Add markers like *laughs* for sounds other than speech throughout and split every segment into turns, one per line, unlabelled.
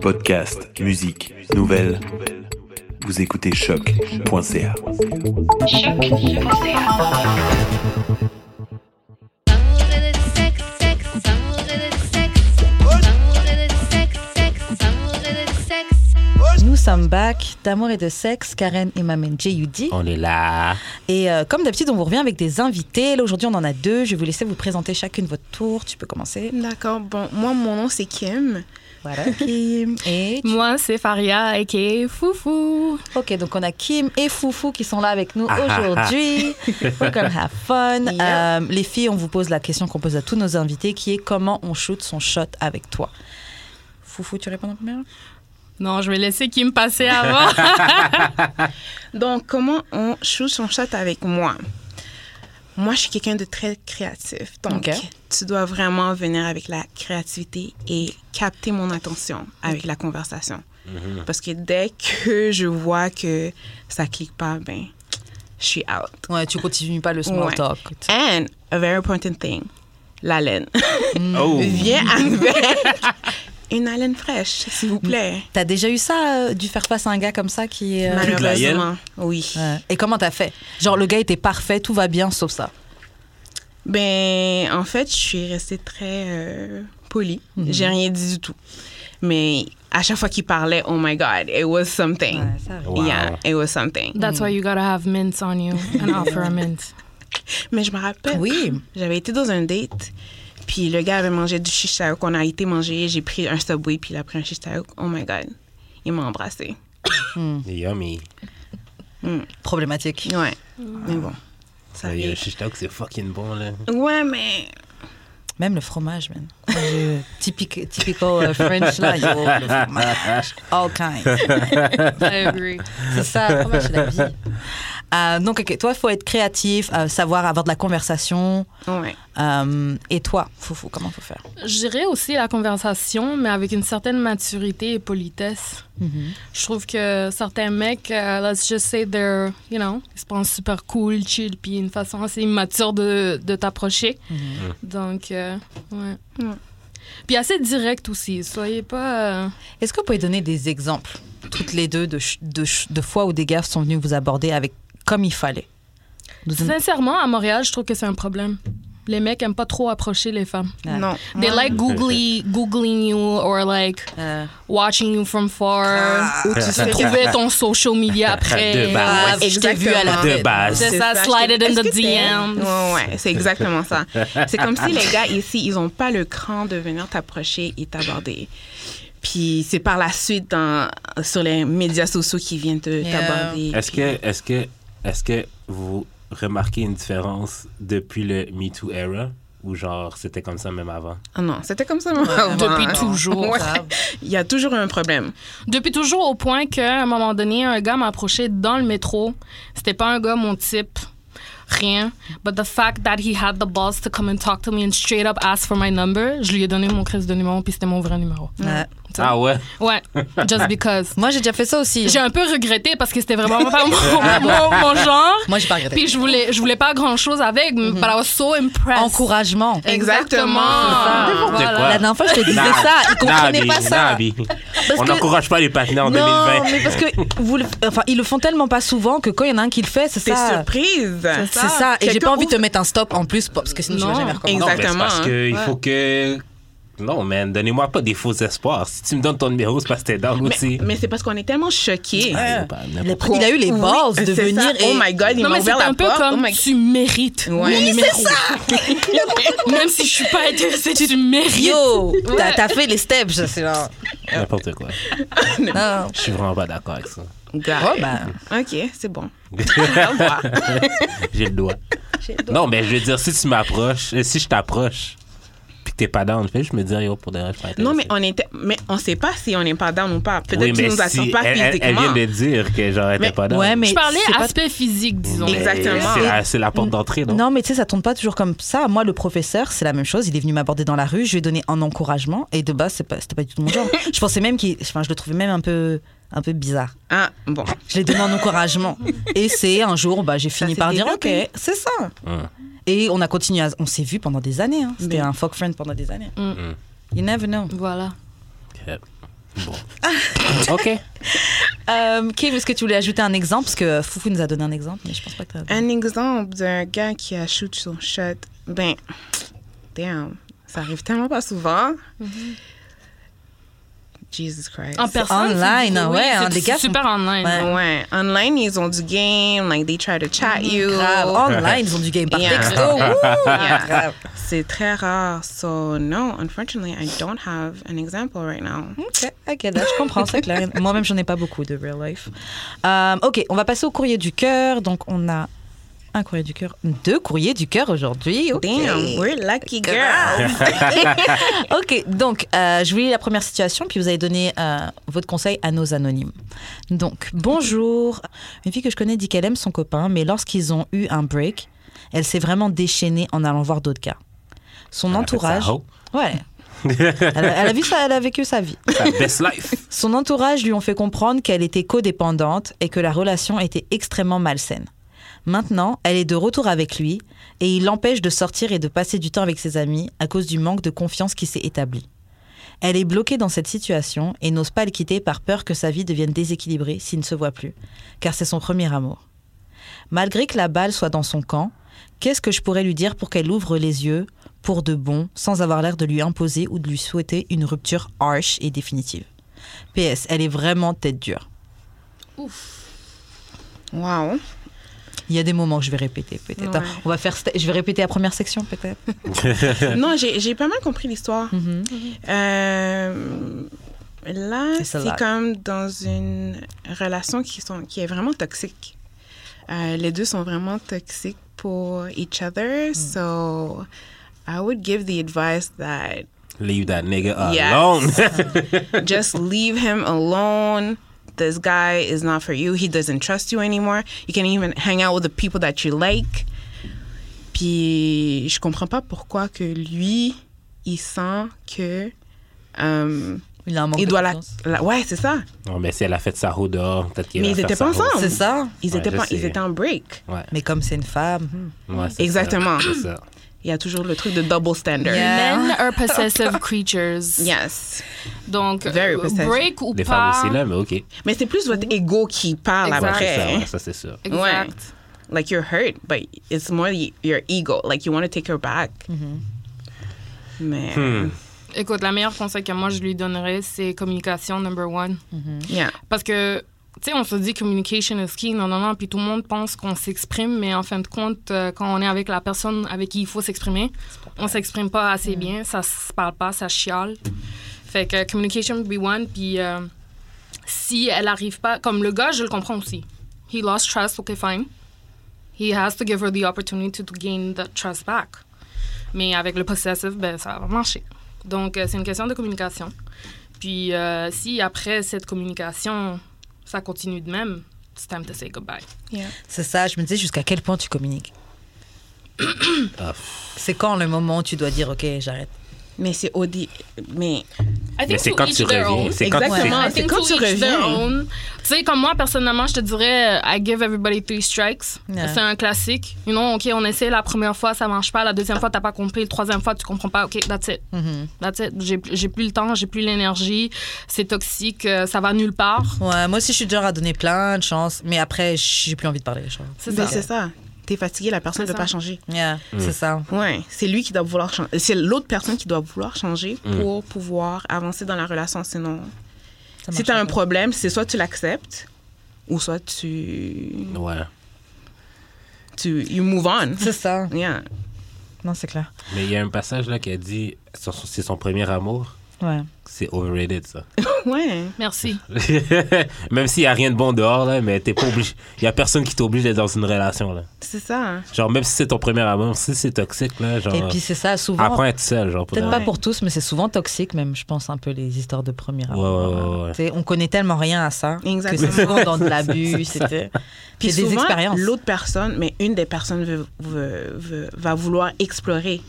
Podcast, musique, nouvelles. Vous écoutez choc.ca.
Nous sommes back d'amour et de sexe, Karen et Mamen J.U.D.
On est là.
Et euh, comme d'habitude, on vous revient avec des invités. Là, aujourd'hui, on en a deux. Je vais vous laisser vous présenter chacune votre tour. Tu peux commencer.
D'accord, bon, moi, mon nom c'est Kim.
Voilà, *laughs* Kim. *laughs* Et tu-
Moi, c'est Faria, a.k.a. Foufou.
Ok, donc on a Kim et Foufou qui sont là avec nous *laughs* aujourd'hui. We're gonna have fun.
Yeah.
Euh, les filles, on vous pose la question qu'on pose à tous nos invités qui est comment on shoot son shot avec toi Foufou, tu réponds en première
Non, je vais laisser qui me passer avant.
Donc, comment on shoot son chat avec moi? Moi, je suis quelqu'un de très créatif. Donc,
Ok.
tu dois vraiment venir avec la créativité et capter mon attention avec la conversation.
Mm-hmm.
Parce que dès que je vois que ça clique pas, ben, je suis out.
Ouais, tu continues pas le small
Ouais.
talk.
And a very important thing, la laine.
Mm.
Oh.
Viens avec une haleine fraîche, s'il vous plaît.
T'as déjà eu ça, euh, dû faire face à un gars comme ça qui est... euh,
de la hyène?
Malheureusement, oui.
Ouais. Et comment t'as fait Genre le gars était parfait, tout va bien sauf ça.
Ben, en fait, je suis restée très euh, polie. J'ai rien dit du tout. Mais à chaque fois qu'il parlait, oh my God, it was something.
Wow.
Yeah, it was something.
*laughs* That's why you gotta have mints on you and offer a mint.
Mais je me rappelle,
Oui.
j'avais été dans un date, puis le gars avait mangé du shish taouk. On a été manger, j'ai pris un Subway, puis il a pris un shish taouk. Oh my God, il m'a embrassée.
Yummy.
Problématique.
Ouais, mais bon, ça
Mais, euh,
arrive.
Je que c'est fucking bon, là.
Ouais, mais...
Même le fromage, man. Je- typique, typical euh, French là, yo, le fromage. All kinds.
I agree.
C'est ça, le fromage c'est la vie. Euh, donc, ok, toi, il faut être créatif, euh, savoir avoir de la conversation.
Ouais.
Euh, et toi, Foufou, comment faut faire
Je dirais aussi la conversation, mais avec une certaine maturité et politesse.
Mm-hmm.
Je trouve que certains mecs, euh, let's just say they're, you know, ils se pensent super cool, chill, puis une façon assez immature de, de t'approcher. Donc, euh, ouais.
Ouais.
Puis assez direct aussi. Soyez pas. euh,
Est-ce que vous pouvez donner des exemples, toutes les deux, de, ch- de, ch- de fois où des gars sont venus vous aborder avec comme il fallait Nous-
Sincèrement, à Montréal, je trouve que c'est un problème. Les mecs aiment pas trop approcher les femmes.
Ouais.
Non.
They
Mm.
like googly, googling you or like
Euh,
watching you from far.
Ou tu
*laughs*
sais-
Trouver ton social media après. Euh,
De base.
je t'ai vu à la
De base.
C'est ça,
je
slide it
t'ai-
in the
Est-ce que c'est-
DMs.
Ouais, ouais, c'est exactement ça. C'est comme si les gars ici, ils n'ont pas le cran de venir t'approcher et t'aborder. Puis c'est par la suite dans, sur les médias sociaux qu'ils viennent te-
Yeah.
t'aborder.
Est-ce que, est-ce que, est-ce que vous remarquez une différence depuis le Me Too era ou genre c'était comme ça même avant?
Ah non, c'était comme ça.
Depuis
avant.
toujours.
Ouais.
grave.
Il y a toujours un problème.
Depuis toujours au point qu'à un moment donné, un gars m'a approché dans le métro. C'était pas un gars mon type. Rien. But the fact that he had the balls to come and talk to me and straight up ask for my number, je lui ai donné mon crise de numéro puis c'était mon vrai numéro.
Ouais.
Ah ouais?
Ouais, just because.
Moi, j'ai déjà fait ça aussi.
J'ai un peu regretté parce que c'était vraiment
*laughs*
pas mon, mon- mon
Ah,
genre.
Moi, j'ai pas regretté. Mm-hmm.
Puis je voulais, je voulais pas grand chose avec, mais but I was so impressed.
Encouragement.
Exactement.
N'importe
Voilà.
quoi.
La dernière fois, je te disais ça, ils comprenaient
Nabi,
pas ça.
Nabi. On
que-
n'encourage pas les partenaires en
Non,
2020.
mais parce que vous, le- enfin, ils le font tellement pas souvent que quand il y en a un qui le fait, c'est
T'es
ça.
surprise.
C'est ça. Et j'ai
Quelqu'un
pas envie de te
ouvre-
mettre un stop en plus parce que sinon tu vas
Non.
jamais recommencer.
Non, mais c'est
Exactement.
parce que
hein.
il faut que. Non, man, donnez-moi pas des faux espoirs. Si tu me donnes ton numéro, c'est parce que t'es down aussi.
Mais c'est parce qu'on est tellement choqués.
Ah, non, pas- n'importe
Le pr- Il a eu les
Oui,
balls de
c'est ça.
venir et.
Oh my God, il
Non,
m'a
mais c'est
ouvert la
un peu
porte. Oh
comme
my
tu mérites
Ouais.
mon
Oui,
numéro. Même si je suis pas intéressée, tu mérites.
Yo, t'as t'as fait les steps. je sais pas.
N'importe quoi.
Non.
Je suis vraiment pas d'accord avec ça.
God.
Oh, bah.
OK, c'est bon. Au revoir.
*laughs* J'ai le doigt. Non, mais je veux dire, si tu m'approches, euh, si je t'approche, puis que t'es pas down, fais, je me dis, yo, pour des rêves,
Non, mais on était, mais on sait pas si on n'est pas down ou pas. Peut-être
oui,
qu'ils
mais
nous attendent
si,
pas
elle, elle- elle
physiquement.
vient de dire que j'aurais
Mais-
été pas down.
Ouais, mais
Je parlais
c'est pas-
aspect physique, disons.
Mais
Exactement.
c'est la- C'est la porte d'entrée, non?
Non, mais tu sais, ça tourne pas toujours comme ça. Moi, le professeur, c'est la même chose. Il est venu m'aborder dans la rue, je lui ai donné un encouragement et de base, c'est pas- c'était pas du tout mon *laughs* genre. Je pensais même qu'il. Enfin, je le trouvais même un peu, un peu bizarre.
Ah, bon.
Je l'ai donné en encouragement. Et c'est un jour, bah, j'ai fini
s'est
par dire OK,
développé.
c'est ça.
Hum.
Et on a continué, à, on s'est vu pendant des années. hein. C'était
Mais- Mm.
un fuck friend pendant des années.
Mm.
You never know.
Voilà.
Yep. Euh,
*laughs*
OK.
Euh, Kim, est-ce que tu voulais ajouter un exemple Parce que Foufou nous a donné un exemple, mais je pense pas que t'as-
Un exemple d'un gars qui a shoot son shot, ben, damn, ça arrive tellement pas souvent.
Mm-hmm.
Jesus Christ.
En personne. c'est-
online, hein,
oui,
ouais,
c'est-
hein, des
c'est
gars
super online.
Ouais.
Ouais, online, ils ont du game, like they try to chat
Mm-hmm.
you.
Grave. Online, ils ont du game par
Yeah.
texto. Wouh
Yeah.
Grave.
Oh.
C'est très rare. So, no, unfortunately, I don't have an example right now.
Ok, ok, là, je comprends, c'est
*laughs*
clair. Moi-même, j'en ai pas beaucoup de real life. Euh, ok, on va passer au courrier du cœur. Donc, on a un courrier du cœur, deux courriers du cœur aujourd'hui. ok.
Damn, we're lucky girl.
Grave. ok, donc euh, je vous lis la première situation, puis vous allez donner euh, votre conseil à nos anonymes. Donc, bonjour. Une fille que je connais dit qu'elle aime son copain, mais lorsqu'ils ont eu un break, elle s'est vraiment déchaînée en allant voir d'autres gars. Son
Elle a fait
entourage.
sa hoe.
Ouais.
*laughs*
elle, a- elle a vu ça, elle a vécu sa vie.
Sa best life.
Son entourage lui ont fait comprendre qu'elle était codépendante et que la relation était extrêmement malsaine. Maintenant, elle est de retour avec lui et il l'empêche de sortir et de passer du temps avec ses amis à cause du manque de confiance qui s'est établi. Elle est bloquée dans cette situation et n'ose pas le quitter par peur que sa vie devienne déséquilibrée s'il ne se voit plus, car c'est son premier amour. Malgré que la balle soit dans son camp, qu'est-ce que je pourrais lui dire pour qu'elle ouvre les yeux pour de bon, sans avoir l'air de lui imposer ou de lui souhaiter une rupture harsh et définitive PS, elle est vraiment tête dure.
Wow.
Il y a des moments que je vais répéter peut-être.
Ouais.
On va faire, sta- je vais répéter la première
*laughs*
section peut-être. *laughs*
Non, j'ai j'ai pas mal compris l'histoire.
Mhm.
Euh, là,
It's a lot.
c'est comme dans une relation qui, sont, qui est vraiment toxique. Euh, les deux sont vraiment toxiques pour each other.
Mm.
So, I would give the advice that
Leave that nigga
Yes.
alone. *laughs*
just leave him alone. This guy is not for you. He doesn't trust you anymore. You can even hang out with the people that you like. Puis je comprends pas pourquoi que lui, il sent que euh,
Il a un manque
il
de
doit la,
confiance.
la- Ouais, c'est ça.
non, mais si elle a fait sa roue dehors, peut-être qu'il
Mais
va
ils
faire
étaient
sa
pas
roue.
ensemble.
C'est ça.
Ils,
Ouais,
étaient,
je
pas,
sais.
ils étaient en break.
Ouais.
Mais comme c'est une femme,
Mhm.
hmm.
Ouais, c'est ça.
Exactement.
C'est ça.
Il y a toujours le truc de double standard.
Yeah.
Men are
*laughs*
possessive creatures.
Yes.
Donc,
Very
euh,
possessive.
break ou
Des
pas.
femmes aussi, là, mais OK. Ouais,
Mais c'est plus votre ego qui parle
Exact.
c'est ça,
après.
ouais, ça, c'est sûr.
Exact.
Ouais. Like you're hurt, but it's more y- your ego. Like you want to take her back. Mais,
Écoute, la meilleure conseil que moi je lui donnerais, c'est communication number one.
yeah.
Parce que, tu sais, on se dit communication is key, non, non, non, puis tout le monde pense qu'on s'exprime, mais en fin de compte, euh, quand on est avec la personne avec qui il faut s'exprimer, on s'exprime pas assez bien, ça se parle pas, ça chiale. Fait que euh, communication would be one, puis euh, si elle arrive pas, comme le gars, je le comprends aussi. He lost trust, okay, fine. He has to give her the opportunity to gain that trust back. Mais avec le possessive, ben, ça va marcher. Donc, euh, c'est une question de communication. Puis euh, si après cette communication, ça continue de même, it's time to say goodbye.
c'est ça. Je me disais jusqu'à quel point tu communiques.
Ah, pff.
C'est quand le moment où tu dois dire ok j'arrête.
Mais c'est au dé- Mais,
I think
Mais c'est
to
quand
each
tu
their
reviens.
own.
C'est quand tu-
Exactement.
I
C'est
think
quand
to
tu
each their
reviens.
own. Tu sais, comme moi, personnellement, je te dirais, I give everybody three strikes.
Yeah.
C'est un classique. You know, OK, on essaie la première fois, ça marche pas. La deuxième fois, t'as pas compris. La troisième fois, tu comprends pas. OK, that's it. That's it. J'ai j'ai plus le temps, j'ai plus l'énergie. C'est toxique, euh, ça va nulle part.
Ouais, moi aussi je suis du genre à donner plein de chances, mais après j'ai plus envie de parler. je crois.
C'est
mais
ça.
c'est ça. T'es fatigué, la personne ne
C'est
peut
ça.
pas changer.
Yeah, C'est ça.
Ouais, c'est lui qui doit vouloir changer. C'est l'autre personne qui doit vouloir changer pour pouvoir avancer dans la relation. Sinon,
Ça
si
marche
t'as
pas.
un problème, c'est soit tu l'acceptes ou soit tu,
Ouais.
tu you move on.
C'est ça.
Yeah.
Non c'est clair.
Mais il y a un passage là qui a dit son- son- c'est son premier amour,
Ouais.
c'est overrated ça. *laughs*
Ouais.
Merci.
Même s'il n'y a rien de bon dehors, là, mais t'es pas obligé. Il n'y a personne qui t'oblige d'être dans une relation. Là.
C'est ça.
Genre, même si c'est ton premier amour, si c'est toxique, là, genre,
Et puis c'est ça souvent.
apprends à être seul. Genre, pour
Peut-être
de
pas
vrai.
pour tous, mais c'est souvent toxique, même, je pense, un peu les histoires de première amour.
Ouais, ouais, ouais, ouais.
*laughs* Tu sais, On connaît tellement rien à ça
Exactement.
que c'est souvent
*laughs*
dans de l'abus. c'était-
Puis
C'est des
souvent,
expériences.
l'autre personne, mais une des personnes veut- veut- veut- va vouloir explorer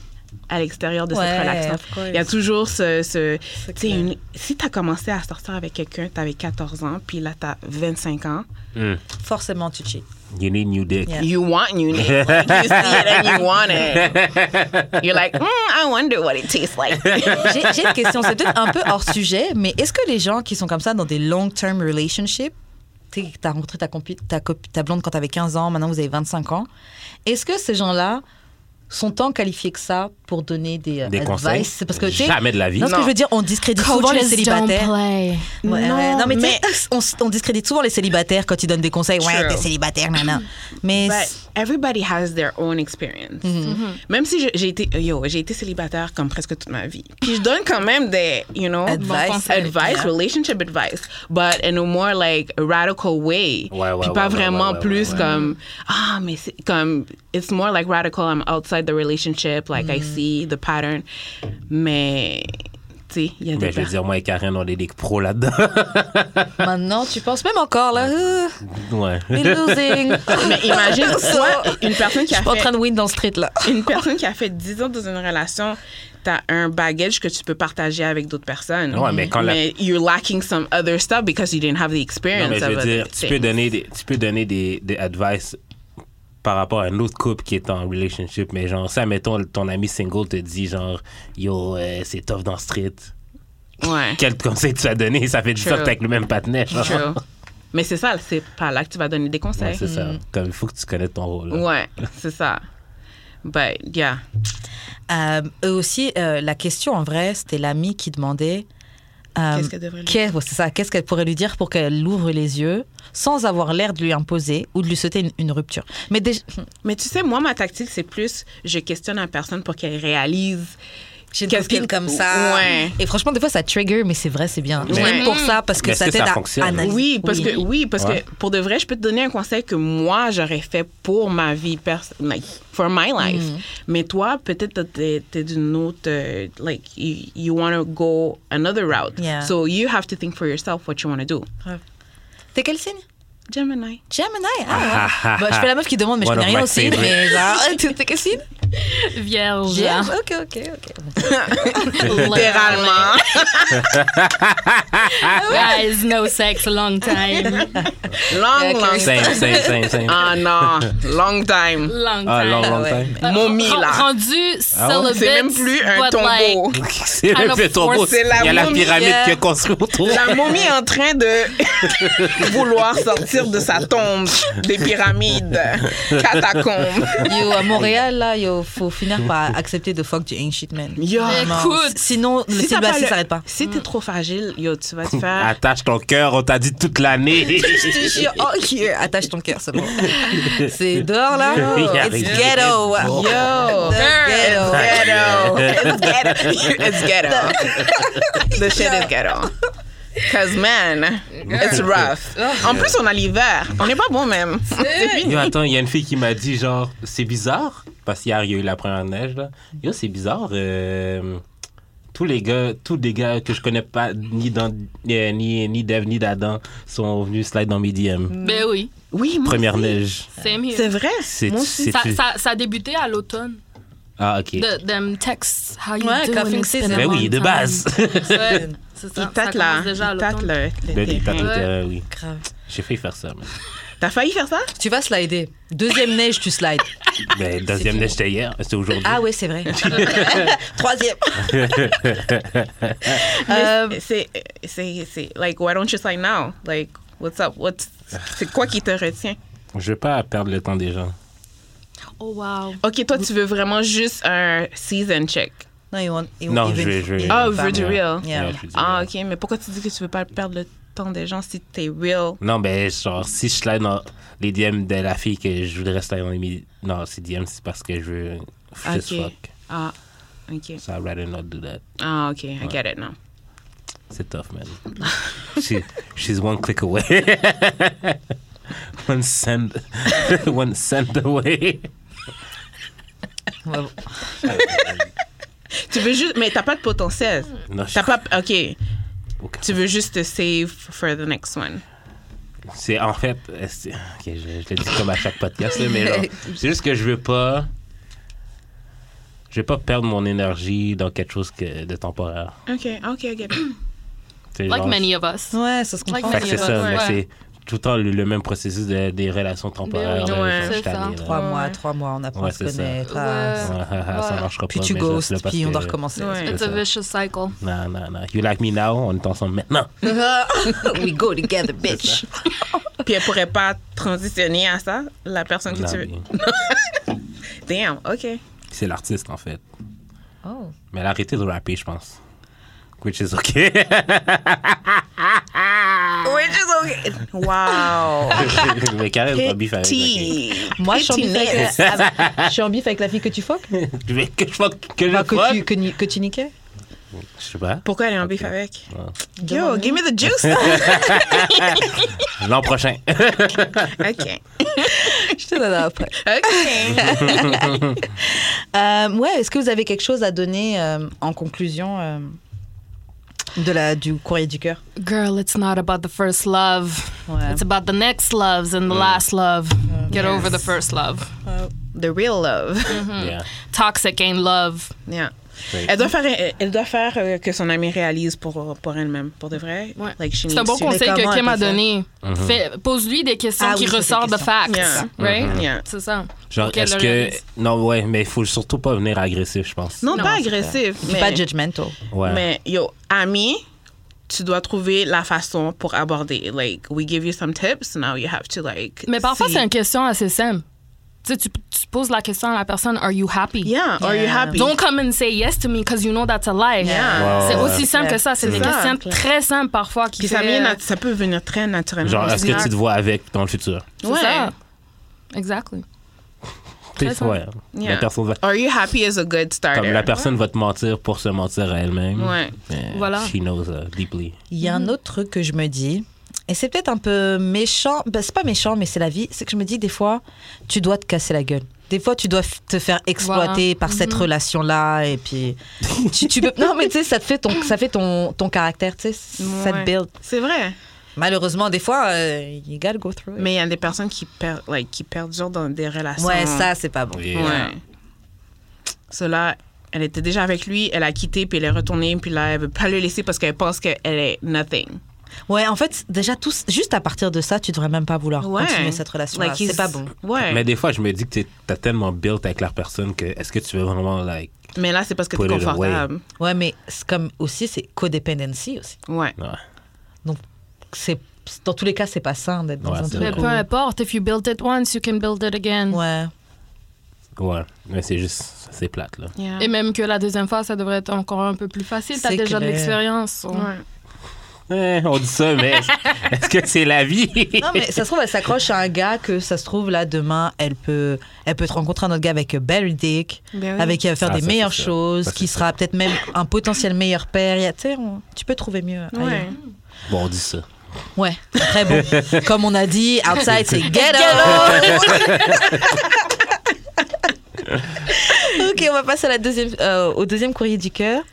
à l'extérieur de
Ouais,
cette relation.
of course.
Il y a toujours ce... ce-
C'est
tu sais,
clair.
une- si tu as commencé à sortir avec quelqu'un, tu avais 14 ans, puis là, tu as 25 ans,
Hmm.
Forcément, tu cheats.
You need new dick.
Yeah.
You want unique. Like, you see it and you want it.
*laughs*
You're like, mm, I wonder what it tastes like.
*laughs* J'ai j'ai une question, c'est peut-être un peu hors sujet, mais est-ce que les gens qui sont comme ça dans des long-term relationships, tu sais, t'as rencontré ta, compi- ta, copi- ta blonde quand t'avais 15 ans, maintenant vous avez 25 ans, est-ce que ces gens-là sont tant qualifiés que ça pour donner des, euh,
Des
advice
conseils.
C'est parce que tu sais,
Jamais de la vie.
non, ce que
Non.
je veux dire, on discrédite souvent les célibataires.
play.
Ouais, ouais. non, mais, tu sais, *laughs*
mais-
on, s- on discrédite souvent les célibataires quand ils donnent des conseils. Ouais,
True.
t'es célibataire, nana. Mais
But everybody has their own experience.
Mm-hmm.
Mm-hmm.
Même si je- j'ai été, yo, j'ai été célibataire comme presque toute ma vie. Puis je donne quand même des, you know,
Advice.
bon conseil. advice, relationship advice, but in a more like radical way.
Ouais, ouais,
Puis pas
ouais, ouais,
vraiment
ouais, ouais,
plus
ouais.
comme ah mais c'est comme it's more like radical. I'm outside the relationship, like I
Mm-hmm.
see the pattern. Mais tu sais, il y a des
Ben, je veux
personnes.
dire, moi et Karen, on est des pros là-dedans. *laughs*
maintenant, tu penses même encore, là, euh,
ouais.
we're *laughs* losing.
Mais
*laughs*
imagine toi,
*laughs* So-
une personne qui
Je
a
suis pas en
fait
train de win dans le street, là.
une personne qui a fait 10 ans dans une relation, t'as un baggage que tu peux partager avec d'autres personnes.
Ouais, mais quand la-
Mais you're lacking some other stuff because you didn't have the experience
Non, mais je
of
veux
it.
dire, tu peux donner des, tu peux donner des, des advice par rapport à un autre couple qui est en relationship, mais genre, ça, mettons, ton ami single te dit, genre, yo, euh, c'est tough dans street.
Ouais.
Quel conseil tu as donné? Ça fait du
True.
sorte avec le même patinet. *laughs* genre.
True. mais c'est ça, c'est par là que tu vas donner des
Ouais,
conseils.
c'est ça. Comme, il faut que tu connaisses ton rôle. là.
Mm-hmm. Ouais, c'est ça. But yeah.
Euh, eux aussi, euh, la question en vrai, c'était l'amie qui demandait. euh,
Qu'est-ce qu'elle devrait lui
qu'est- ouais, c'est ça, qu'est-ce qu'elle pourrait lui dire pour qu'elle ouvre les yeux sans avoir l'air de lui imposer ou de lui sauter une, une rupture. Mais déjà,
Mais tu sais, moi, ma tactique, c'est plus je questionne la personne pour qu'elle réalise.
j'ai une
Qu'est-ce
copine
que-
comme ça.
Ouais.
Et franchement, des fois, ça trigger, mais c'est vrai, c'est bien. Je
Ouais.
l'aime pour ça parce que
Mais est-ce
ça
que ça
t'aide à
fonctionne?
analyser.
Oui, parce que oui, parce
Ouais.
que pour de vrai, je peux te donner un conseil que moi j'aurais fait pour ma vie personnelle, like, for my life. Mais toi, peut-être que t'es, t'es d'une autre, euh, like you, you want to go another route.
Yeah.
So you have to think for yourself what you want to do.
T'es quel signe
Gemini.
Gemini. Ah, ouais. Bah, je fais la meuf qui demande, mais je
One
connais
of
rien
my
au signe.
favorite.
Mais genre, *laughs* t'es t'es quel signe
Vierge.
Vierge. Ok, ok, ok.
*laughs* Littéralement.
Guys, no sex,
*laughs*
long time.
long, long
Same,
time.
same, same, same.
Ah non, long time.
Long time.
Ah, long, long
ouais.
time. *laughs*
Momie,
Ren-
là. Ah
Rendu celibate.
C'est même plus un
but like-
tombeau.
C'est
Alors,
le fait ton
force,
beau.
c'est
Il
la
y a la
momie,
pyramide
euh,
qui est construite autour.
La momie est en train de *laughs* vouloir sortir de sa tombe, des pyramides, catacombes.
Yo, à Montréal, là, yo, faut finir par accepter de fuck du ancient man.
Yo.
Vraiment.
Écoute.
Sinon, le
t'as
célibataire
le-
s'arrête pas.
Si t'es trop fragile, yo, tu vas te faire.
Attache ton cœur, on t'a dit
*laughs*
toute l'année.
Ok, attache ton cœur, c'est
*laughs*
bon. C'est dehors là.
Il y a
It's
rien.
ghetto.
Bon.
Yo,
It's
ghetto.
ghetto. It's ghetto. It's ghetto. The shit is ghetto. Cause man, it's rough. En plus, on a l'hiver. On n'est pas bon même. C'est fini.
Yo, attends, il y a une fille qui m'a dit, genre, c'est bizarre, parce qu'hier, il y a eu la première neige, là. Yo, c'est bizarre. euh, tous les gars, tous les gars que je connais pas, ni, dans, euh, ni, ni d'Eve, ni d'Adam, sont venus slide dans mes DM.
Ben oui,
Oui, moi
Première
aussi.
neige.
same here.
C'est vrai.
C'est-
Moi aussi.
c'est-
Ça, ça, ça a débuté à l'automne.
Ah, ok.
De, them texts, how you
Ouais,
doing,
coughing
it's been
season.
a
Ben
long
oui, de
time.
base. *laughs*
Ouais, *laughs* c'est
Il
ça. Ça
tâte là.
commence déjà à
Il tâte
l'automne.
le,
De-
le
il t'a
terrain.
tout,
Ouais.
euh, oui.
Grave.
J'ai failli faire ça. mais-
T'as failli faire ça?
Tu vas slider. Deuxième neige, tu slides.
Ben, deuxième
fou.
neige, c'était hier, c'était aujourd'hui.
Ah ouais, c'est vrai. *laughs* Troisième. Euh,
Mais Eh, c'est, c'est, c'est, like, why don't you sign now? Like, what's up? What's, c'est quoi qui te retient?
Je veux pas perdre le temps des gens.
Oh wow.
Ok, toi, tu veux vraiment juste un season check.
Non, ils vont. ils vont-
Non,
ils
je
vont-
vais- je vais-
ils
Ah,
vont
vous
pas.
veux du real?
Yeah.
Ouais, je veux du
Ah,
real.
ok, mais pourquoi tu dis que tu veux pas perdre le temps des gens si t'es real?
Non, ben, genre, si je slide dans les DM de la fille que je voudrais slide dans les mi- Non, c'est DM, c'est parce que je veux. Just
Ok.
fuck.
Ah, ok.
So I'd rather not do that.
Ah, ok, I get it now.
C'est tough,
*laughs*
man. She, she's one click away. *laughs* one send. *laughs* one send away.
Ouais, bon.
Tu veux juste, mais t'as pas de potentiel.
*laughs* Non, je-
T'as pas, ok,
aucun-
tu veux juste te save for the next one.
C'est en fait. euh, c'est- Ok, je, je le dis comme à chaque podcast, là, mais
*laughs*
genre, c'est juste que je veux pas. Je veux pas perdre mon énergie dans quelque chose que, de temporaire.
Ok, ok, I get it.
Tu sais,
Like
genre,
many of us.
Ouais, ça se
Like
comprend.
Fait que c'est ça,
Ouais.
mais c'est tout le temps le, le même processus de- des relations temporaires.
Ben oui,
là,
ouais.
genre,
C'est
je suis
ça.
tanné, là.
Trois
Ouais.
mois, trois mois, on apprend
Ouais,
à se
c'est ça.
connaître.
Ouais.
ah,
Ouais, ah, ça
Ouais.
marchera pas.
Puis tu
mais je le
ghostes,
fais parce
puis on
que-
doit recommencer.
Ouais.
It's
C'est ça.
a vicious cycle.
Non, non, non. You like me now? On est ensemble
*laughs*
maintenant.
*laughs* We go together, bitch.
*coughs* Puis elle pourrait pas transitionner à ça, la personne que
Non,
tu veux.
mais
Damn, OK.
C'est l'artiste, en fait.
Oh.
Mais elle a arrêté de rapper, je pense. Which is OK.
*laughs*
*laughs*
Which is okay. Wow.
*laughs* mais Karen est pas bif avec. ok.
T.
Moi, je suis, en bif
Petite
avec la... Ah, bah, je suis en bif avec la fille que tu foques
Tu veux que *laughs* je fuck- que je
Enfin, que, tu,
fuck?
que, ni- que tu niquais
Je sais pas.
Pourquoi elle est en bif avec? Yo,
Demande-lui.
give me the juice.
L'an prochain.
*laughs* OK.
*laughs* Je te donne après.
OK.
Euh, ouais, est-ce que vous avez quelque chose à donner euh, en conclusion euh, de la, du courrier du cœur
Girl, it's not about the first love.
Ouais.
It's about the next loves and the last love. Get over the first love.
The real love.
Mm.
*laughs*
Hmm.
Yeah.
Toxic ain't love.
Yeah.
Right.
Elle doit faire, elle doit faire euh, que son amie réalise pour, pour elle-même, pour de vrai.
Ouais.
Like she
C'est
needs
un bon
to.
conseil
Mais comment
que Kim
elle
a
peut
donné. Fais- Pose-lui des questions
Ah
qui
oui, ça,
ressortent
des
de facts.
questions.
Right?
Yeah.
C'est ça.
Genre,
Faut qu'elle
est-ce
le
que.
réalise.
Non, ouais, mais il faut surtout pas venir agressif, je pense.
Non,
Non,
pas
c'est
agressive.
C'est
mais-
pas judgmental.
Ouais.
Mais yo, ami, tu dois trouver la façon pour aborder. Like, we give you some tips, now you have to like.
Mais parfois,
see.
c'est une question assez simple. Tu sais, tu, tu poses la question à la personne, Are you happy?
Yeah, are you
Yeah.
happy?
Don't come and say yes to me because you know that's a lie.
Yeah.
Wow.
C'est
Ouais.
aussi simple que ça. C'est des
ça.
questions très simples parfois qui
Puis ça,
fait-
vient nat- ça peut venir très naturellement.
Genre, est-ce que tu
Ouais.
te vois avec dans le futur?
C'est
Ouais.
ça. Exactly.
Tu
Très
sais, ouais. La
Yeah.
personne va.
Are you happy is a good starter.
Comme la personne va te mentir pour se mentir à elle-même.
Ouais.
Yeah,
Voilà.
She knows uh, deeply.
Il y a
Mhm.
un autre truc que je me dis, et c'est peut-être un peu méchant, bah, c'est pas méchant, mais c'est la vie, c'est que je me dis des fois, tu dois te casser la gueule. Des fois, tu dois f- te faire exploiter par cette
Mhm.
relation-là,
*laughs*
et puis tu, tu peux. Non, mais tu sais, ça te fait ton, ça fait ton, ton caractère, tu sais, ça te
Ouais.
build.
C'est vrai.
Malheureusement, des fois, euh, you gotta go through. it.
Mais il y a des personnes qui, per like, qui perdurent dans des relations.
ouais, ça, c'est pas bon.
Yeah.
Ouais. Cela, elle était déjà avec lui, elle a quitté, puis elle est retournée, puis là, elle veut pas le laisser parce qu'elle pense qu'elle est nothing.
Ouais, en fait, déjà, tous, juste à partir de ça, tu devrais même pas vouloir
Ouais.
continuer cette relation-là.
Like,
c'est
he's-
pas bon.
Ouais.
Mais
Mais,
des fois, je me dis que t'es- t'as tellement built avec la personne que est-ce que tu veux vraiment, like.
là, c'est parce que
Put
t'es
it away.
confortable.
Ouais, mais c'est comme aussi, c'est codependency aussi.
Ouais.
Ouais.
c'est dans tous les cas c'est pas sain d'être dans
Ouais,
un
c'est
truc
Mais
vrai.
où-
peu importe, if you built it once, you can build it again.
ouais
Ouais. Mais c'est juste. C'est plate, là.
Yeah.
Et même que la deuxième fois, ça devrait être encore un peu plus facile. T'as
C'est
déjà de
clair.
l'expérience. so-
Ouais.
Eh, on dit ça, mais *laughs* est-ce- est-ce que c'est la vie?
non
*laughs*
mais ça se trouve elle s'accroche à un gars que ça se trouve là demain elle peut elle peut te rencontrer un autre gars avec euh, Barry Dick
Ben oui.
avec qui elle va faire
Ah,
des
ça,
meilleures
c'est sûr.
choses
Ça,
qui
c'est
sera peut-être même un potentiel meilleur père Il y a- tu sais on- tu peux trouver mieux ailleurs.
Ouais.
Bon, on dit ça.
ouais très bon comme on a dit outside c'est ghetto *laughs* Ok, on va passer à la deuxième, euh, au deuxième courrier du cœur.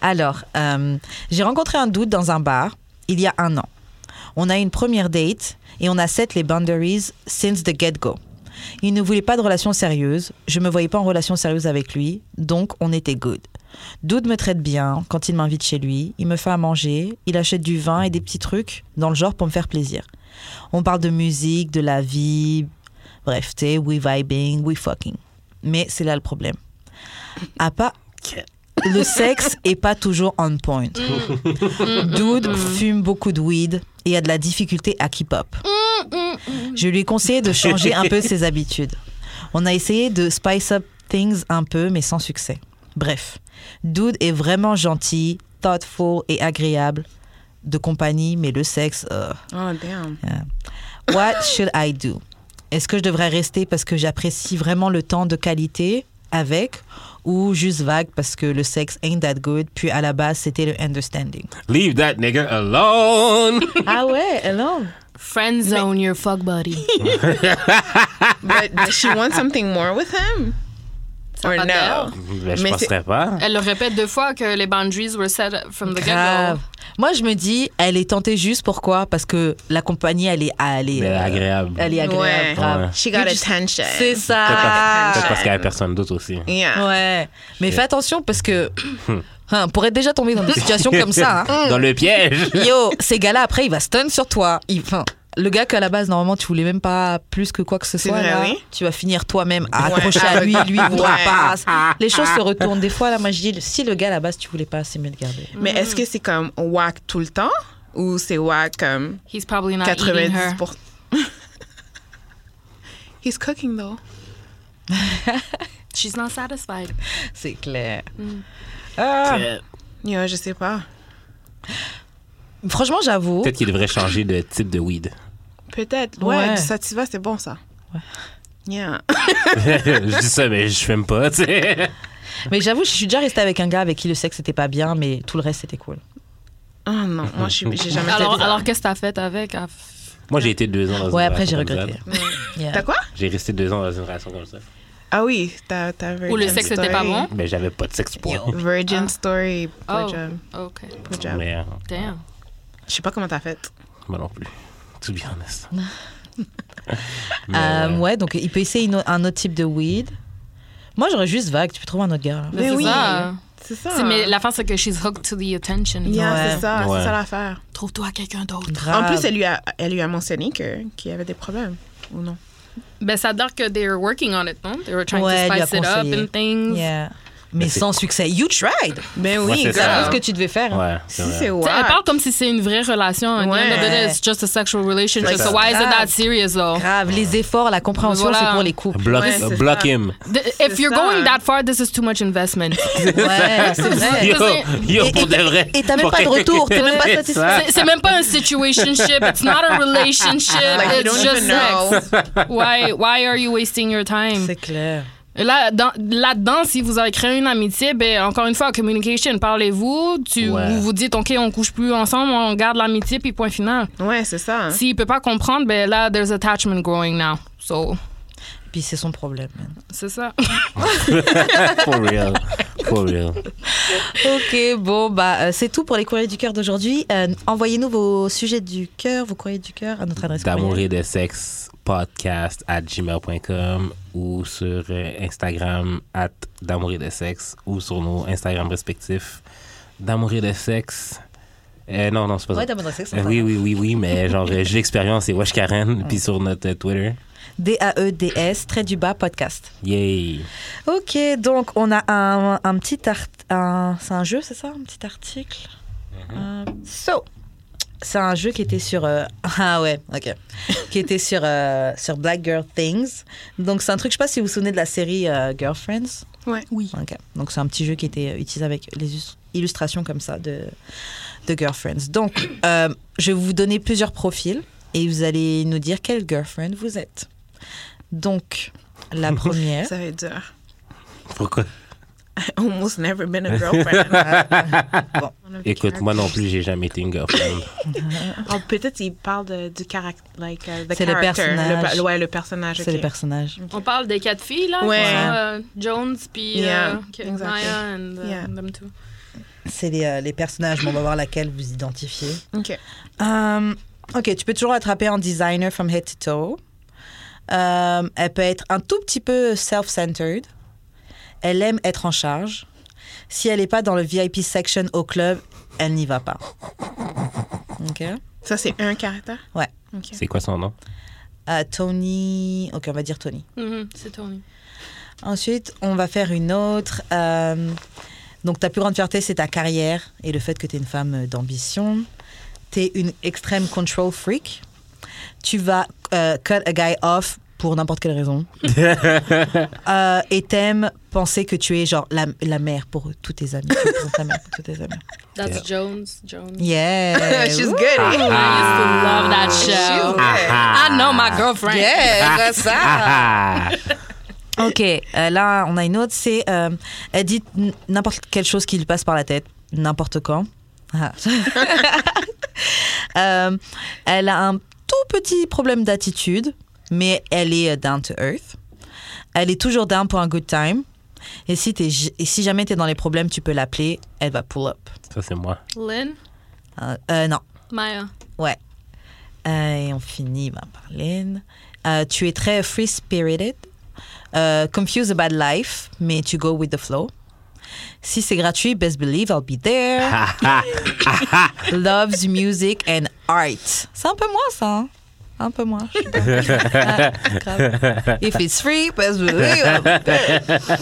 Alors, euh, j'ai rencontré un doute dans un bar il y a un an. On a eu une première date et on a set les boundaries since the get-go. Il ne voulait pas de relation sérieuse, je ne me voyais pas en relation sérieuse avec lui, donc on était good. Dude me traite bien quand il m'invite chez lui, il me fait à manger, il achète du vin et des petits trucs dans le genre pour me faire plaisir. On parle de musique, de la vie, bref, tu sais, we vibing, we fucking. Mais c'est là le problème. À pas. Le sexe est pas toujours on point. Dude fume beaucoup de weed et a de la difficulté à keep up. Je lui ai conseillé de changer un peu ses habitudes. On a essayé de spice up things un peu, mais sans succès. Bref, Dude est vraiment gentil, thoughtful et agréable de compagnie, mais le sexe. euh,
Oh, damn.
What should I do? Est-ce que je devrais rester parce que j'apprécie vraiment le temps de qualité avec ou juste vague parce que le sexe ain't that good, puis à la base c'était le understanding?
Leave that nigga
*laughs*
alone!
Ah ouais, non?
Friend zone your fuck buddy.
But does she want something more with him? Or
va
no?
dehors.
Ben, je
Mais
penserais pas.
Elle le répète deux fois que les boundaries were set from the get-go.
Grave. Moi je me dis, elle est tentée juste pourquoi? Parce que la compagnie elle est, elle est,
Mais
euh,
agréable.
elle est agréable.
Ouais.
grave.
Ouais.
She got
Juste-
attention.
C'est
Peut-être
ça.
parce- peut-être parce qu'il y a personne d'autre aussi.
Yeah.
Ouais. Mais fais attention parce que
Hmm.
*clears throat* hein, on
*laughs*
pourrait déjà tomber dans des situations comme ça. hein. *laughs*
Hmm.
Dans le piège!
Yo, ces gars-là, après, il va stun sur toi. Il, enfin, le gars qu'à la base, normalement, tu voulais même pas plus que quoi que ce
C'est
soit,
vrai,
là,
oui.
tu vas finir toi-même à
Ouais.
accrocher à lui, lui, il voudra
Ouais. Ah.
pas. Les choses se retournent. Des fois, là, moi, je dis, si le gars à la base, tu voulais pas, c'est mieux de garder.
Mais est-ce que c'est comme whack tout le temps ou c'est whack comme
He's probably not eating her.
90%? Pour... *laughs* He's cooking though.
She's not satisfied.
C'est clair. Ah,
Yeah, je sais pas.
franchement, j'avoue.
Peut-être qu'il devrait changer de type de weed. *laughs*
Peut-être. Ouais,
Ouais.
du sativa, c'est bon ça. Ouais. Yeah. *coughs*
je dis ça, mais je fume pas, tu sais.
Mais j'avoue, je suis déjà restée avec un gars avec qui le sexe c'était pas bien, mais tout le reste c'était cool.
Oh non, moi je suis- j'ai jamais
Alors,
fait ça.
alors qu'est-ce que t'as fait avec? Ah, f-
Moi, j'ai été deux ans dans une
Ouais, après j'ai
relation comme
regretté.
ça.
Yeah.
T'as quoi?
J'ai resté deux ans dans une relation comme ça.
Ah oui, t'as t'as
Ou le
Virgin
sexe était pas
Story.
bon?
Mais j'avais pas de sexe pour
Virgin
Ah.
Story,
Oh,
blowjob,
OK.
blowjob.
Mais euh,
Damn.
Je sais pas comment t'as fait.
moi non plus. To be honest. Mais,
Euh,
euh,
ouais, donc il peut essayer une au- un autre type de weed. Moi, j'aurais juste vague, tu peux trouver un autre gars. hein. là.
Mais
c'est
oui.
ça.
C'est ça.
C'est- Mais l'affaire, c'est que she's hooked to the attention.
Yeah,
Ouais.
c'est ça,
Ouais.
c'est ça l'affaire.
Trouve-toi quelqu'un d'autre.
Grave.
En plus, elle lui a, elle lui a mentionné que- qu'il y avait des problèmes, ou non?
Ben, ça a l'air que they were working on it, non? They were trying
Ouais,
to
lui a
spice it up
conseillé.
and things.
Yeah. Mais,
Mais c'est-
sans succès. You tried.
Ben
Ouais,
oui,
C'est
c'est ça.
ce
exactement.
que tu devais faire. hein.
Ouais, c'est
Si
vrai.
c'est
Tu sais, elle
wack,
parle comme si c'est une vraie relation. At the end of the day,
Ouais.
it's just a sexual relationship.
Like
So why is it
that.
that serious, though?
Grave, les efforts, la compréhension,
Voilà.
c'est pour les couples.
Block,
Ouais, c'est
block
ça.
him.
The-
C'est
if you're
ça.
going that far, this is too much investment.
Ah,
Ouais, c'est vrai.
Yo, yo,
Et-
pour
et-
de vrai.
et t'as même
Pour
pas de
quelqu'un
retour,
qui
t'es même pas
fait
satisfait.
ça.
C'est c'est même pas un situationship. It's not a relationship.
like, you
it's
don't
just
even know.
sex. Why, why are you wasting your time?
C'est clair.
Et Là, dans- là-dedans, si vous avez créé une amitié, ben, encore une fois, communication, parlez-vous. Tu,
Ouais.
Vous vous dites, OK, on couche plus ensemble, on garde l'amitié, puis point final.
Ouais, c'est ça.
S'il peut pas comprendre, ben là, there's attachment growing now. So,
Puis c'est son problème. man.
c'est ça.
*laughs* For real. For real.
Ok, bon, bah, euh, c'est tout pour les courriers du cœur d'aujourd'hui. Euh, Envoyez-nous vos sujets du cœur, vos courriers du cœur à notre adresse
D'amour
courriel.
et de sexe podcast at gmail.com ou sur euh, Instagram at d'amour et de sexe ou sur nos Instagram respectifs d'amour et de sexe. Euh, non, non, c'est pas
Ouais,
ça.
d'amour et de sexe,
Euh,
c'est
oui,
ça.
oui, oui, oui, mais genre, euh, j'ai l'expérience, c'est Wesh Karen, puis sur notre euh, Twitter.
E D-A-E-D-S, trait du bas, podcast.
Yay!
Ok, donc on a un, un petit art, un- c'est un jeu, c'est ça, un petit article. Euh, so, c'est un jeu qui était sur euh, *laughs* ah ouais, ok, qui était sur euh, sur Black Girl Things. Donc c'est un truc, je sais pas si vous vous souvenez de la série euh, Girlfriends.
Ouais. Oui.
Ok. Donc c'est un petit jeu qui était euh, utilisé avec les us- illustrations comme ça de de Girlfriends. Donc euh, je vais vous donner plusieurs profils et vous allez nous dire quelle girlfriend vous êtes. Donc la première.
Ça va être dur. *laughs*
Pourquoi?
I almost never been
*laughs*
a girlfriend.
Écoute, moi non plus, j'ai jamais été une girlfriend.
Oh, Peut-être il parle de- du caractère. Like, uh, the
C'est le
character,
personnage.
pa- ouais, le personnage.
C'est
ok.
les personnages.
*laughs* On parle des quatre filles, là.
Ouais.
qui sont, euh, Jones, puis
Yeah,
euh, ok,
exactly.
Maya and euh,
Yeah.
them two.
C'est les, euh, les personnages, mais on va voir laquelle vous identifiez.
Ok.
Euh, ok, tu peux toujours attraper un designer from head to toe. Euh, elle peut être un tout petit peu self-centered. Elle aime être en charge. Si elle n'est pas dans le VIP section au club, elle n'y va pas. Ok. Euh,
Ça, c'est un caractère?
Ouais.
Ok.
C'est quoi son nom?
Euh, Tony. Ok, on va dire Tony.
Mhm, c'est Tony.
Ensuite, on va faire une autre. euh, donc, ta plus grande fierté, c'est ta carrière et le fait que tu es une femme euh, d'ambition. Tu es une extrême control freak. Tu vas euh, cut a guy off pour n'importe quelle raison. Euh, et t'aimes penser que tu es genre la, la mère pour tous tes amis. Tu représentes la mère pour tous tes amis.
That's Jones. Jones.
Yeah.
Ah, She's good.
I used to love that show. I know my girlfriend.
Yeah, c'est ça.
Ah!
Ok, euh, là on a une autre, c'est euh, elle dit n- n'importe quelle chose qui lui passe par la tête, n'importe quand. Ah. *laughs* Euh, elle a un tout petit problème d'attitude, mais elle est euh, down to earth. Elle est toujours down pour un good time. Et si, t'es j- et si jamais tu es dans les problèmes, tu peux l'appeler, elle va pull up.
Ça, c'est moi.
Lynn,
Euh, euh, non,
Maya.
ouais. Euh, et on finit bah, par Lynn. Euh, tu es très free spirited, euh, confused about life, mais tu go with the flow. Si c'est gratuit, best believe I'll be there. Loves music and art. C'est un peu moi ça. hein? un peu moins. je suis d'accord. Ah, grave. If it's free, parce que-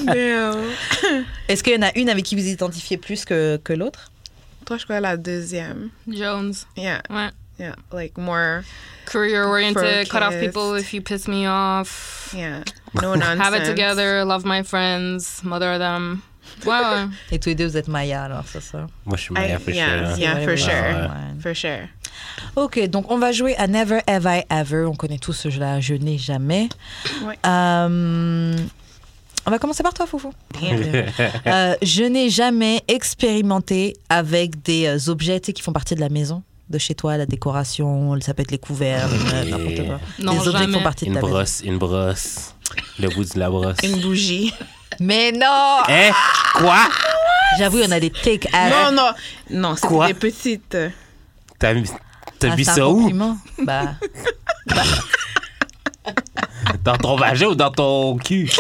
*laughs* Damn.
Est-ce qu'il y en a une avec qui vous identifiez plus que, que l'autre
Toi, je crois la deuxième.
Jones.
Yeah,
Ouais.
yeah. Like more,
Career oriented, cut off
Focused.
people if you piss me off.
yeah. No nonsense.
Have it together, love my friends, mother them. Ouais, ouais.
Et tous les deux, vous êtes Maya, alors, c'est ça
Moi, je suis
I-
Maya for sure.
yeah,
hein.
yeah,
Ouais,
for
ouais,
sure.
ouais.
For sure.
Ok, donc on va jouer à Never Have I Ever. On connaît tous ce jeu-là, je n'ai jamais.
Ouais.
Euh, on va commencer par toi, Foufou. *laughs* Euh, je n'ai jamais expérimenté avec des euh, objets tu sais, qui font partie de la maison, de chez toi, la décoration, ça peut être les couverts, euh, n'importe quoi.
Non,
des objets qui
jamais.
font partie de
Une
ta maison.
brosse, une brosse. Le bout de la brosse.
Une bougie.
Mais non
Hein? Quoi?
J'avoue, on a des take à
non, non. Non,
Quoi?
c'est des petites. euh,
T'as mis- t'as
Ah,
vu
c'est un
ça où?
compliment. Bah,
Dans ton vagin ou dans ton cul?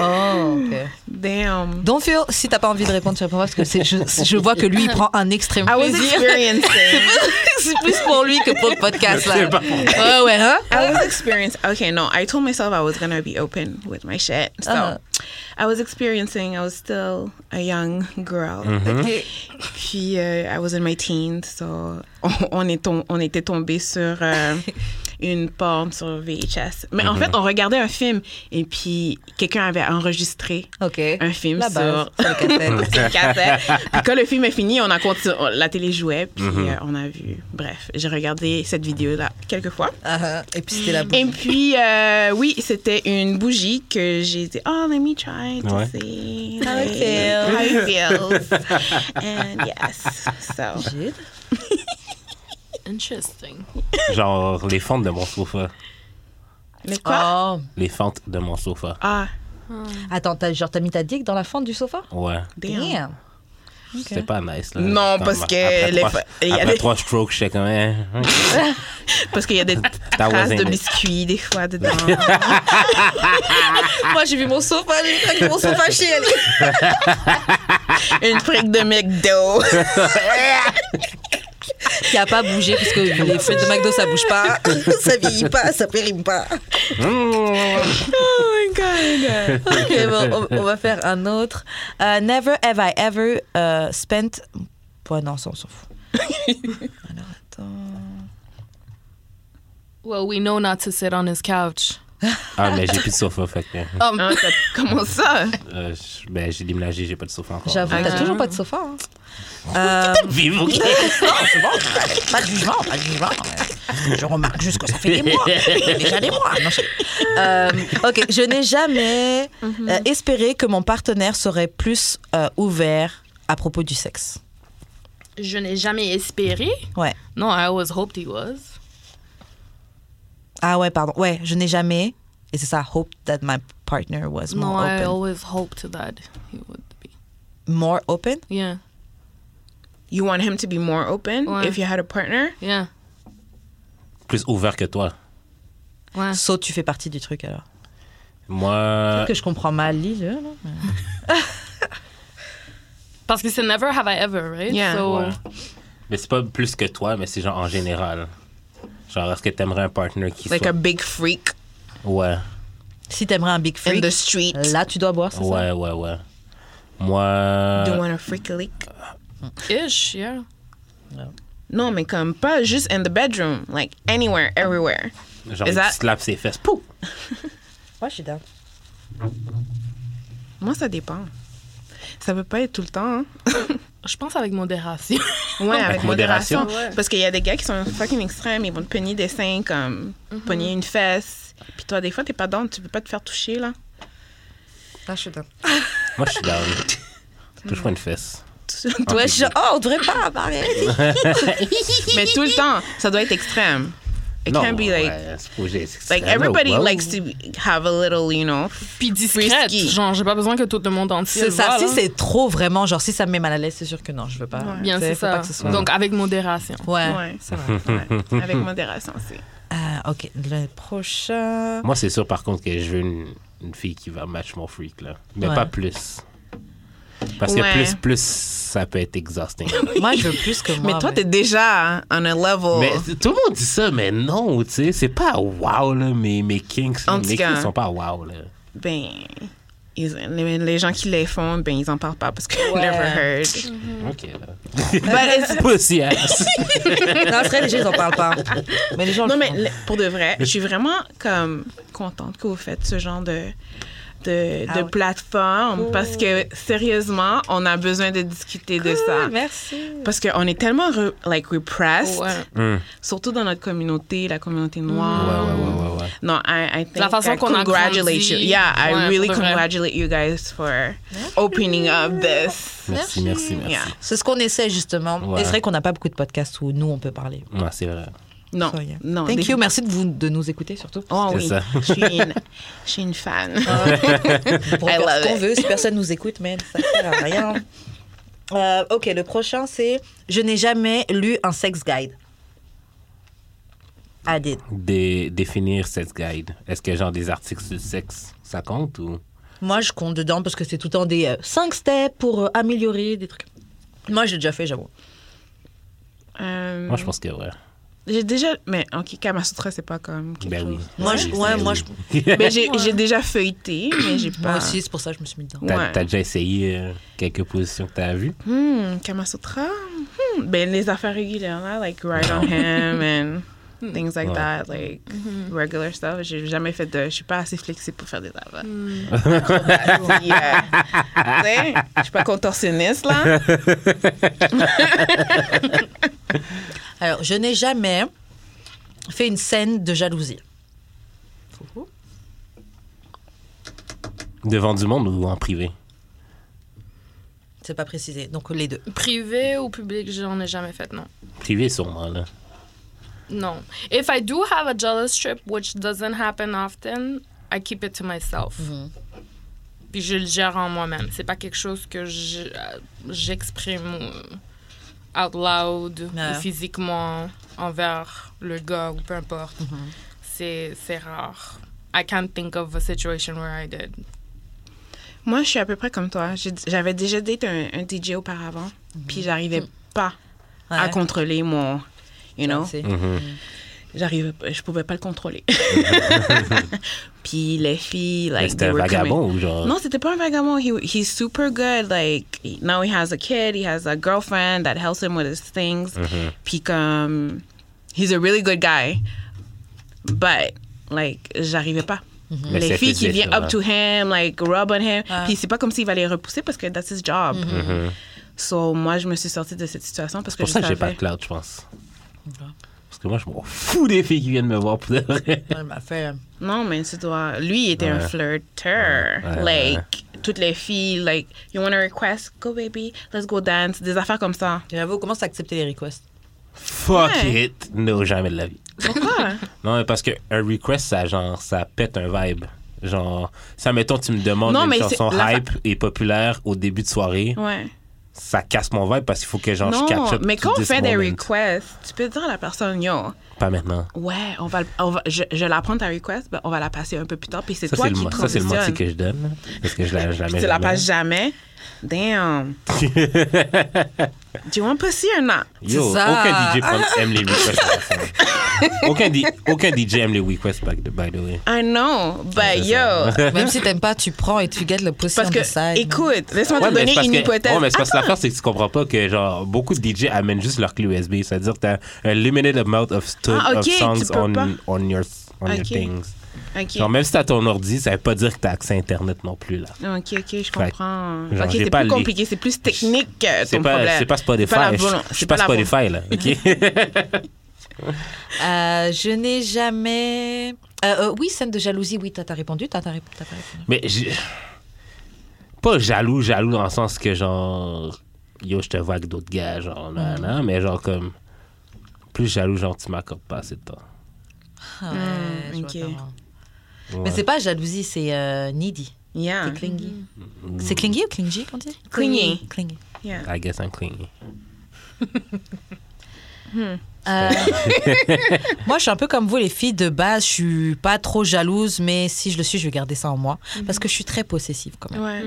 oh, ok.
Damn.
Don't feel, si t'as pas envie de répondre, tu réponds pas parce que c'est- je, je vois que lui, il prend un extrême
I *laughs* was
plaisir.
experiencing.
*laughs* c'est plus pour lui que pour le podcast, là.
C'est pas pour
Ouais, ouais, hein?
I was experiencing. Okay, no, I told myself I was gonna be open with my shit. So
Uh-huh.
I was experiencing. I was still a young girl. Puis euh, I was in my teens. So *laughs* on, on est tom- on était tombé sur euh, une porte sur VHS. Mais en fait, on regardait un film et puis quelqu'un avait enregistré
Ok.
un film
La base,
sur
sur le cassette.
une cassette. Puis quand le film est fini, on a continué, on- la télé jouait, puis euh, on a vu. Bref, j'ai regardé cette vidéo-là quelques fois.
Ah, ah. Et puis c'était la bouche.
Et puis, euh, oui, c'était une bougie que j'ai dit, oh, let me try to
Ouais.
see
How it
like,
feels.
how it feels. And yes, so.
Jude.
Interesting.
Genre, les fentes de mon sofa.
Mais quoi?
Oh.
Les fentes de mon sofa.
Ah,
Attends, t'as, genre, t'as mis ta dick dans la fente du sofa?
Ouais.
damn.
C'était pas nice, là.
Non,
Dans
parce
ma-
que
Après,
les
trois,
fa- il y
après
avait-
trois strokes, j'étais comme... hein, hein.
Parce qu'il y a des
*laughs* That
traces
wasn't
de
it.
biscuits, des fois, dedans.
*laughs* Moi, j'ai vu mon sofa, j'ai vu craquer mon *laughs* sofa chez elle.
une fric de
*laughs*
McDo.
Qui a pas bougé, puisque les frites de McDo, ça bouge pas, Ah, *laughs* ça vieillit pas, ça périme pas.
oh my God.
Ok, bon, on, on va faire un autre. Euh, never have I ever euh, spent. Ouais, non, ça, on s'en fout. Alors, attends.
Well, we know not to sit on his couch.
Ah, mais j'ai plus de sofa, fait que...
Ah,
Hein, ça- comment ça?
euh, je- ben, j'ai déménagé, j'ai pas de sofa encore.
J'avoue, t'as
Ah.
toujours pas de sofa. Hein. Euh,
*laughs*
*laughs*
Vive, ok?
non, c'est bon. Pas de jugement, pas de jugement. Euh, Je remarque juste que ça fait des mois. Déjà des mois. Non, je- Euh, ok, je n'ai jamais euh, espéré que mon partenaire serait plus euh, ouvert à propos du sexe.
Je n'ai jamais espéré.
Ouais.
No, I always hoped he was.
Ah ouais, pardon. Ouais, je n'ai jamais. Et c'est ça, hope that my partner was
no,
more
I
open.
always hoped that he would be.
More open?
Yeah,
You want him to be more open
Ouais.
if you had a partner?
yeah.
Plus ouvert que toi.
Ouais.
So, tu fais partie du truc alors.
Moi...
Que je comprends mal, Lille. là.
Parce que c'est never have I ever, right?
Yeah.
So,
Ouais. Mais c'est pas plus que toi, mais c'est genre en général. Genre, est-ce que t'aimerais un partner qui
Like
soit...
a big freak
Ouais,
Si t'aimerais un big
in
freak,
the street.
là, tu dois boire, c'est ça?
ouais, ouais, ouais. Moi...
Do you want a freak leak?
ish, yeah.
Non, mais comme pas juste in the bedroom, like anywhere, everywhere.
Genre,
Is
il
that-
slappe ses fesses. Pouf!
Moi, je suis down.
Moi, ça dépend. Ça peut pas être tout le temps. hein.
Je pense avec modération.
Ouais, avec,
modération.
modération.
Ouais.
Parce qu'il y a des gars qui sont fucking extrêmes, ils vont te pogner des seins, comme pogner une fesse. Puis toi, des fois, t'es pas dans, tu peux pas te faire toucher, là.
Là, je suis down.
Moi, je suis down.
*laughs*
Touche-moi une fesse.
Ouais, je suis genre, oh, on devrait pas, arrête.
mais tout le temps, ça doit être extrême. It
Non,
can't be like.
ouais, c'est pas- j'ai- c'est-
Like,
I don't know,
everybody
wow.
likes to have a little, you know.
*laughs* Puis discrète.
Frisky.
Genre, j'ai pas besoin que tout le monde entier.
C'est
le
ça,
voit,
si
là.
c'est trop vraiment, genre si ça me met mal à l'aise, c'est sûr que non, je veux pas.
Bien,
Tu sais,
c'est
faut
ça.
pas que ce soit-
Donc, avec modération.
Ouais.
Ouais, c'est vrai. ouais. Avec modération, c'est.
Ah, ok, le prochain.
Moi, c'est sûr, par contre, que je veux une, une fille qui va match mon freak, là. Mais
Ouais.
pas plus. Parce que
Ouais.
plus, plus, ça peut
*laughs*
être exhausting.
Moi, je veux plus que moi.
Mais toi,
ouais.
t'es déjà on a level.
mais c'est- tout le monde dit ça, mais non, tu sais, c'est pas wow, là, mes, mes kinks. là.
En tout
mes
cas.
kinks sont pas wow, là.
Ben, ils- les, les gens qui les font, ben, ils en parlent pas parce que *laughs*
Ouais.
never heard.
OK, là.
But it's-
Pussy ass.
*laughs*
*laughs*
Non, c'est vrai, les gens, ils en parlent pas. Mais les gens.
non,
le
*laughs*
mais
font.
le- pour de vrai, je suis vraiment comme contente que vous faites ce genre de de,
Ah
de
oui.
plateforme parce que sérieusement on a besoin de discuter de ça
Merci.
parce qu'on est tellement re- like repressed
Ouais.
Mm.
surtout dans notre communauté la communauté
Ouais,
noire
ouais, ouais, ouais, ouais.
Non, I, I think
La façon
I
qu'on a
congratulate
grandi.
you. Yeah, I
Ouais,
really
pour de vrai.
congratulate you guys for opening up this.
Merci, merci, merci.
Yeah.
C'est ce qu'on essaie justement.
Ouais.
Et c'est vrai qu'on n'a pas beaucoup de podcasts où nous on peut parler.
Ouais, c'est vrai.
Non,
So, yeah.
non.
Thank
des-
you, merci de, vous, de nous écouter surtout.
Oh
C'est
oui,
ça.
je suis une, je suis une fan.
*laughs*
Pour
I
faire
love
ce qu'on
it.
veut, si personne nous écoute, mais ça sert à rien. *laughs* Euh, ok, le prochain c'est Je n'ai jamais lu un sex guide. I did.
Dé- définir cette guide. Est-ce que genre des articles sur le sexe, ça compte ou?
Moi je compte dedans parce que c'est tout le temps des 5 steps pour euh, améliorer des trucs. Moi j'ai déjà fait, j'avoue.
Euh,
Moi, je pense que ouais.
J'ai déjà, mais ok, Kamasutra, c'est pas comme. quelque
Ben oui.
chose.
Moi, je- ouais, moi, je-
Mais
*laughs*
j'ai j'ai déjà feuilleté, mais j'ai pas.
Moi aussi, c'est pour ça que je me suis mis dedans.
T'as
Ouais.
t'as déjà essayé euh, quelques positions que t'as vues?
Hmm, Kamasutra. Hmm, ben les affaires régulières là, like right on him and
Hmm.
things like
Ouais.
that, like
Mm-hmm.
regular stuff. J'ai jamais fait de, je suis pas assez flexible pour faire des affaires.
Hmm.
*laughs* Puis,
*laughs*
euh, tu sais, je suis pas contorsionniste là.
Alors, je n'ai jamais fait une scène de jalousie.
Devant du monde ou en privé?
C'est pas précisé, donc les deux.
Privé ou public, j'en ai jamais fait, non.
Privé, sûrement, là.
No. If I do have a jealous trip, which doesn't happen often, I keep it to myself. Puis je le gère en moi-même. C'est pas quelque chose que je- euh, j'exprime euh, out loud
Ouais.
ou physiquement envers le gars ou peu importe. C'est c'est rare. I can't think of a situation where I did.
Moi, je suis à peu près comme toi. J'ai- J'avais déjà date un, un DJ auparavant, puis j'arrivais pas à
Mm-hmm. Mm. Ouais.
contrôler mon, you know.
C'est-
j'arrivais pas- je pouvais pas le
*laughs*
contrôler. *laughs* Puis les filles,
Mais
like,
C'était
they
un
were
vagabond hein.
coming-
ou genre?
Non, c'était pas un vagabond. He, he's super good. Like, now he has a kid, he has a girlfriend that helps him with his things.
Mm-hmm.
Puis comme, he's a really good guy. But, like, j'arrivais pas.
Mm-hmm. Mais
les
c'est
filles qui
physique,
viennent
là.
up to him, like, rub on him.
Ah.
Puis c'est pas comme s'il va les repousser parce que that's his job. So, moi, je me suis sortie de cette situation parce que
Mm-hmm.
je
C'est pour ça que j'ai
savais...
pas de cloud, je pense. Parce que moi, je m'en fous des filles qui viennent me voir pour de vrai. *laughs*
Elle m'a fait.
Non, mais tu dois. Lui, il était un flirteur.
Ouais, ouais,
like, toutes les filles, like, you want a request? Go, baby, let's go dance. Des affaires comme ça.
J'avoue, comment ça accepter les *laughs* requests
Fuck
Ouais.
it! No, jamais de la vie.
Pourquoi?
Non, mais parce que un request, ça, genre, ça pète un vibe. Genre, ça, mettons, tu me demandes
Non,
une
mais
chanson
c'est- la fa-
hype et populaire au début de soirée,
ouais.
ça casse mon vibe parce qu'il faut que, genre,
non,
je catch up
mais
to
quand on
this
fait des
moment.
requests, tu peux dire à la personne, yo,
Pas maintenant.
ouais, on va, le- on va je, je la prends ta request, ben, on va la passer un peu plus tard, puis c'est
Ça,
toi
c'est le,
qui
mo- ça, c'est le
transitionnes.
menti que je donne. Est-ce que je la, je la mets
tu la
jamais?
passes jamais?
*laughs*
Damn. Do you want pussy or not?
Yo,
C'est ça.
aucun DJ prend- aime les requests. par exemple. aucun, di- aucun DJ aime les requests, by the, by the way.
I know, but
C'est ça.
yo.
*laughs*
Même si t'aimes pas, tu prends et tu get le possible
Parce que, écoute, laisse-moi te donner
c'est parce
une
que-
hypothèse.
ouais, mais c'est parce que l'affaire, c'est que tu comprends pas que genre beaucoup de DJ amènent juste leur clé USB. C'est-à-dire que t'as un limited amount of, stu-
Ah, ok,
of
tu
songs
peux
on,
pas.
on your, on your
Ok.
things.
Ah, Ok.
Genre, même si t'as ton ordi, ça veut pas dire que t'as accès à Internet non plus, là.
Ok, ok, je
que,
comprends.
genre,
ok,
j'ai
c'est
pas
plus
les-
compliqué, c'est plus technique que
C'est
ton
pas,
problème.
c'est pas Spotify.
la
je,
volon-
je suis
c'est
pas,
la volon-
Spotify, là.
*laughs*
OK?
Euh, je n'ai jamais. Euh, euh, oui, scène de jalousie, oui, t'as t'as répondu, t'as t'as rép- t'as pas répondu.
Mais j'ai- pas jaloux, jaloux dans le sens que genre yo je te vois avec d'autres gars
Mm.
genre nan, nan, mais genre comme plus jaloux genre tu m'accordes pas assez de temps.
Ah ouais,
Hmm,
je vois
ok.
comment.
Ouais.
Mais c'est pas jalousie, c'est euh, needy.
Yeah.
C'est clingy.
Mm-hmm.
C'est clingy ou clingy qu'on dit
Clingy.
Clingy.
yeah.
I guess I'm clingy.
Euh, moi, je suis un peu comme vous, les filles. De base, je suis pas trop jalouse, mais si je le suis, je vais garder ça en moi.
Mm-hmm.
Parce que je suis très possessive quand même.
Ouais.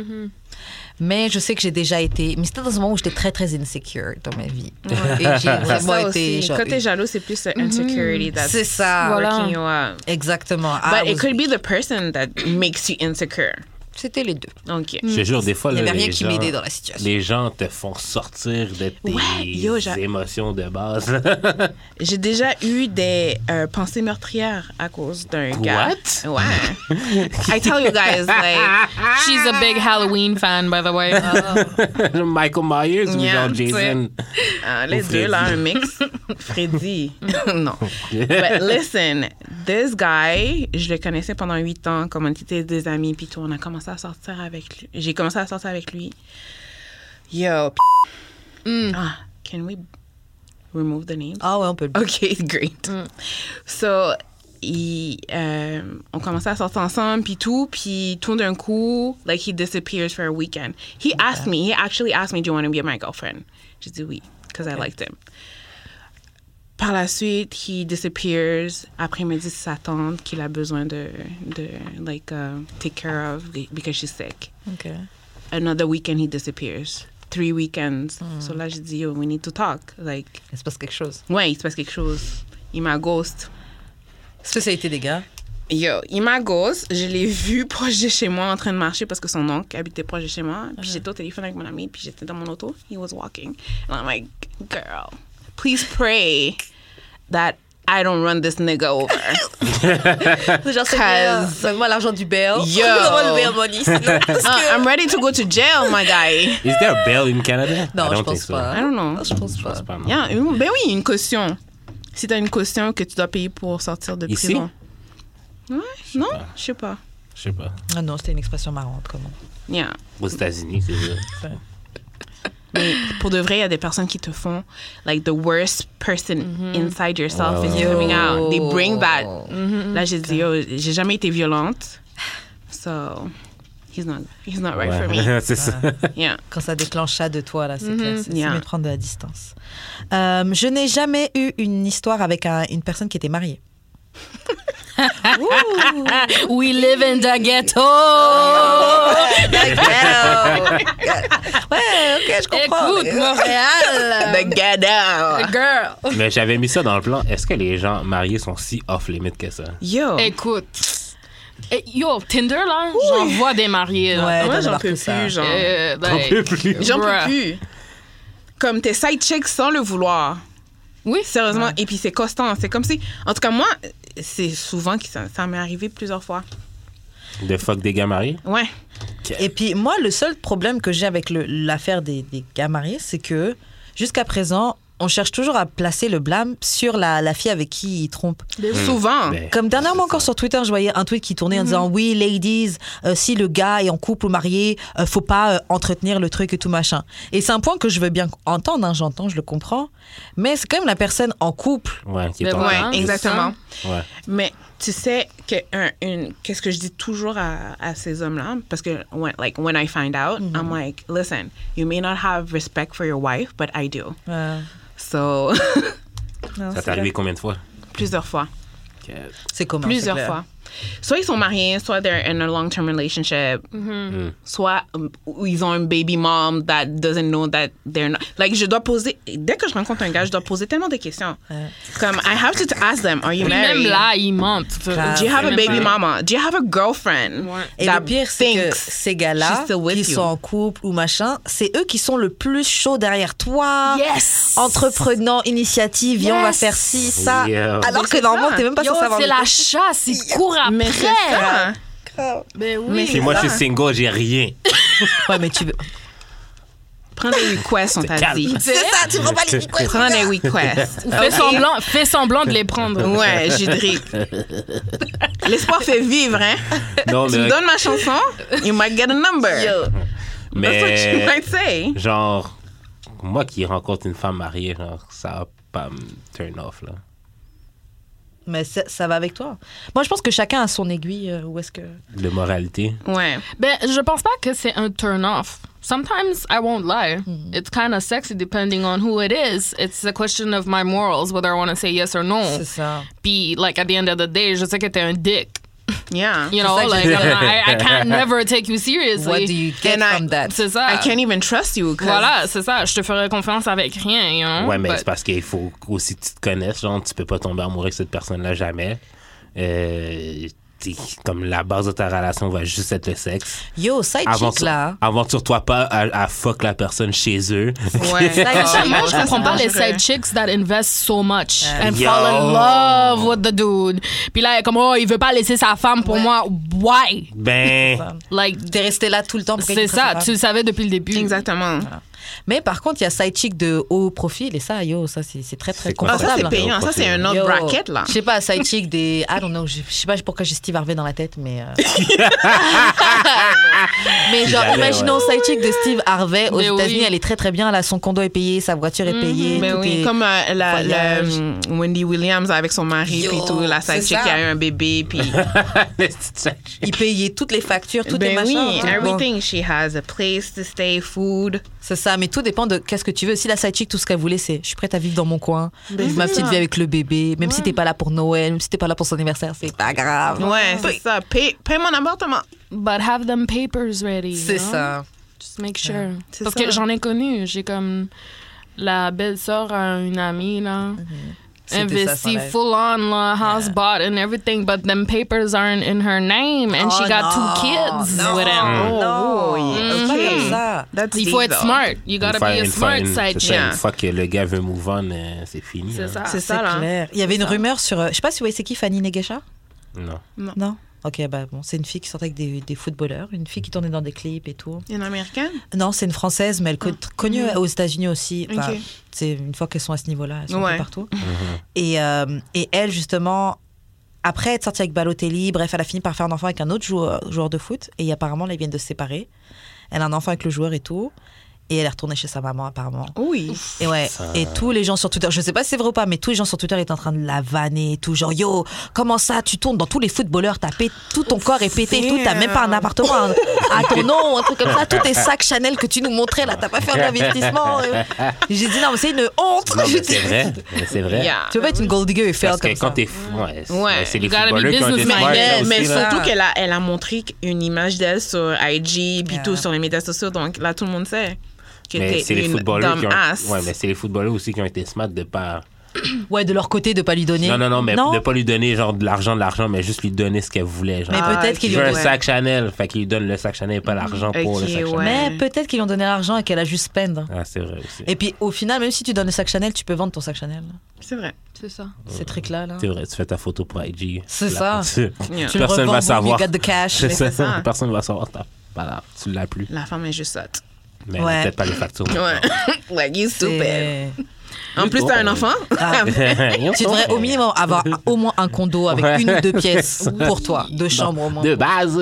Mais je sais que j'ai déjà été. Mais c'était dans un moment où j'étais très, très insecure dans ma vie.
Ouais.
Et
*laughs*
j'ai
C'est
vraiment
ça
été.
aussi.
genre,
Quand t'es jaloux, c'est plus the insecurity that's
C'est ça.
Voilà.
working you up.
Exactement. Ah,
But it
vous-
could be the person that makes you insecure.
C'était les deux.
OK.
Je te jure, des fois,
Il n'y
là,
avait rien
les
qui
gens-
m'aidait dans la situation.
Les gens te font sortir de tes
Ouais, yo, j'a-
émotions de base. *laughs*
J'ai déjà eu des euh, pensées meurtrières à cause d'un
What?
gars.
*laughs*
Ouais. I tell you guys, like,
She's a big Halloween fan, by the way.
Michael Myers ou
Yeah,
genre Jason.
euh, les
Ou
deux là,
Freddy.
un mix. Freddy. non. But listen, this guy, je le connaissais pendant huit ans, comme on était des amis, puis tout, on a commencé à sortir avec lui. J'ai commencé à sortir avec lui. Yo, p- ah, can we remove the names?
Ah ouais, on peut
*laughs*
le.
OK, great. So, il, euh, on commençait à sortir ensemble, puis tout, puis tout d'un coup, like, he disappears for a weekend. He asked me, he actually asked me, do you want to be my girlfriend? J'ai dit oui, because I liked him. Par la suite, he disappears. Après, il me dit c'est sa tante qu'il a besoin de, de like, uh, take care of because she's sick
Ok.
another weekend he disappears. Three weekends. So là, j'ai dit, yo, we need to talk. Like,
Il se passe quelque chose.
ouais, il se passe quelque chose. Il m'a ghost.
Ça, ça a été des gars.
Yo, il m'a ghost. Je l'ai vu *laughs* proche de chez moi en train de marcher parce que son oncle habitait proche de chez moi. Puis j'étais au téléphone avec mon ami, puis j'étais dans mon auto. He was walking. And I'm like, girl, please pray that I don't run this nigga *laughs* over.
C'est genre,
Cause-
donne-moi l'argent du bail.
Yo.
*laughs* money. sinon, parce
Uh,
que-
I'm ready to go to jail, my guy.
Is there a bell in Canada? I
Non,
don't
je
think
pense
so.
pas.
I don't know.
Non, Je pense
Je
pas.
pense pas, non.
Yeah, une- ben oui, une caution. Si t'as une caution que tu dois payer pour sortir de
Ici?
prison. Ouais, non, je sais pas.
Je sais pas.
Ah non, c'était une expression marrante, comment.
Yeah.
Aux États-Unis, c'est ça.
Mais pour de vrai, il y a des personnes qui te font like the worst person
Mm-hmm.
inside yourself
Ouais,
is
ouais,
coming
ouais.
out. They bring that.
Mm-hmm.
Mhm.
Là, j'ai dit, yo, j'ai jamais été violente. So, he's not, he's not right for me.
Ouais. *laughs* c'est ça.
Yeah.
Quand ça déclenche ça de toi, là, c'est
Mhm.
clair. C'est c'est
Yeah.
mieux de prendre de la distance. Euh, je n'ai jamais eu une histoire avec un- une personne qui était *laughs* mariée.
We live in the ghetto.
Ah,
*laughs*
Ouais, ok, je comprends. euh,
Écoute, Montréal.
The ghetto.
girl.
Mais j'avais mis ça dans le plan. Est-ce que les gens mariés sont si off-limit que ça?
Yo.
Écoute. Eh, Yo, Tinder, là, j'en vois des mariés. là.
Ouais,
Moi,
t'as
j'en
marqué
peux
ça.
plus, genre.
Euh,
J'en
like,
peux plus.
J'en peux
Bruh.
plus. Comme tes side checks sans le vouloir.
Oui,
Sérieusement, et puis c'est constant. C'est comme si. En tout cas, moi, c'est souvent que ça, ça m'est arrivé plusieurs fois.
De fuck des gars mariés?
Ouais.
Et puis moi, le seul problème que j'ai avec le- l'affaire des, des gars mariés, c'est que jusqu'à présent, on cherche toujours à placer le blâme sur la, la fille avec qui ils trompent.
Souvent.
Ben,
Comme dernièrement encore sur Twitter, je voyais un tweet qui tournait en disant oui, ladies, euh, si le gars est en couple ou marié, euh, faut pas euh, entretenir le truc et tout machin. Et c'est un point que je veux bien entendre, hein, j'entends, je le comprends, mais c'est quand même la personne en couple.
Ouais, qui est
Ben
ton
Ouais,
Hein,
exactement.
Ouais.
Mais tu sais que un- une- qu'est-ce que je dis toujours à, à ces hommes-là parce que when, like when I find out, I'm like, listen, you may not have respect for your wife, but I do.
Euh,
So *laughs*
non,
Ça
c'est
t'est arrivé combien de fois?
plusieurs fois,
c'est commun,
plusieurs
c'est clair.
fois. Soit ils sont mariés, soit they're in a long-term relationship, soit um, ou ils ont une baby mom that doesn't know that they're not. Like je dois poser dès que je rencontre un gars, je dois poser tellement de questions. Comme I have to ask them, are you
Puis
married?
même là, ils mentent.
Do you have a
Même
baby
là.
mama? Do you have a girlfriend?
Ouais.
Et
that
le pire, c'est que
thinks
ces
she's
gars-là,
still with
qui
you?
sont en couple ou machin, c'est eux qui sont le plus chaud derrière toi.
Yes!
Entreprenant, initiative, viens, on va
Yes.
faire ci, ça.
Yeah.
Mais
Alors que
c'est
normalement,
ça.
t'es même pas
Yo,
censé avoir
c'est
le
la
temps.
chasse, ils courent après.
Mais c'est ça.
Ben oui.
Mais
Puis moi, je suis
ça.
single, j'ai rien.
*laughs*
Ouais, mais tu veux.
Prends des requests, on t'a
calme.
dit.
C'est ça,
tu prends pas *laughs* les requests.
Prends des
*laughs*
requests.
Fais, semblant, fais semblant de les prendre.
Ouais,
*laughs*
Judric. L'espoir fait vivre, hein?
Non,
Tu me
mais,
donnes ma chanson, you might get a number. That's what you
mais
might
Hein?
say.
genre, moi qui rencontre une femme mariée, genre, ça va pas me turn off, là.
Mais ça, ça va avec toi. Moi, je pense que chacun a son aiguille. euh, où est-ce que.
de moralité.
Ouais.
Ben, je pense pas que c'est un turn off. Sometimes I won't lie.
Mm-hmm.
It's kind of sexy depending on who it is. It's a question of my morals whether I want to say yes or no.
C'est ça.
Puis like at the end of the day, je sais que t'es un dick.
Yeah.
You know,
ça que
like
je-
I'm not- I, I *laughs* can't never take you
What
seriously.
do you get
And I-
from that?
C'est ça.
I can't even trust you. 'cause-
Voilà, c'est ça. Je te ferai confiance avec rien, you know.
Ouais, mais
But-
c'est
*laughs*
parce qu'il faut aussi que tu te connaisses. Genre, tu peux pas tomber amoureux avec cette personne-là jamais. Euh, t'es- comme la base de ta relation va juste être le sexe.
Yo, side chick, là.
Aventure-toi pas à, à fuck la personne chez
*laughs*
eux.
Ouais.
Ça,
Ah,
Moi, je
ça,
comprends
c'est
pas les
dangereux.
side chicks that invest so much and
Yo.
fall in love with the dude. Puis là, elle est comme, oh, il veut pas laisser sa femme pour moi. Why?
*laughs* *laughs* ben,
Like,
T'es resté là tout le temps pour
c'est
quelqu'un
ça,
qui
tu le savais depuis le début.
Exactement. Ah,
Mais par contre, il y a side chick de haut profil et ça, yo, ça c'est c'est très très
C'est quoi ça?
Ah, ça,
confortable.
c'est payant. Ça, c'est un autre
Yo,
bracket, là.
Je sais pas, side chick des. I don't know, je je sais pas pourquoi j'ai Steve Harvey dans la tête,
*laughs*
mais. euh, mais genre,
Jamais,
imaginons side chick de Steve Harvey aux
Mais oui.
États-Unis, elle est très très bien, là, son condo est payé, sa voiture est payée.
Mhm. Mais
tout
oui,
est-
comme euh, la, la,
voyage.
hum, Wendy Williams avec son mari,
Yo,
puis tout, la
c'est
side chick
ça.
qui a eu un bébé, puis.
Il payait toutes les factures, toutes les
ben
machins.
oui,
tout. hein.
everything. She has a place to stay, food.
C'est ça, mais tout dépend de qu'est-ce que tu veux. Si la side chick, tout ce qu'elle voulait, c'est je suis prête à vivre dans mon coin,
Ben
vivre ma petite vie avec le bébé, même si t'es pas là pour Noël, même si t'es pas là pour son anniversaire, c'est pas grave.
Ouais, c'est ça. Paye, paye mon appartement.
But have them papers ready. you
C'est
know?
ça.
Just make sure.
C'est
Parce
ça.
que j'en ai connu. J'ai comme la belle-sœur à une amie, là.
C'était ça, son
Investi
rêve.
full on, la house bought and everything, but them papers aren't in her name, and she
Oh,
got
non,
two kids
non,
with him.
non. Mm.
Oh, yeah.
C'est
Ok.
pas comme ça.
That's
Il faut être
legal.
smart. You gotta
Une fois-
be a
une fois-
smart
une- c'est
side
ça,
chick.
chick.
Une fois que le gars veut move on, euh, c'est fini.
C'est
hein.
ça.
C'est
C'est
ça, là.
clair. Il y avait une rumeur sur. euh, Je sais pas si vous voyez c'est qui Fanny Negesha
*laughs*
Non.
Non Ok, bah bon, c'est une fille qui sortait avec des, des footballeurs, une fille qui tournait dans des clips et tout.
Une américaine?
Non, c'est une française, mais elle co- connue aux États-Unis aussi. Enfin,
Ah. Ok.
C'est une fois qu'elles sont à ce niveau-là, elles sont un peu
Ouais.
partout. Et, euh, et elle, justement, après être sortie avec Balotelli, bref, elle a fini par faire un enfant avec un autre euh, joueur, joueur de foot. Et apparemment, là, ils viennent de se séparer. Elle a un enfant avec le joueur et tout. Et elle est retournée chez sa maman, apparemment.
Oui.
Et ouais, et tous les gens sur Twitter, je sais pas si c'est vrai ou pas, mais tous les gens sur Twitter étaient en train de la vanner et tout, genre yo, comment ça, tu tournes dans tous les footballeurs, t'as pété, tout ton corps est pété et tout, t'as même pas un appartement à, à ton nom, un truc comme ça, tous tes sacs Chanel que tu nous montrais là, t'as pas fait un investissement. euh. J'ai dit non, mais c'est une honte.
Non,
J'ai
mais
dit,
c'est vrai. Mais C'est vrai.
Yeah.
Tu peux pas être une gold digger et faire
Parce
comme
que quand
ça.
t'es. fou- Ouais, c'est-
Ouais.
c'est les
You gotta be
footballeurs qui ont été
businessman.
smart.
Yeah,
là,
Mais
aussi, là.
surtout
là.
qu'elle a, elle a montré une image d'elle sur IG, puis
Yeah.
tout sur les médias sociaux. Donc là, tout le monde sait que
Mais c'est
t'es
les
une
footballeurs qui
dumb
ont.
ass.
Ouais, mais c'est les footballeurs aussi qui ont été smart de pas.
Ouais, de leur côté, de pas lui donner.
Non, non, non, mais de pas lui donner genre de l'argent, de l'argent, mais juste lui donner ce qu'elle voulait. Genre.
Mais
Ah,
peut-être
ok.
qu'ils
Je
lui
veux
ont
un
donné-
sac Chanel. Fait qu'il lui donne le sac Chanel et pas l'argent pour le
Ok,
sac Chanel.
ouais.
Mais peut-être qu'ils lui ont donné l'argent et qu'elle a juste spend.
Ah, c'est vrai aussi.
Et puis au final, même si tu donnes le sac Chanel, tu peux vendre ton sac Chanel.
C'est vrai.
C'est ça.
Ces trucs-là, là.
Euh, C'est vrai, tu fais ta photo pour IG.
C'est
La-
ça.
Yeah.
Tu le
Personne
revends,
va
boum,
savoir.
You got the cash.
C'est ça.
ça.
Personne va savoir. T'as- Voilà, tu l'as plus.
La femme est juste sotte.
Mais
Ouais.
peut-être pas les factures.
Ouais. *laughs*
*laughs*
like, you stupid. Um,
C'est-
En plus, t'as un enfant?
Ah, tu devrais au minimum avoir au moins un condo avec
Ouais.
une ou deux
*laughs*
pièces pour toi, deux chambres au moins. *laughs*
De base.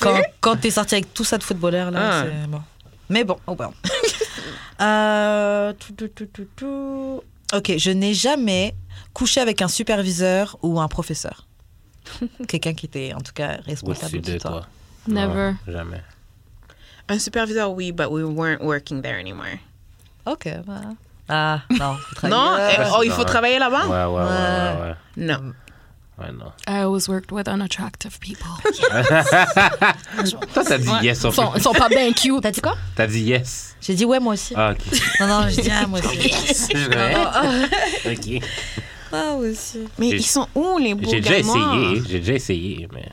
Quand, quand t'es sorti avec tout ça de footballeur, là,
Ah.
c'est bon. Mais bon, oh
*laughs*
well. Euh, tout, tout, tout, tout, tout. Ok, je n'ai jamais couché avec un superviseur ou un
*laughs*
professeur. Quelqu'un qui était en tout cas responsable
Au-dessus
de
de
toi.
toi.
Never.
Non, jamais.
Un superviseur, oui, but we weren't working there anymore.
Ok, voilà. Ah, non, faut travailler.
Non?
Euh,
Eh, Oh, il faut travailler
Ouais,
là-bas?
ouais, ouais, ouais. ouais,
Non.
Ouais, non.
I always worked with unattractive people.
Toi, t'as dit
Ouais.
yes. *laughs*
Ils
sauf que
sont, ils sont pas bien cute.
T'as dit quoi
T'as dit yes.
J'ai dit ouais, moi aussi.
*laughs* Ah, ok.
Non,
Ah,
non, je dis ah,
*laughs*
moi aussi.
ok.
Ah, moi aussi.
Mais
J'ai-
ils sont où, les beaux
J'ai déjà
gamins?
essayé. J'ai déjà essayé, mais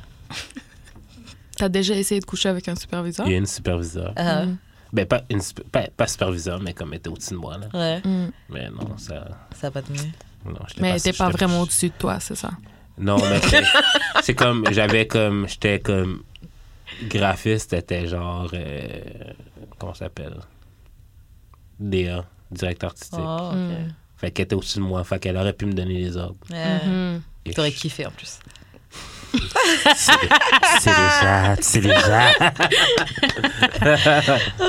T'as déjà essayé de coucher avec un superviseur?
il y a une superviseure.
Ah,
Ben, pas, une, sup- pas, pas superviseur, mais comme elle était au-dessus de moi, là.
ouais,
Mais non, ça.
ça va pas tenu.
Non, je l'ai
Mais
passé,
t'es pas
j'étais-
vraiment au-dessus de toi, c'est ça?
Non, mais
*laughs*
c'est- c'est comme, j'avais comme, j'étais comme graphiste, c'était genre, euh, comment ça s'appelle? DA, directeur artistique.
Oh, ok.
Fait qu'elle était au-dessus de moi, fait qu'elle aurait pu me donner les ordres.
Ouais.
Hmm.
Et
T'aurais
je-
kiffé en plus.
C'est c'est déjà, c'est déjà.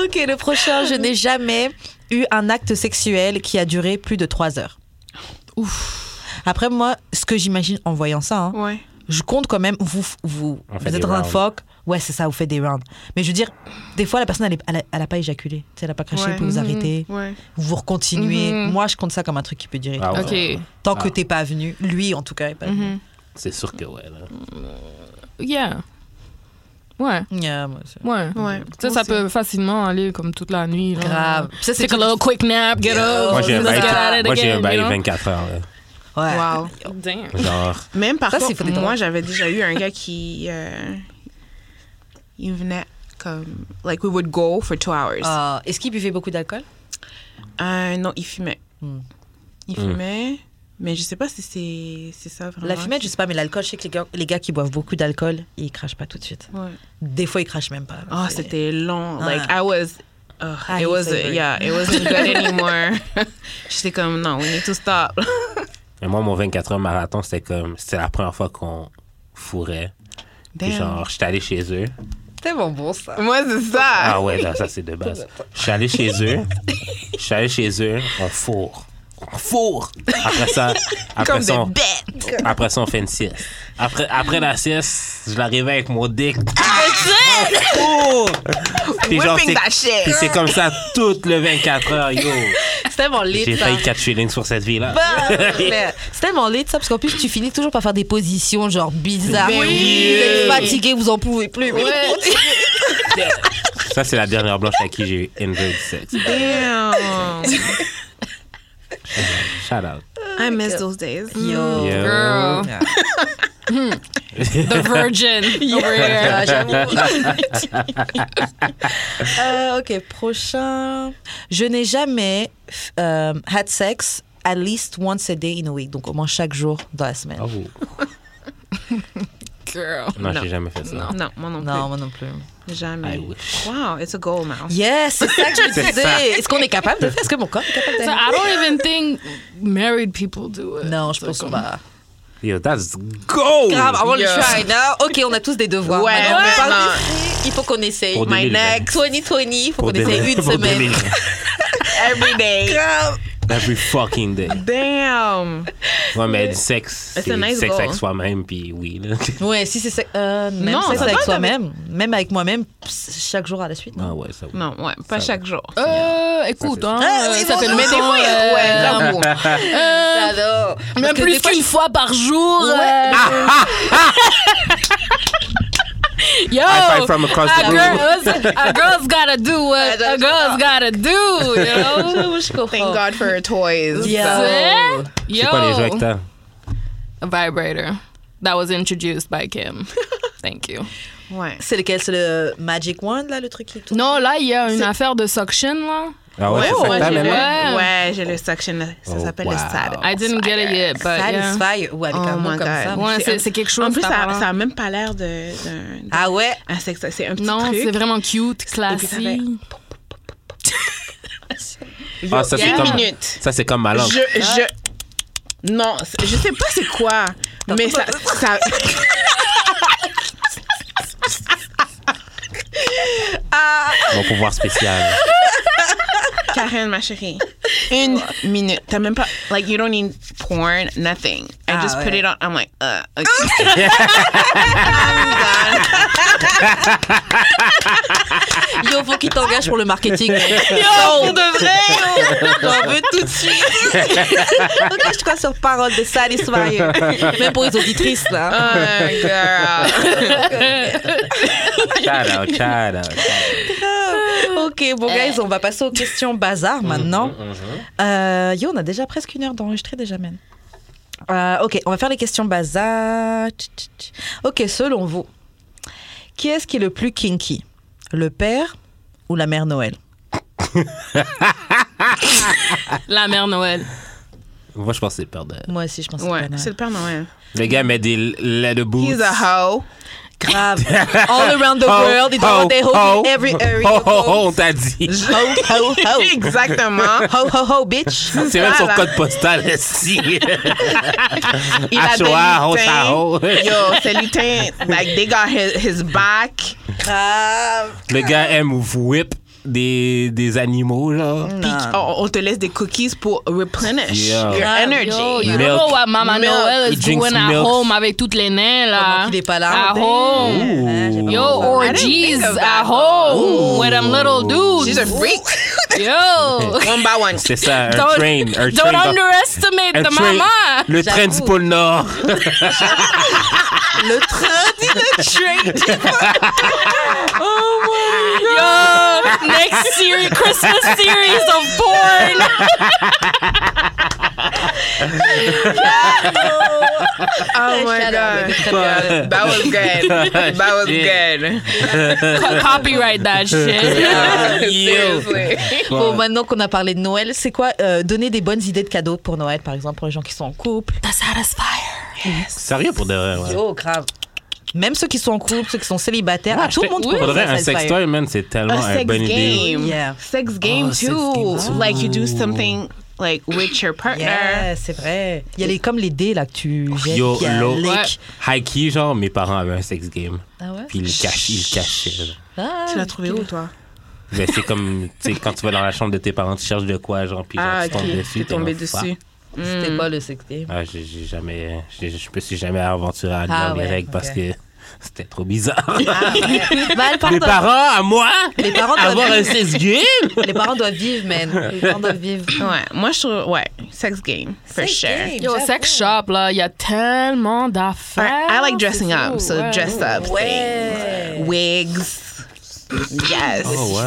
Ok, le prochain. Je n'ai jamais eu un acte sexuel qui a duré plus de trois heures. Ouf. Après, moi, ce que j'imagine en voyant ça, hein,
Ouais.
je compte quand même, vous, vous,
On fait
vous
des
êtes dans un
rounds.
phoque, ouais, c'est ça, vous faites des rounds. Mais je veux dire, des fois, la personne, elle est- elle a, elle a pas éjaculé, Tu sais, elle a pas craché,
Ouais.
elle peut vous
Mhm.
arrêter,
Ouais.
vous recontinuez.
Mhm.
Moi, je compte ça comme un truc qui peut durer.
Ah ouais.
OK.
Tant que
Ah.
t'es pas venu, lui, en tout cas, est pas venu.
Mhm.
C'est sûr que ouais. Là.
Yeah. Ouais.
Yeah, moi, c'est-
Ouais.
Ouais.
Ça, ça peut facilement aller comme toute la nuit. là.
Grave. Ça, c'est
Take a little quick nap, get
Yeah.
Oh,
up.
Moi, j'ai un
let's
bail,
get out of the
moi, j'ai un
game,
bail
you know? Oh,
24 heures.
Ouais.
là.
Wow.
Damn.
Genre,
Même par
Ça, c'est
contre,
faut des drogues.
moi, j'avais déjà eu un gars qui. euh, il venait comme. Like, we would go for two hours.
Euh, Est-ce qu'il buvait beaucoup d'alcool
Euh, non, il fumait.
Hmm.
Il
Hmm.
fumait, mais je sais pas si c'est c'est ça vraiment.
La fumette, je sais pas, mais l'alcool, je sais que les gars, les gars qui boivent beaucoup d'alcool, ils crachent pas tout de suite.
Ouais.
Des fois, ils crachent même pas.
Oh, c'était long.
Ah.
Like, I was. ugh,
Ah,
it
he's
was,
savory.
yeah, it wasn't good anymore. J'étais comme, non, we need to stop.
mais moi, mon 24 heures marathon, c'était comme. C'était la première fois qu'on fourrait. Puis genre, j'étais allé chez eux.
tellement bon ça.
Moi, c'est ça.
Ah ouais, non, ça c'est
*laughs*
de base. Je suis allé chez eux. Je suis allé chez eux. On fourre. On fourre. Après ça, après
Comme
ça,
des
on,
bêtes.
après ça, on fait une sieste. Après, après la sieste, je l'arrivais avec mon dick. Ah, on fourre. Puis genre,
Whipping
c'est-
that shit.
puis c'est comme ça tout le 24 heures, yo.
C'est tellement
J'ai
lit ça.
failli 4 shillings sur cette vie-là.
Bah!
Mais C'est tellement lit ça, parce qu'en plus, tu finis toujours par faire des positions genre bizarres.
Mais oui.
Vous êtes fatigué, vous en pouvez plus. *laughs*
Ça, c'est la dernière blanche à qui j'ai enjoyed sex.
Damn.
Shout out.
I miss those days.
Yo.
Yo.
Girl. Hmm.
Yeah.
The
*laughs*
virgin. over
Euh,
here.
Ah, j'avoue. *laughs* Euh, ok, prochain. Je n'ai jamais f- euh, had sex at least once a day in a week, donc au moins chaque jour dans la semaine.
Oh.
Girl.
Non,
Non.
j'ai jamais fait ça.
Non, moi non plus.
Non, moi non
*laughs*
plus.
Jamais.
I wish.
Wow, it's a goal now.
Yes, c'est ça que je me
C'est ça.
disais. Est-ce qu'on est capable de faire Est-ce que mon corps est capable
So
d'aller
ah.
I don't even think married people do it.
Non, je
So
pense qu'on
comme-
va.
Yo, that's gold!
Grave, I want to
Yeah.
try *laughs* now. Ok, on a tous des devoirs.
Ouais,
Maintenant, on
ouais,
parle
non.
d'ici, ben, Il faut qu'on essaye.
Pour
My
2020.
next 2020, il faut qu'on
Pour
essaye
des-
une
pour
semaine.
2000.
Every day.
Grave.
Every fucking day.
Damn.
Ouais, mais du sexe,
It's
c'est
a nice
sexe
goal.
avec soi-même, puis oui. Là.
Ouais, si c'est ça. Euh, même
Non,
sexe
ça
avec
doit être avec-
soi-même. Même avec moi-même, pss, chaque jour à la suite. Non.
Ah ouais, ça oui.
Non, ouais,
Ça
pas
va.
chaque jour.
Euh, écoute, hein,
Ah oui,
ça
bon,
fait
non,
le
Mais des
mettons,
fois,
euh,
ouais, j'avoue.
euh,
J'adore. Parce
Même
que
plus
des fois,
qu'une fois par jour.
Ouais.
*laughs*
euh, Yo,
High five from across the
a,
room.
girl's, a girl's gotta do what a girl's gotta do, you know?
je- je comprends.
God for her toys.
Yo.
Yo,
C'est quoi les jeux que t'as?
a vibrator that was introduced by Kim. *laughs* Thank you.
Ouais.
C'est lequel C'est le Magic Wand, là, le truc qui tourne
Non, là, il y a une affaire de suction, là.
Ah ouais, c'est ça
moi,
que t'as,
j'ai
même.
le-
maman?
Ouais.
ouais, j'ai le suction. Ça
Oh,
s'appelle
wow.
le saddle.
I didn't get it yet, but yeah.
Satisfy ou avec
Oh
un mot
my
comme
God.
ça.
Ouais, c'est c'est quelque chose.
en plus,
cet
ça
appareil.
n'a même pas l'air de- d'un. d'un-
Ah ouais
un sexe. C'est un petit
Non,
truc.
c'est vraiment cute,
puis ça fait-
classique.
Ah, ça, c'est
Une
comme,
minute.
ça, c'est comme ma
Je,
langue.
je. Non, c'est- je sais pas c'est quoi, mais ça, ça.
Mon pouvoir spécial.
Karen, ma chérie. Une minute. T'as même pas. Like, you don't need porn, nothing. I
Ah,
just put
ouais.
it on. I'm like, uh, okay.
Yo, faut qu'il t'engage pour le
*laughs*
marketing. Yo,
pour
*laughs*
de
vrai, j'en veux tout de *laughs* suite. Engage toi sur parole de Satisfy. Même pour les auditrices, là.
Uh, girl.
Shout out, shout out.
*laughs* Ok, bon, guys, on va passer aux questions bazar
Mhm,
maintenant. Euh, yo, on a déjà presque une heure d'enregistrer déjà, même. ok, on va faire les questions bazar. Tch, tch, tch. Ok, selon vous, qui est-ce qui est le plus kinky Le père ou la mère Noël
La mère Noël.
Moi, je pense que c'est peur de.
Moi aussi, je pense
Ouais,
que
c'est
c'est
le Père Noël.
Le gars met des leather boots.
He's a hoe.
grave. *laughs* All around the
Ho,
world, ils
ho,
ont des hoes
ho.
in every area.
Ho, ho, ho, on t'a dit.
Ho, ho, ho. *laughs*
Exactement.
Ho, ho, ho, bitch.
C'est même son
Voilà.
code postal, si.
Il a
*laughs* Achoa, ho,
des lutins.
ta, ho.
Yo, c'est lutin. Like, they got his, his back.
Grave.
Le gars aime whip. des, des animaux, genre.
Puis on, on te laisse des cookies pour replenish
Yeah.
your
Ah,
energy.
Yo, you
Milk.
don't know what Mama
Milk.
Noel
He
is
drinks
doing at
milk.
home avec toutes les nains, là.
Pendant qu'il est pas là.
At home.
Ooh.
Ah. Yo,
I didn't think
orgies
of
at
that.
home with them little
She's a
dudes.
freak.
*laughs*
Yo.
*laughs* one by one.
C'est ça, un
Don't-
train. Un train
Don't
dans-
underestimate
un
the
train-
mama.
Le train du
J'avoue. *laughs*
pôle Nord.
Le train dit le train.
Yo, next series, Christmas series of porn.
Oh my
Shut up,
god.
baby.
Yeah, *laughs* that was
*laughs*
good. That was
Shit.
good.
Co- copyright that shit.
Seriously.
Bon, maintenant qu'on a parlé de Noël, c'est quoi euh, donner des bonnes idées de cadeaux pour Noël, par exemple, pour les gens qui sont en couple
The Satisfier.
Sérieux pour de vrai, ouais.
Oh, grave. Même ceux qui sont en couple, ceux qui sont célibataires, à tout le monde
Pour de
trouve
vrai,
ça
un
satisfying.
sextoy, man, c'est tellement
a
une
sex
bonne idée.
game.
Yeah.
Sex game
Oh,
too.
sex game too.
Like you do something like with your partner.
Yeah, c'est vrai. Il y a les, comme les dés là que tu jettes.
Yo,
il y a
l'eau.
les-
Ouais.
High key, genre, mes parents avaient un sex game.
Ah ouais?
Puis ils le cachaient. Ils le cachaient genre.
Ah,
Tu l'as trouvé où toi?
Mais c'est comme, tu sais, quand tu vas dans la chambre de tes parents, tu cherches de quoi, genre, puis genre,
Ah,
tu tombes
ok.
dessus.
T'es tombé
comme, fuck.
dessus.
C'était quoi le *laughs* sextape?
Ah, j'ai j'ai jamais. j'ai- Je me suis jamais aventuré à aller
Ah,
dans les
ouais,
règles parce
ok.
que c'était trop bizarre. *laughs*
Bah, elle pardonne.
Mes parents, à moi,
Les parents doivent
avoir un
vivre.
sex game.
Les parents doivent vivre, man. Les parents doivent vivre.
Ouais, moi je trouve ouais, sex game for sure.
Yo, sex shop, là, il y a tellement d'affaires.
I, I like dressing
C'est
up,
fou,
so
ouais.
dress up.
Ouais.
things. Wigs. Yes.
Oh,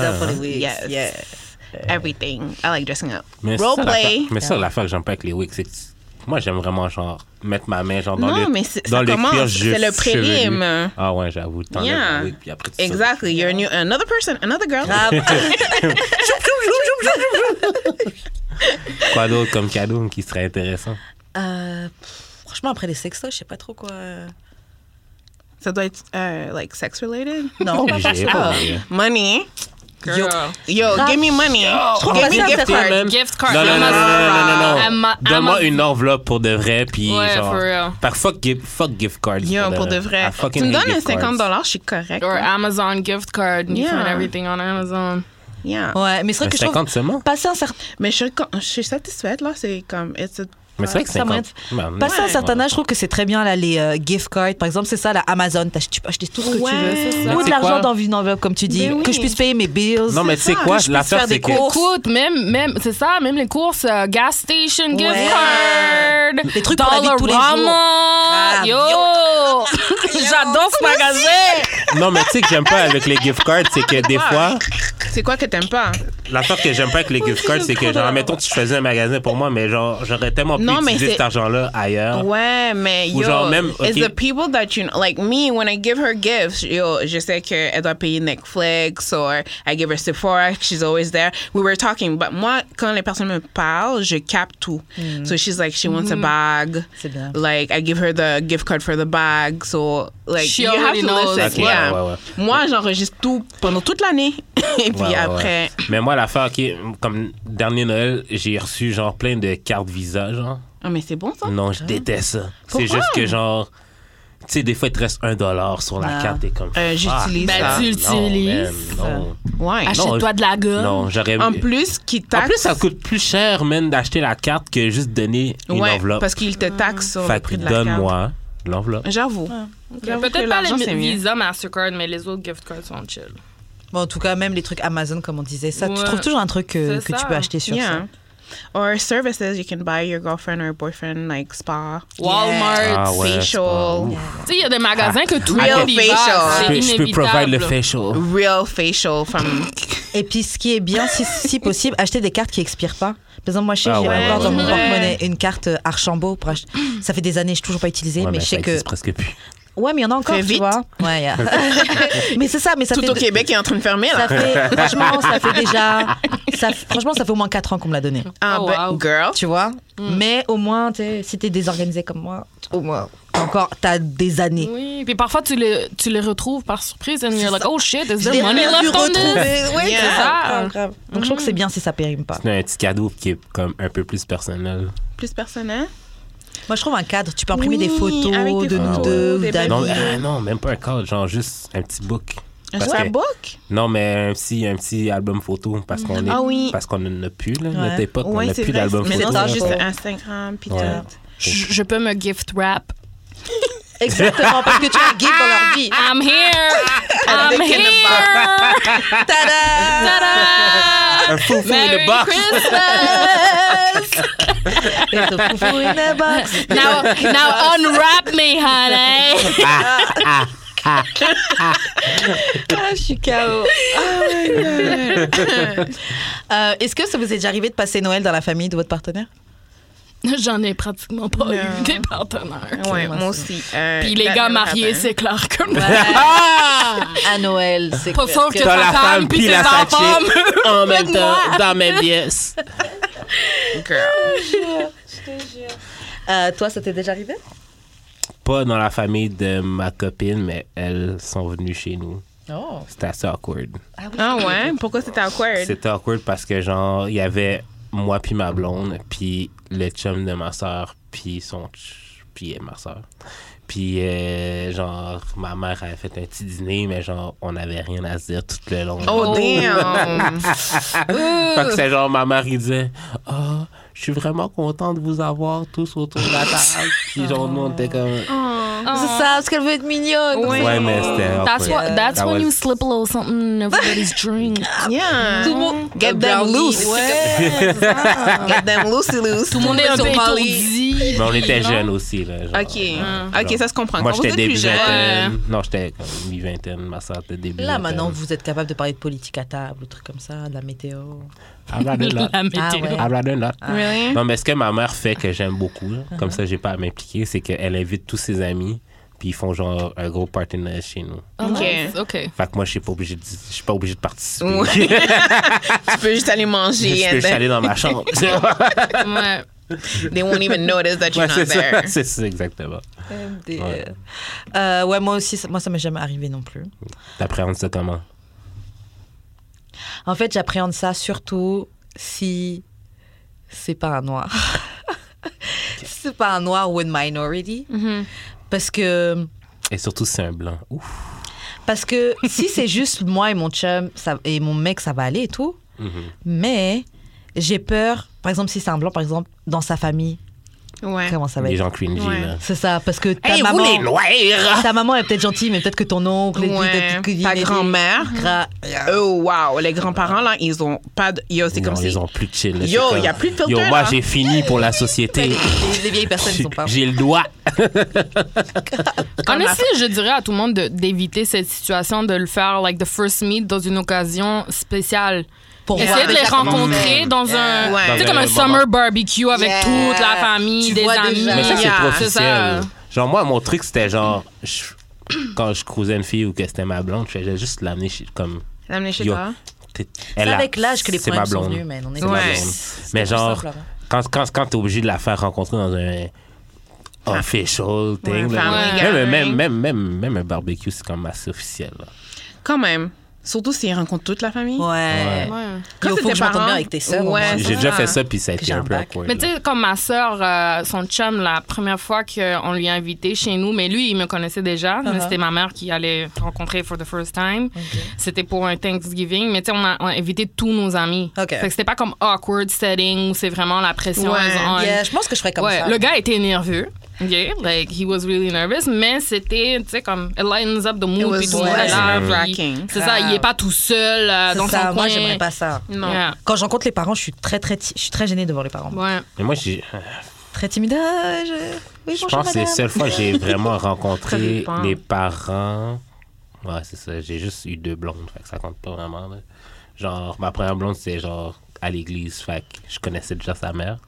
ouais.
Yes. Everything. I like dressing up.
Mais c'est ça,
Roleplay.
l'affaire- Mais ça, l'affaire que j'aime pas avec les wigs, c'est que tu- moi, j'aime vraiment, genre, mettre ma main, genre, dans
Non,
le.
mais c'est-
dans
ça
le
commence,
cuir juste
c'est le prélim.
chevelu. Ah ouais, j'avoue, t'enlèves
Yeah.
le wig, puis après, tu sautes.
Exactly. You're a new another person, another girl.
Quoi d'autre comme cadeau qui serait intéressant?
Euh, pff, franchement, après les sextoys, je sais pas trop quoi.
Ça doit être euh, like sex related.
Non,
J'ai pas oublié.
Money.
Girl.
Yo, give me money.
pas
Give me
ça,
gift
c'est
card.
même-
Gift card.
Non, non, non, non, non, non, non, non.
Ama-
Donne-moi
Ama-
une enveloppe pour de vrai, puis
Ouais,
genre.
for real.
Par fuck, gi- fuck gift card.
Yo, pour de
Ah,
vrai. Tu me donnes un 50 je suis correct.
Or Amazon gift card. You
Yeah.
find everything on Amazon.
Yeah.
Ouais, mais c'est vrai
Un
que je trouve
50 seulement?
passer un certain
Mais je suis, con- je suis satisfaite là, c'est comme it's a
Mais c'est vrai que
Ça m'aurait-
50. man,
Passer à un
ouais.
certain âge, je trouve que c'est très bien là, les euh, gift cards. Par exemple, c'est ça, la Amazon, t'ach- tu peux acheter tout ce que
Ouais.
tu veux.
C'est
ça.
Ou
C'est
de l'argent
quoi?
dans une enveloppe, comme tu dis,
Mais oui.
que je puisse payer mes bills. *laughs*
Non, mais
C'est
tu sais
ça,
quoi?
je puisse
L'affaire,
faire des
c'est que.
courses.
Écoute, même, même, c'est ça, même les courses, euh, gas station gift
Ouais.
card.
Des trucs pour la vie de tous les
Dollarama.
Ah,
jours.
Yo! J'adore ce magasin!
Non, mais tu sais que j'aime pas avec les gift cards, c'est que des fois,
C'est quoi que t'aimes pas?
l'affaire que j'aime pas avec les gift cards, c'est que, genre, mettons, tu faisais un magasin pour moi, mais genre, j'aurais tellement pu
Non, mais
utiliser
c'est-
cet argent-là
*laughs*
ailleurs.
Ouais, mais
Ou
yo,
genre même,
it's
ok.
the people that you know. Like me, when I give her gifts, yo, je sais qu'elle doit payer Netflix or I give her Sephora, she's always there. We were talking, but moi, quand les personnes me parlent, je capte tout.
Mm.
So she's like, she wants a bag.
C'est bien.
Like, I give her the gift card for the bag. So, like,
She
you have
already
to
knows.
listen.
Ok,
yeah.
ouais, ouais, ouais.
Moi, j'enregistre tout pendant toute l'année. *laughs* Et puis
Ouais, ouais,
après,
ouais. Mais moi, l'affaire, qui comme dernier Noël, j'ai reçu, genre, plein de cartes Visa, genre.
Ah, mais c'est bon ça?
Non, je déteste ça. C'est
Pourquoi?
juste que, genre, tu sais, des fois, il te reste un dollar sur la
Ah.
carte et comme.
Euh, j'utilise
fuck,
ça.
Ben, tu
non,
l'utilises.
man, Non,
Ouais.
Achète-toi de la gueule.
Ah, non j'aurais.
En plus, qui
En
taxe.
plus, ça coûte plus cher, même d'acheter la carte que juste donner une
ouais,
enveloppe.
parce qu'il te taxe sur le
Fait que
prix de la carte.
donne-moi l'enveloppe.
J'avoue. J'avoue que
Peut-être pas
l'argent,
les
c'est mieux.
Visa, Mastercard, mais les autres gift cards sont chill.
Bon, en tout cas, même les trucs Amazon, comme on disait, ça, tu
Ouais.
trouves toujours un truc euh,
C'est
que tu
ça.
peux acheter sur ça.
Yeah. Or services you can buy your girlfriend or boyfriend like spa.
Walmart.
Ah ouais,
facial.
c'est pas-
Tu sais, il y a des magasins que tout
Ah. Real
le monde y va.
facial.
C'est
Je peux- Je peux
inévitable.
provide le facial.
Real facial from
Et puis, ce qui est bien, si, si possible, acheter des cartes qui expirent pas. Par exemple, moi, je sais,
Ah
j'ai
ouais,
encore
ouais,
dans mon
ouais.
porte-monnaie une carte euh, Archambault. Pour acheter. Ça fait des années, je l'ai toujours pas utilisée,
Ouais,
mais
ben,
je
ça
sais que.
existe presque plus.
Ouais, mais il y en a encore,
Fais
tu
vite.
vois. Ouais,
*laughs*
yeah. mais c'est ça, mais ça
tout
fait.
au Québec est en train de fermer
Ça
là.
fait, franchement, ça fait déjà. ça- franchement, ça fait au moins 4 ans qu'on me l'a donné.
Ah,
Oh,
but
wow.
girl.
Tu vois Mais au moins, tu sais, si t'es désorganisé comme moi, au moins, t'as encore, t'as des années.
Oui, puis parfois tu les, tu les retrouves par surprise and you're like, oh shit, is
Je l'ai
there money
perdu,
left on
Oh.
this?
retrouvé. Ouais,
Yeah.
c'est Mm. ça.
Ah.
Grave, grave. Donc, je trouve que c'est bien si ça périme pas.
C'est un petit cadeau qui est comme un peu plus personnel.
Plus personnel.
Moi, je trouve un cadre. Tu peux imprimer
Oui,
des photos
avec des
de nous
photos,
deux,
des
ou d'amis.
Non,
Oui.
ah non, même pas un code, genre juste un petit book.
Un
Parce que-
scrapbook?
Non, mais un petit, un petit album photo parce qu'on est
Ah oui.
parce qu'on en a plus, là.
Ouais.
Notre époque, on
Oui,
n'a
c'est
plus
vrai.
d'album
Mais
photo.
non,
là.
c'est juste
Ouais.
Instagram, puis
Ouais.
tout.
Je, je peux me gift wrap.
*laughs* Exactement, parce que tu as un guide dans leur *laughs* vie.
I'm here! I'm
Ah. *laughs* Avec une
here!
Tada
*laughs*
Ta-da!
Un foufou in
Merry
the box! *laughs*
Christmas!
It's a foufou in a box.
now,
*laughs*
now unwrap me, honey! *laughs*
Ah, je suis KO. Euh, Est-ce que ça vous est déjà arrivé de passer Noël dans la famille de votre partenaire
J'en ai pratiquement pas
Non.
eu des partenaires.
Ouais,
moi,
moi
c'est-
aussi. Euh,
Puis les
la-
gars
le
mariés,
rabbin.
c'est clair que
*laughs*
non.
À Ah, Noël, c'est
Pas sûr que
T'as
ta
la femme puis
puis
la
tes enfants
sachet en même temps,
Faites-moi.
dans la même pièce.
Girl.
Euh, toi, ça t'est déjà arrivé
Pas dans la famille de ma copine, mais elles sont venues chez nous.
Oh.
C'était assez awkward.
Ah ouais? Pourquoi c'était awkward?
C'était awkward parce que, genre, il y avait moi puis ma blonde, puis le chum de ma soeur, puis son ch- puis euh, ma soeur. Puis, euh, genre, ma mère avait fait un petit dîner, mais genre, on n'avait rien à se dire tout le long. *laughs*
Oh, damn!
Fait que c'est genre, ma mère, il disait Ah, je suis vraiment content de vous avoir tous autour de la table. Puis, genre, nous, on était comme.
Oh.
C'est ça, parce qu'elle veut être mignonne.
Ouais.
Ouais, mais c'était.
That's,
awkward.
what, that's
That
when
was-
you slip a little something in everybody's *laughs* drink.
Yeah!
Tout le monde.
Get them loose.
Ouais, c'est ça.
Get them loosey loose.
Tout le monde est un peu
surpris.
*laughs*
étourdi.
Mais on était
Non.
jeunes aussi, là. genre.
Ok, ok, ça se comprend.
Moi,
Quand vous
j'étais
êtes
début
plus jeune,
vingtaine. Non, j'étais comme mi-vingtaine. Ma soeur était début
Là,
vingtaine.
maintenant, vous êtes capable de parler de politique à table, ou trucs comme ça, de la météo.
I'd rather
*laughs*
not.
La météo.
Ah ouais.
I'd rather not.
Really?
Non, mais ce que ma mère fait que j'aime beaucoup,
Uh-huh.
là, comme ça, j'ai pas à m'impliquer, c'est qu'elle invite tous ses amis, puis ils font genre un gros party de Noël chez nous.
Oh,
Ok.
nice. OK.
Fait que moi, je suis pas obligé de, je suis pas obligé de participer. *laughs*
Ouais. tu peux juste aller
je
manger
peux
and
juste
then
aller dans
*laughs*
ma chambre. *laughs* ouais,
Ouais.
they won't even notice that you're
c'est
not
ça,
there.
c'est ça, exactement.
MDR.
Ouais.
Euh, ouais, moi aussi, ça- moi, ça m'est jamais arrivé non plus.
T'appréhendes ça comment?
En fait, j'appréhende ça surtout si c'est pas un noir. *laughs* Si c'est pas un noir ou une minority. Parce que.
Et surtout, si c'est un blanc. Ouf.
Parce que si c'est juste moi et mon chum ça, et mon mec, ça va aller et tout.
Mhm.
Mais j'ai peur, par exemple, si c'est un blanc, par exemple, dans sa famille,
Ouais.
comment ça va
Les
être
gens cringy,
Ouais.
là.
C'est ça, parce que ta
Hey, vous,
maman.
les noirs!
Ta maman est peut-être gentille, mais peut-être que ton oncle, et tout,
Ouais.
peut-être que-
Ta grand-mère.
Gra-
Oh wow, les grands-parents là, ils ont pas de. Yo, c'est
Non,
comme si.
ils ont plus de chill. là.
Yo,
C'est comme-
y a plus de filtre,
Yo, moi,
là.
j'ai fini pour la société.
Les, les vieilles personnes, ils sont pas.
J'ai le doigt.
Honestly, je dirais à tout le monde de- d'éviter cette situation de le faire, like the first meet, dans une occasion spéciale.
Pour
Essayez
voir
de les
déjà comment-
rencontrer dans un.
Bah, Ouais.
Tu sais,
Dans
comme
un
un
moment.
summer barbecue avec
Yeah.
toute la famille,
Tu
des
vois
amis.
déjà.
Mais ça, c'est
Yeah.
trop
Euh, C'est ça.
officiel. Genre, moi, mon truc, c'était genre, je- quand je croisais une fille ou que c'était ma blonde, je faisais juste l'amener chez- comme.
L'amener chez
Yo,
toi.
t'es-
C'est
elle a-
avec l'âge que les
c'est
problèmes
ma
sont
blonde.
venus, man. On est
C'est ma
Ouais.
blonde.
C'est
Mais
plus
genre,
simple, hein.
quand, quand, quand t'es obligé de la faire rencontrer dans un official thing, là,
family
même,
gathering.
même, même, même, même un barbecue, c'est comme assez officiel. là.
Quand même. Surtout s'ils rencontrent toute la famille.
Ouais.
Ouais.
Ouais.
Quand
Yo,
c'est
faut
tes
que je m'entende
parents.
bien avec tes sœurs. au
Ouais,
moins.
c'est
J'ai déjà
ça.
fait ça, puis ça a été
j'ai
un
un
peu
bac.
awkward.
Mais
là.
tu sais, comme ma soeur, son chum, la première fois qu'on lui a invité chez nous, mais lui, il me connaissait déjà. mais
Uh-huh.
C'était ma mère qui allait rencontrer for the first time. C'était pour un Thanksgiving, mais tu sais, on a, on a invité tous nos amis.
Ok.
Fait que c'était pas comme awkward setting où c'est vraiment la pression.
Ouais.
is on.
Yeah, je pense que je ferais comme
Ouais,
ça.
le gars était nerveux. Yeah, like he was really nervous, mais c'était, tu sais, comme it lightens up
It
the mood.
was
puis tout le monde est
less
là, puis
nerve-wracking.
C'est ça, il est pas tout seul euh,
C'est
dans
ça,
son
moi,
coin.
j'aimerais pas ça.
Non.
Yeah.
Quand je rencontre les parents, je suis très, très, ti- je suis très gênée devant les parents.
Ouais.
Mais moi, j'ai.
Très timide. Ah, je... Oui,
Je
bonjour,
pense que c'est la
madame.
seule fois que j'ai *laughs* vraiment
Ça
rencontré
dépend.
les parents. Ouais, c'est ça. J'ai juste eu deux blondes, fait que ça compte pas vraiment. là. Genre, ma première blonde, c'était genre à l'église, fait que je connaissais déjà sa mère.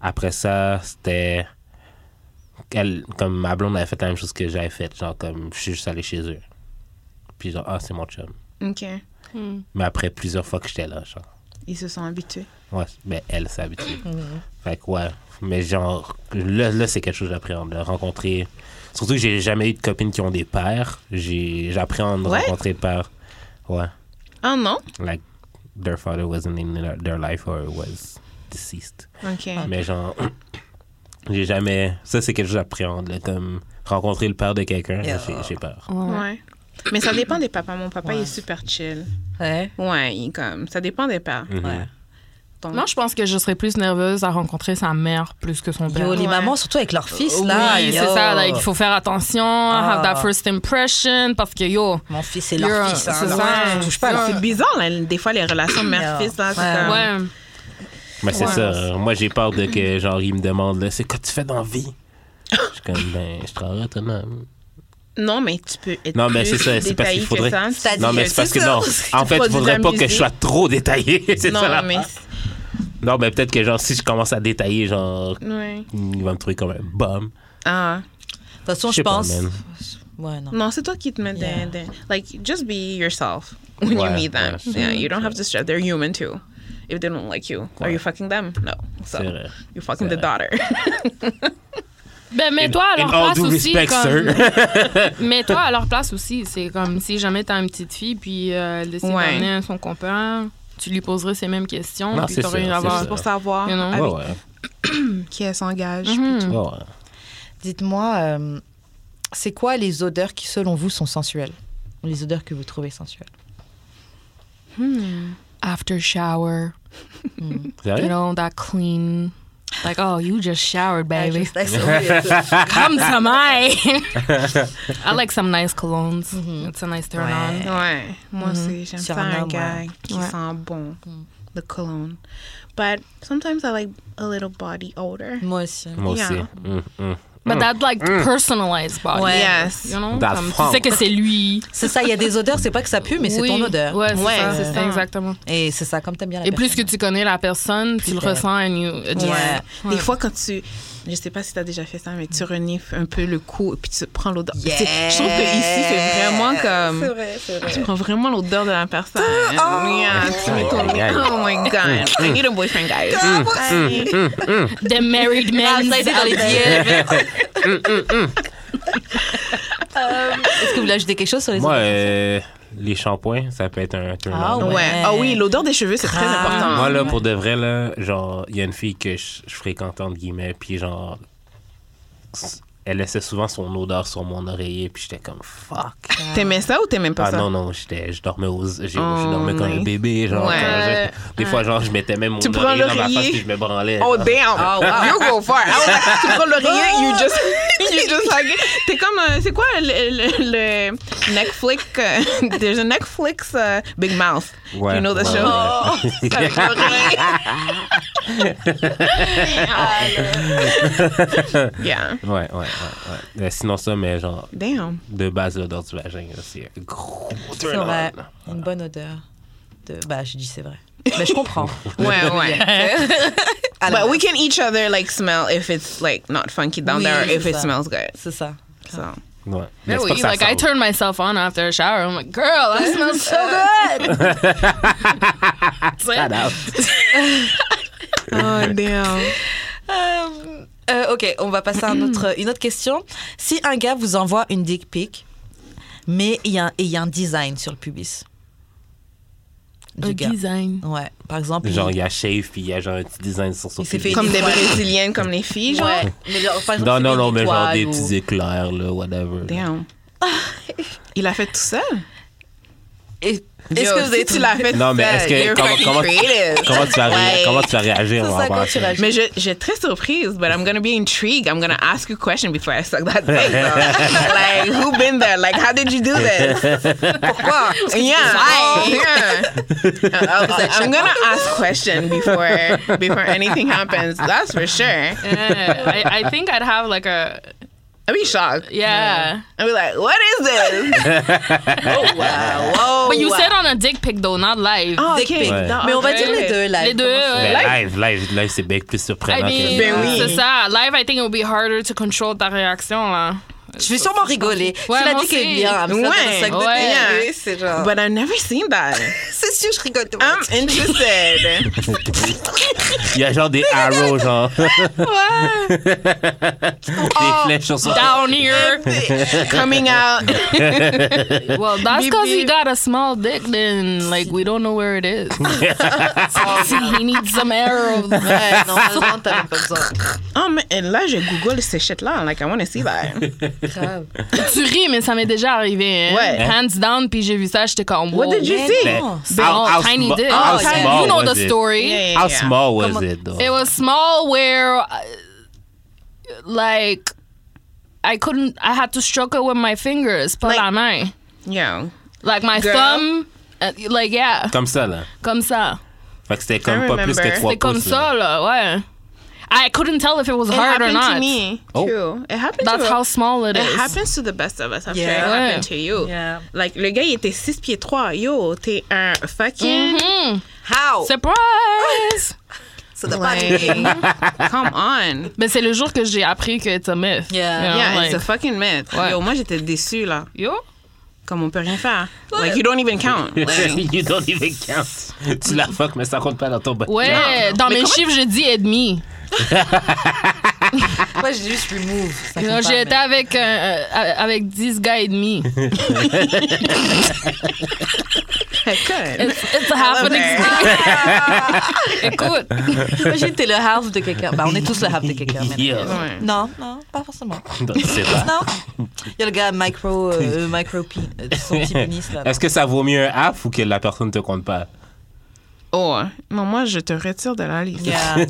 Après ça, c'était. elle- comme ma blonde avait fait la même chose que j'avais faite, genre comme je suis juste allé chez eux. Puis genre, ah, c'est mon chum.
Ok.
Mais après plusieurs fois que j'étais là, genre.
Ils se sont habitués.
Ouais, mais elle s'est habituée. Fait que ouais. Mais genre, là, là c'est quelque chose que j'appréhende. là, Rencontrer. Surtout que j'ai jamais eu de copines qui ont des pères. J'ai- J'appréhende de
Ouais?
rencontrer père. Ouais.
Ah non?
Like, their father wasn't in their- their life or was deceased.
Ok.
Mais genre, *clears throat* j'ai jamais. Ça, c'est quelque chose que j'appréhende. là, Comme rencontrer le père de quelqu'un,
Yeah.
Oh.
j'ai j'ai peur.
Ouais. Mais ça dépend des papas. Mon papa, il est super chill. Mm.
Ouais.
Ouais, il est comme. Ça dépend des pas.
ouais.
Donc,
Moi, je pense que je serais plus nerveuse à rencontrer sa mère plus que son père.
Yo, les
Ouais.
mamans, surtout avec leurs fils, là.
Ben oui, c'est
yo. Ah.
ça. like, Il faut faire attention, have that first impression, parce que yo,
Mon fils, c'est
Yo,
leur fils. Hein,
Ah,
c'est
leur
ça.
fils, je touche pas à leur
C'est bizarre, là, des fois, les relations mère-fils. là, c'est
Ouais.
comme-
ouais.
Mais c'est
Ouais.
ça. euh, Moi, j'ai peur de que, genre, il me demande, là, c'est quoi tu fais dans la vie? Je suis comme, ben, je travaille autonome.
Non, mais tu peux être
Non, mais
plus
c'est ça, c'est parce
détaillé
qu'il faudrait-
que ça.
C'est-à-dire
Non, mais c'est parce que non. En fait, il faudrait pas que je sois trop détaillé. *laughs* c'est
Non,
ça la
mais...
Non, mais peut-être que, genre, si je commence à détailler, genre,
Ouais.
il va me trouver comme un bum.
Ah.
De toute façon,
Je
je
sais pas,
pense.
man.
Ouais, non.
Non, c'est toi qui te mets
Yeah.
des, des- Like, just be yourself when you
Ouais,
meet them.
ouais,
yeah, you don't have to stress. They're human, too. If they don't like you, are you fucking them? No. So,
C'est vrai.
you're fucking
C'est
the daughter.
Ben, mets-toi à leur
In all
place
due
aussi.
respect,
comme-
sir.
*laughs* Mets-toi à leur place aussi. C'est comme si jamais t'as une petite fille, puis euh, elle décide
Ouais.
d'amener son copain, tu lui poserais ces mêmes questions,
Non,
puis
c'est
t'aurais
sûr,
une
c'est
avoir.
sûr.
Pour savoir
You know.
Ouais,
avec
ouais.
qui elle s'engage.
Mhm.
Ouais, ouais.
Dites-moi, euh, c'est quoi les odeurs qui, selon vous, sont sensuelles Les odeurs que vous trouvez sensuelles.
After shower, you
Sérieux?
know, that clean. Like, oh, you just showered, baby.
Ah, je sais, c'est horrible.
Come *laughs* to my. I like some nice colognes. It's a nice turn on.
Mm-hmm. Ouais.
Ouais, Mm-hmm. moi aussi, j'aime
Sur
ça
un
un
homme,
gars
ouais.
qui
Ouais.
sent bon, the cologne. But sometimes I like a little body odor.
Moi
*laughs*
aussi.
Moi aussi.
Yeah.
Mm, mm.
But that like personalized body.
Ouais.
Yes.
You know,
That
comme tu
funk.
sais que c'est lui.
C'est ça, il y a des odeurs, c'est pas que ça pue, mais c'est
Oui.
ton odeur.
Ouais, c'est
Ouais,
ça,
c'est ça.
Exactement.
Et c'est ça, comme t'aimes bien la
Et plus que
personne.
tu connais la personne, tu le
t'aimes.
ressens and you adjust.
Ouais.
Ouais.
Des fois, quand tu. Je sais pas si t'as déjà fait ça, mais tu renifles un peu le cou et puis tu prends l'odeur.
Yeah.
C'est- Je trouve que ici, c'est vraiment
C'est
comme.
vrai, c'est
Tu
vrai.
prends vraiment l'odeur de la personne. Yeah, tu mets ton-
Aïe, aïe, aïe.
Oh my god. I need a boyfriend, guys. Mm.
The *laughs* married
Ah,
men.
ça a été dans les dièves.
*laughs* Mm,
*laughs* Euh, Est-ce que vous lâchez quelque chose sur les
Moi,
odeurs
euh, les shampoings, ça peut être un turn
Ah,
on.
Ouais.
Ouais.
Ah oui, l'odeur des cheveux, c'est très
Grave.
important.
Moi, là, pour de vrai, là, genre, il y a une fille que je, je fréquente, entre guillemets, puis genre, s- elle laissait souvent son odeur sur mon oreiller, puis j'étais comme fuck.
T'aimais ça ou t'aimais pas
Ah
ça?
non, non, j'étais, je dormais aux, j'ai- je
Oh,
dormais comme
nice.
un bébé, genre,
Ouais.
quand je- des fois, genre, je mettais même mon
Tu prends
oreiller dans ma
l'oreiller.
face, puis je me branlais.
Oh Oh.
genre.
damn! You go far! I was *laughs* like, tu prends l'oreiller, you just, *laughs* you just like, t'es comme, euh, c'est quoi le, le, le Netflix? euh, *laughs* there's a Netflix euh, Big Mouth.
Ouais,
you know the
ouais,
show? *laughs*
ouais.
Avec *laughs* l'oreille. yeah.
Ouais, ouais, ouais, ouais. Euh, sinon, ça, mais genre,
*laughs* Damn.
de base, l'odeur du vagin, là, c'est un gros
C'est
turn-on.
vrai. Une bonne odeur. De... Bah, je dis c'est *laughs* vrai. Mais je comprends.
Ouais, ouais.
Alors,
But we can each other like smell if it's like not funky down
Oui,
there, if
c'est
it
ça.
smells good.
c'est ça.
So.
Ouais. Mais c'est
Ben
pas
oui,
que ça
like I
ressemble.
turn myself on after a shower. I'm like, girl, I smell
*laughs*
so good. Tu sais?
Oh, damn.
Euh, euh, ok, on va passer à un autre- une autre question. Si un gars vous envoie une dick pic, mais il y, a un- et il y a un design sur le pubis du
Un
gars.
design.
Ouais, par exemple.
Genre,
il-
il y a shave, puis il y a genre un petit design sur son
Il s'est
pubis.
fait
Comme des
Ouais.
brésiliennes, comme les filles, genre.
Ouais, mais genre, par exemple,
Non,
c'est
non,
des
non, mais genre des
étoiles ou-
petits éclairs, là, whatever.
*laughs* Damn. Il a fait tout seul?
Et-
Est-ce que vous avez tu l'as fait
Non, mais est-ce que. Comment, comment, comment tu vas
Ouais.
réagir? Comment tu vas réagir?
C'est
en
ça,
rapport
quand
à
tu
ça?
réagis.
Mais je, je suis très surprise, but I'm gonna be intrigued. I'm gonna ask you a question before I suck that dick.
*laughs*
though. like, who been there? Like, how did you do this?
Pourquoi
Yeah, Oh,
Why?
yeah. Uh, I'm gonna ask question before before anything happens. That's for sure.
Yeah. I, I think I'd have like a
I'd be shocked.
yeah.
I'd be like, what is this? *laughs* oh wow! Whoa!
But you said on a dick pic though, not live.
oh,
Dick
okay.
pic.
Ouais.
Non,
Mais on va
ok.
dire les deux, là.
Les deux,
Mais
ouais.
live, live, live, c'est bien plus surprenant.
I mean,
Ben oui.
c'est ça. Live, I think it would be harder to control ta réaction là.
Je vais sûrement rigoler.
Ouais,
tu l'as
moi
dit qu'elle est
aussi.
bien. I'm sorry,
Ouais,
sac de
ouais.
thé. Oui, c'est genre. Ah.
But I've never seen that.
c'est sûr, je rigole. *laughs*
I'm interested.
que- Il y a genre des arrows, genre. *laughs* des flèches sur son.
Down here.
*laughs* coming
*laughs*
out.
Well, that's
Beep,
because he
beep.
got a small dick. Then, like, we don't know where
*laughs*
it is.
Oh,
See, he needs some arrows.
Oh,
Ouais, non, vraiment, t'as même pas besoin. *laughs*
Um, and là, je Google ces shit là. Like, I want to see that.
grave.
tu ris, mais ça m'est déjà arrivé. hein.
Ouais.
Hands down, puis j'ai vu ça, j'étais comme.
What
wow.
did you
Mais
see?
non.
Ben,
How- how
tiny
sma-
dick.
how
Oh, tiny-
small
you know
was
the
it?
story.
Yeah, yeah,
How
yeah.
small was
Come on.
it, though?
It was small where, uh, like, I couldn't. I had to struggle with my fingers, pas
Like-
la main.
Yo.
Like my
Girl.
thumb. uh, like yeah,
Comme ça, là.
comme ça.
Fait que c'était comme pas plus
remember.
que 3
C'est comme
pouces,
ça là, ouais. I couldn't tell if it was
It
hard or
happened
not.
to me.
Oh.
Too. It happened
That's
to
how small it
It
is.
happens to the best of us. I'm sure
Yeah.
it happened
Ouais.
to you.
Yeah.
Like, le gars, il était 6 pieds 3. Yo, t'es un fucking...
Mhm.
How?
Surprise!
Ça doit pas arriver.
Like, *laughs* come on.
Mais c'est le jour que j'ai appris que it's a myth.
Yeah.
You know,
Yeah,
like,
it's a fucking myth.
Ouais.
Yo, moi, j'étais déçue, là.
yo,
Comme on peut rien faire. Like, you don't even count. Like,
*laughs* you don't even count. Tu la fuck, mais ça compte pas dans ton body.
ouais, dans
Mais
mes
comment-
chiffres, je dis et demi.
Moi, j'ai juste remove. Ça compte
Non,
pas,
J'ai
mais-
été avec, un- euh, avec 10 gars et demi.
good.
*laughs* It's, it's a happening.
*laughs*
Écoute,
Moi, j'étais le half de quelqu'un. Bah, on est tous le half de quelqu'un. maintenant.
Yeah. *laughs*
Ouais.
Non, Ah. non, pas forcément.
Non, je sais pas.
Non. Il y a le gars micro, euh, micro pi- euh, son petit pénis là.
Est-ce que ça vaut mieux un half ou que la personne te compte pas?
Oh, non, moi, je te retire de la liste.
Yeah.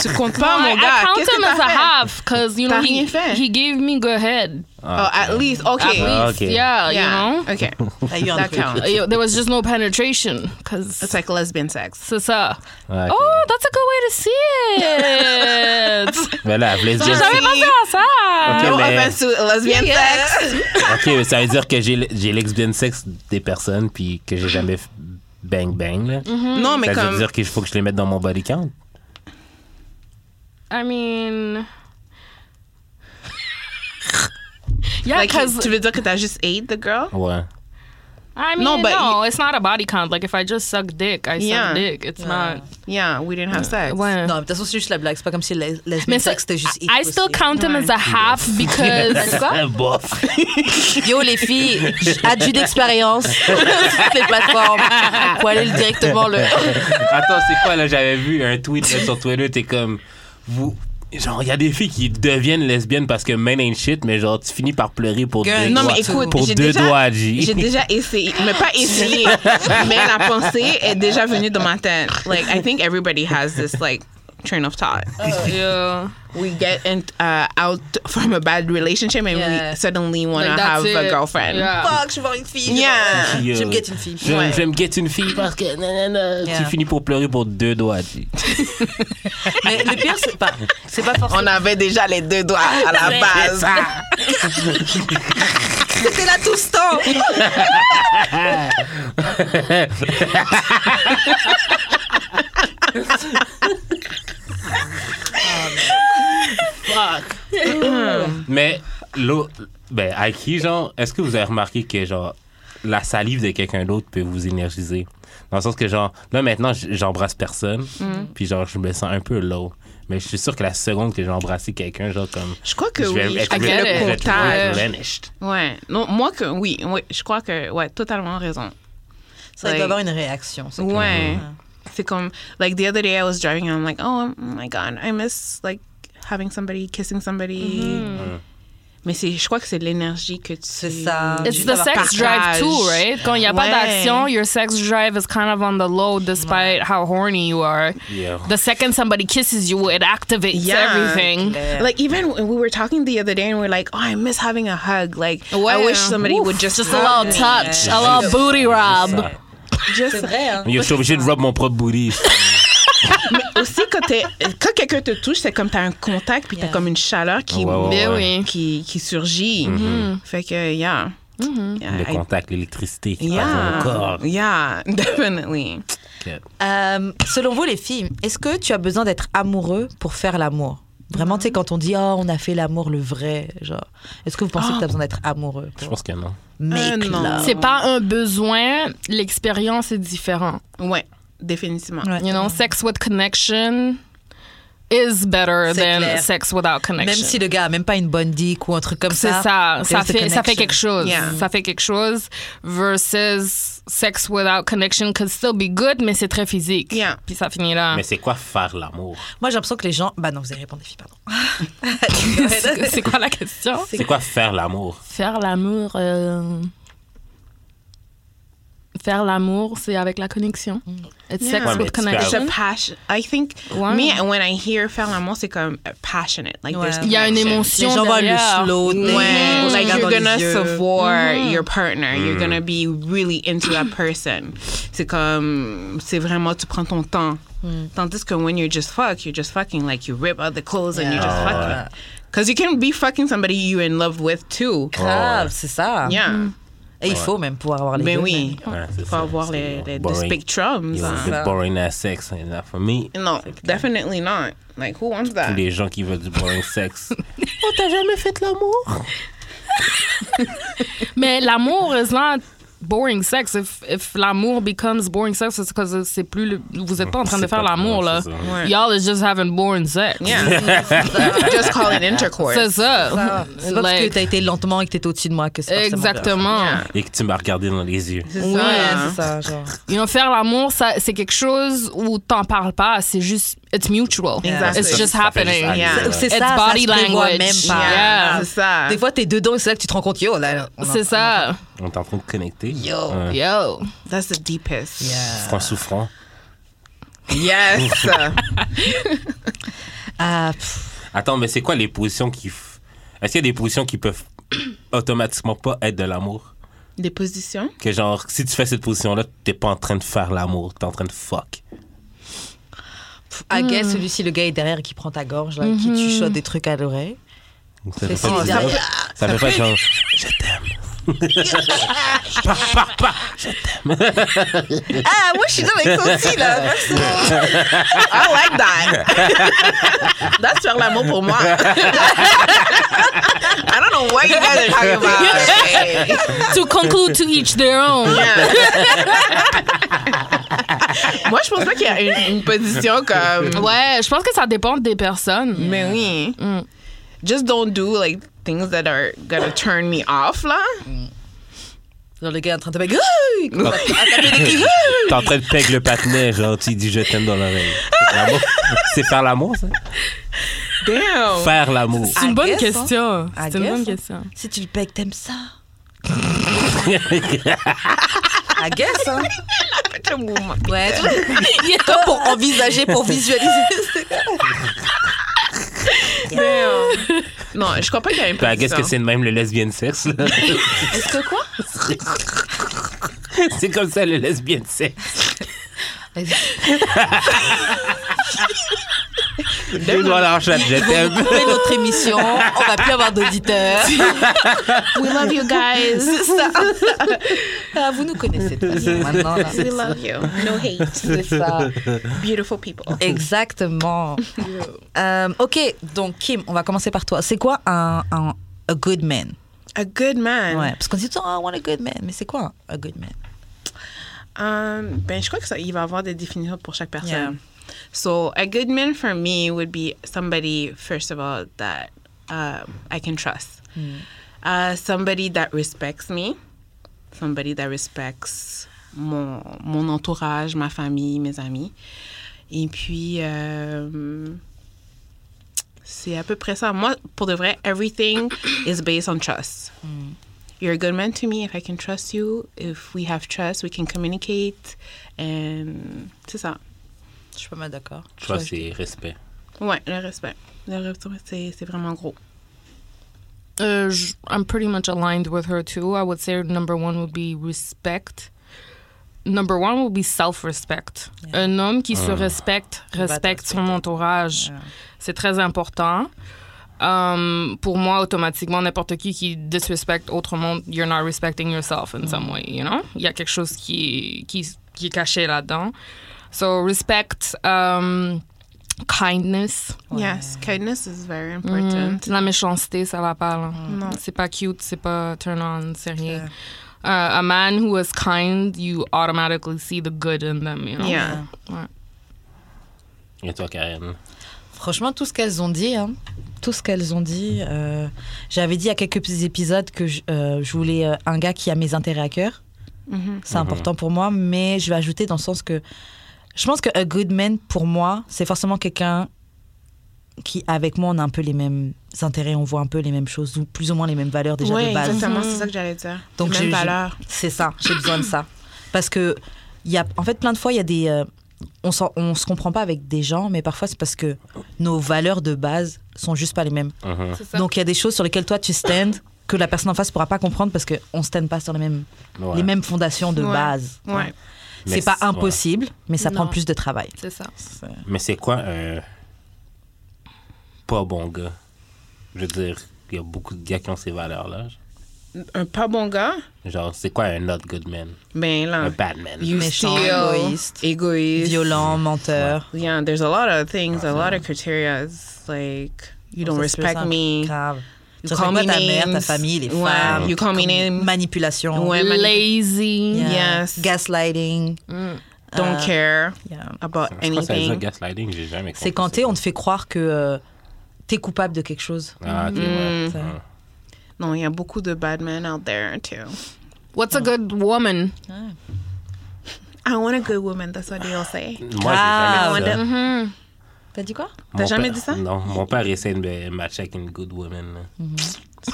Tu comptes pas,
I,
mon
I
gars.
count
Qu'est-ce que
him as a
t'as fait?
half because you know
T'as
he,
rien fait.
he gave me go ahead.
Oh, at least. Okay.
At least,
Okay.
yeah, you know.
Okay.
T'as eu
*laughs*
un
That
truc.
counts.
Yo, there was just no penetration
It's
because
like lesbian sex.
c'est ça.
Ouais, Ah, ok.
Oh, that's a good way
*laughs*
to see it.
Mais là, les
J'ai jamais pensé à ça.
Ok.
No
mais-
offense to lesbian
Yeah.
sex.
Ok, mais ça veut dire que j'ai j'ai l'ex-bien sexe des personnes puis que j'ai jamais f- bang bang. Là.
Mm-hmm.
Non, mais
ça veut
comme.
dire qu'il faut que je les mette dans mon body count.
I
*laughs*
mean, yeah,
Like,
because
tu veux dire que t'as juste aid the girl?
Ouais.
I mean,
No,
no,
but
it's not a body count. Like if I just suck dick, I
Yeah.
suck dick. It's not.
Yeah, we didn't have sex.
Ouais.
Non, mais de toute façon, c'est juste la blague. C'est pas comme si les, les
Mais ça-
sexe c'était juste
I
equal,
still
c'est-
count him as a half
Euh,
*laughs*
*laughs*
because
Quoi?
Bof.
Yo, les filles, j- adieu d'expérience. *laughs* Toutes les plateformes. Faut aller directement le.
Attends, c'est quoi là? J'avais vu un tweet là, sur Twitter, t'es comme. Vous. Genre, il y a des filles qui deviennent lesbiennes parce que men ain't shit, mais genre, tu finis par pleurer pour
Girl,
deux
Non,
doigts.
mais écoute,
pour
j'ai
deux
déjà-
doigts, G.
J'ai déjà essayé, mais pas essayé, mais la eh, pensée est déjà venue dans ma tête. Like, I think everybody has this, like, train of thought.
Uh, yeah,
We get in, uh, out from a bad relationship and
Yeah.
we suddenly want to
like that's
have a
it.
girlfriend.
Yeah.
Fuck, je vais voir une fille. je
Yeah.
vais- Je vais me
Yo.
get une fille.
Je,
Ouais.
je vais me guette une fille parce que nanana,
Yeah.
tu finis pour pleurer pour deux doigts. G.
Mais le pire, c'est pas, c'est pas forcément.
On avait déjà les deux doigts à la
Ouais.
base.
C'était là tout ce temps.
Mais l'eau, ben à qui genre, est-ce que vous avez remarqué que genre la salive de quelqu'un d'autre peut vous énergiser Dans le sens que genre là maintenant j- j'embrasse personne,
Mm.
puis genre je me sens un peu low. Mais je suis sûr que la seconde que j'ai embrassé quelqu'un, genre comme
Je crois que
je vais
oui. Je
être
crois que
I get
le
it. euh,
re- je vais être
comptage.
replenished.
Ouais. Non, moi que oui, oui, je crois que ouais, totalement raison.
Ça, il doit avoir une réaction. c'est clair.
Ouais. C'est comme like the other day I was driving and I'm like, "Oh my god, I miss like having somebody kissing somebody."
Mm.
Mais c'est je crois que c'est l'énergie que tu
Mm-hmm. C'est ça.
It's
Juste
the
avoir
sex drive
partage.
too, right? Quand il y a pas
Ouais.
d'action, your sex drive is kind of on the low despite how horny you are.
Yeah.
The second somebody kisses you, it activates
Yeah.
everything.
Yeah.
Like even when we were talking the other day and we are like, "Oh, I miss having a hug." Like I
Ouais.
wish somebody
Ouf,
would just
just a
hug
little
me.
*laughs* touch,
Yeah.
a little booty rub.
Ça.
C'est
Just
vrai, hein.
Yo, je suis obligé de rub mon propre booty.
aussi quand t'es- quand quelqu'un te touche, c'est comme t'as un contact puis t'as
Yeah.
comme une chaleur qui
Oh, Ouais, ouais,
Ben
ouais. Mm-hmm.
oui. Mm-hmm.
qui qui surgit. Fait que yeah. Yeah,
Le
*laughs*
I
contact, l'électricité qui passe dans mon
Yeah.
corps.
Yeah, *laughs* definitely.
Euh, selon vous, les filles, est-ce que tu as besoin d'être amoureux pour faire l'amour Vraiment, tu sais, quand on dit oh, on a fait l'amour le vrai, genre, est-ce que vous pensez que tu
Oh.
as besoin d'être amoureux
Je
pour
pense que non.
make
Euh, non.
love?
C'est pas un besoin, l'expérience est différente.
Ouais, définitivement.
Ouais.
You know, sex with connection. is better
C'est
than
clair.
sex without connection.
Même si le gars a même pas une bonne dick ou un truc comme
c'est
ça.
ça, ça
there's the
fait, ça
connection.
fait quelque chose.
Yeah.
Ça fait quelque chose versus sex without connection could still be good, mais c'est très physique.
Yeah.
Puis ça finit là.
Mais c'est quoi faire l'amour?
Moi, j'ai l'impression que les gens. Bah non, vous allez répondre, *laughs* les filles, pardon.
*laughs* Ah. C'est c'est quoi la question?
C'est quoi faire l'amour?
Faire l'amour. euh, Faire l'amour, c'est avec la connexion. It's
Yeah.
sex
Ouais,
mais
with
tu peux avoir-
It's a
connection.
passion. I think
Wow.
me when I hear faire l'amour, c'est comme passionate. Like there's
Ouais.
Il y a une émotion
les gens voient le
derrière.
slow thing,
when
on se
Mm-hmm. like
regarde
you're Mm-hmm.
dans
gonna
les yeux.
support your partner, you're gonna be really into that person. C'est comme c'est vraiment tu prends ton temps. Tandis que when you just fuck, you're just fucking like you rip out the clothes and you just
Yeah.
fucking.
Ouais.
Cause you can be fucking somebody you in love with too.
Grave, c'est ça.
Yeah.
Et il faut même pouvoir avoir les
Ben
deux,
oui.
Ouais, c'est
oh, Faut
ça,
avoir
c'est
les, les, the
boring.
spectrums.
It
hein.
was a bit boring ass sex, and not for me.
No, definitely not. Like who wants
Tous
that?
les gens qui veulent du boring sex.
*laughs* Mais l'amour is not boring sex. If, if l'amour becomes boring sex, it's because c'est plus le- vous êtes pas en train de
C'est
faire
pas-
l'amour
ouais,
là.
c'est
ça. Ouais.
Y'all is just having boring sex.
Yeah. *laughs* Just call it intercourse.
C'est ça.
Ah, C'est pas parce que
Like,
t'as été lentement et que t'étais au-dessus de moi que c'est forcément grave.
*laughs* exactement.
Yeah.
Et que tu m'as regardé dans les yeux.
C'est
Ouais,
Ouais,
ça.
c'est ça, hein. genre.
You know, faire l'amour, ça- c'est quelque chose où t'en parles pas. C'est juste, it's mutual.
Exactly.
It's just
Ça fait juste
happening.
aller,
Yeah.
ouais.
C'est
It's
ça, ça
body
se prévoit
language.
même pas. Ah.
Yeah.
C'est ça.
Des fois, t'es dedans et c'est là que tu te rends compte, yo, là. on en-
C'est ça.
On est en train de connecter.
Yo.
Ouais.
Yo.
That's the deepest.
Yeah.
Franc souffrant.
Yes.
Ah, pff,
Attends, mais c'est quoi les positions qui. f- Est-ce qu'il y a des positions qui peuvent *clears throat* automatiquement pas être de l'amour?
Des positions.
Que genre, si tu fais cette position-là, t'es pas en train de faire l'amour, t'es en train de fuck.
pff, I
Hmm.
guess celui-ci, le gars est derrière qui prend ta gorge, là, qui
Mm-hmm.
tu chotes des trucs à l'oreille.
Ça fait
C'est
pas,
ça.
ça fait pas genre, je t'aime. Pars, pars, pars.
Ah, moi, je suis dans avec ça aussi, là.
I like that. *laughs* That's faire l'amour pour moi. I don't know what you guys are talking about.
to conclude to each their own.
*laughs* Yeah. *laughs* Moi, je pense pas qu'il y a une, une position comme.
Ouais, je pense que ça dépend des personnes.
Mais oui. Just don't do like things that are gonna turn me off là.
Genre, le gars est en train de taper, Hey! À taper des clics, Hey!
*laughs* T'es en train de peg le patinet, genre, tu dis je t'aime dans l'oreille. C'est l'amour. *laughs* C'est faire l'amour, ça?
Damn.
Faire l'amour.
C'est une
I
bonne
guess,
question.
I
C'est une
guess,
bonne
hein.
question.
Si tu le pèques, t'aimes *laughs* ça. I guess, *laughs* hein. Ouais. tu- Comme pour envisager, pour visualiser.
Damn. Non, je crois pas qu'il y a une
Bah,
position.
qu'est-ce que c'est de même le lesbienne sexe? là?
*laughs* Est-ce que quoi
c'est comme ça le lesbienne sexe. Deux doigts dans la chatte, je t'aime.
Couper notre émission, on va plus avoir d'auditeurs. *laughs*
We love you guys.
C'est ça. Ah, vous nous connaissez de toute façon, maintenant. là.
We love you. No *laughs* hate.
C'est ça.
Beautiful people.
Exactement. Euh, ok, donc Kim, on va commencer par toi. C'est quoi un, un a good man
A good man.
Ouais, parce qu'on dit tout le temps, oh, I want a good man, mais c'est quoi a good man
Um, ben, je crois que ça, il va avoir des définitions pour chaque personne. So, a good man for me would be somebody, first of all, that uh, I can trust. Uh, somebody that respects me. Somebody that respects mon, mon entourage, ma famille, mes amis. Et puis, euh, c'est à peu près ça. Moi, pour de vrai, everything is based on trust. You're a good man to me if I can trust you. If we have trust, we can communicate. And c'est ça.
Je suis pas mal d'accord.
Je crois que c'est respect.
Ouais, le respect. Le respect, c'est c'est vraiment gros.
Uh, j- I'm pretty much aligned with her too. I would say number one would be respect. Number one would be self-respect. Un homme qui se respecte
va te
respecte son
respecter.
entourage.
Yeah.
C'est très important. Um, pour moi, automatiquement, n'importe qui qui disrespecte autre monde, you're not respecting yourself in some way, you know? Il y a quelque chose qui, qui, qui est caché là-dedans. So, respect, um, kindness.
Yes, kindness is very important.
Mm. La méchanceté, ça va pas. là.
Non.
C'est pas cute, c'est pas turn on, c'est rien. Uh, a man who is kind, you automatically see the good in them, you know?
Yeah.
Ouais.
Et toi, Karen?
Franchement, tout ce qu'elles ont dit, hein, tout ce qu'elles ont dit. euh, J'avais dit à quelques petits épisodes que je, euh, je voulais euh, un gars qui a mes intérêts à cœur.
Mhm.
C'est important pour moi, mais je vais ajouter dans le sens que je pense que a good man pour moi, c'est forcément quelqu'un qui, avec moi, on a un peu les mêmes intérêts, on voit un peu les mêmes choses ou plus ou moins les mêmes valeurs déjà
Oui,
de base.
exactement,
Mhm.
c'est ça que j'allais dire.
Donc,
Donc,
j'ai-
même valeur.
C'est ça, j'ai besoin de ça. Parce que, il y a, en fait, plein de fois, il y a des. euh, on, s'en- on se comprend pas avec des gens, mais parfois, c'est parce que nos valeurs de base sont juste pas les mêmes.
Mhm.
C'est ça.
Donc, il y a des choses sur lesquelles toi, tu stands, que la personne en face pourra pas comprendre parce qu'on stand pas sur les mêmes,
Ouais.
les mêmes fondations de
Ouais.
base.
Ouais.
Mais
C'est pas
c- ouais.
impossible, mais ça
Non.
prend plus de travail.
c'est ça.
Mais c'est quoi un pas bon gars? Je veux dire, il y a beaucoup de gars qui ont ces valeurs-là.
Un pas bon gars,
Genre, c'est quoi un not good man?
ben
Un
Ah.
là,
bad man?
you
Méchant,
steal,
égoïste.
égoïste.
Violent, menteur.
Yeah, there's a lot of things, a lot of criteria. Like, you don't
Ça, c'est
respect
simple.
me.
Grave.
You
Tu respectes pas ta mère, ta
names.
famille, les
Ouais,
femmes.
You call me
Comme-
names.
Manipulation.
Ouais, mani- Mm.
Lazy.
Yeah.
Yes.
Gaslighting.
Don't
Euh,
care
yeah.
about
Je crois que ça veut dire
anything.
gaslighting, j'ai jamais compris.
C'est quand
c'est
t'es, on
quoi.
te fait croire que euh, t'es coupable de quelque chose.
Ah, ok, ouais.
Mm.
Ah.
Non, il y a beaucoup de bad men out there, too.
What's a good woman?
I want a good woman, that's what they all say.
Moi,
Ah,
j'ai jamais dit ça.
Mhm.
T'as dit quoi
T'as
Mon
jamais
père-
dit ça?
Non, mon père essaie de me matcher avec une good woman. là.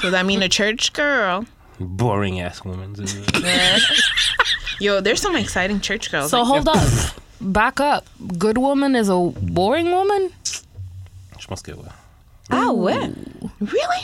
So that mean a church girl.
Boring ass woman. tu sais.
Yo, there's some exciting church girls.
So hold up. Back up. Good woman is a boring woman?
Je pense que ouais.
Ah ouais
Mmh.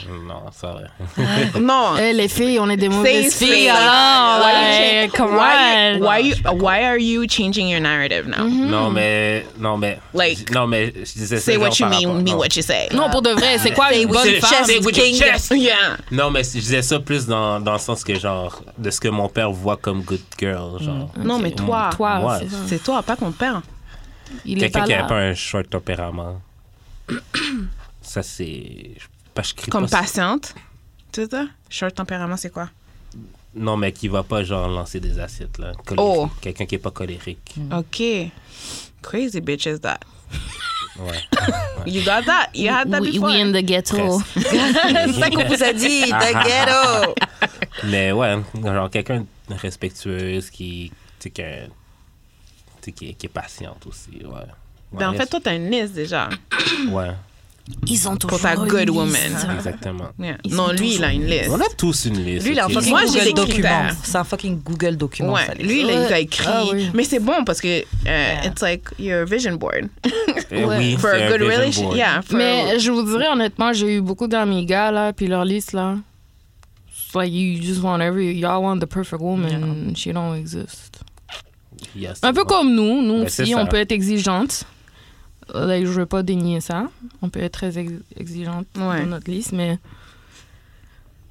*laughs*
really?
Non, ça ouais.
Mm-hmm. No.
Eh, les filles, on est des mauvaises
Say
filles.
straight.
alors,
Why,
like, come
why,
on.
why, you, why are you changing your narrative now?
Mm-hmm.
Non mais non mais
Like,
non mais je disais ça
Say
genre
what you
par
mean,
rapport-
mean
non.
what you say.
Non, pour de vrai, c'est quoi une bonne
Say-
femme?
say with your chest.
*laughs* Yeah.
Non mais je disais ça plus dans, dans le sens que genre de ce que mon père voit comme good girl genre.
Non, mais toi.
Toi,
Moi,
c'est ça.
C'est toi, pas ton père.
Il est
Quelqu'un
pas
qui a
là.
pas un short tempérament. *clears throat* ça c'est je- pas je crie
Comme
pas-
patiente. Tu sais ça? Short tempérament, c'est quoi?
Non mais qui va pas genre lancer des assiettes là. Colérique.
Oh. Mm.
Quelqu'un qui est pas colérique.
OK. Crazy bitch is that.
Ouais.
You got that? You had that
We,
before?
we in the ghetto.
Presque.
C'est Oh. *laughs* ça qu'on vous a dit,
*laughs*
the ghetto
Mais ouais, genre quelqu'un de respectueuse qui, tu sais, que- tu sais, qui, est- qui est patiente aussi, ouais. Ouais,
Ben, en fait, toi, t'as une liste déjà.
Ouais,
Ils ont
Pour ta good woman.
exactement.
Yeah.
Ils
Non,
sont
lui, il a une liste.
On a tous une liste.
Lui, il a un
ok?
fucking
Moi, j'ai
Google
les
document.
critères.
C'est un fucking Google document.
Ouais,
ça, les-
lui, il a- il a
Ouais.
écrit.
Ah oui.
Mais c'est bon parce que euh, it's like your vision board.
Eh oui,
for
c'est
a
un
good
vision
relationship.
board.
Yeah, for
Mais je vous dirais honnêtement, j'ai eu beaucoup d'amis gars là, puis leur liste là. It's like you just want every, y'all want the perfect woman, and she don't exist.
Yeah, c'est
Un peu
vrai.
comme nous, nous
Ben, c'est
aussi,
ça.
on peut être exigeante. Like, je veux pas dénier ça. On peut être très ex- exigeante
Ouais.
dans notre liste, mais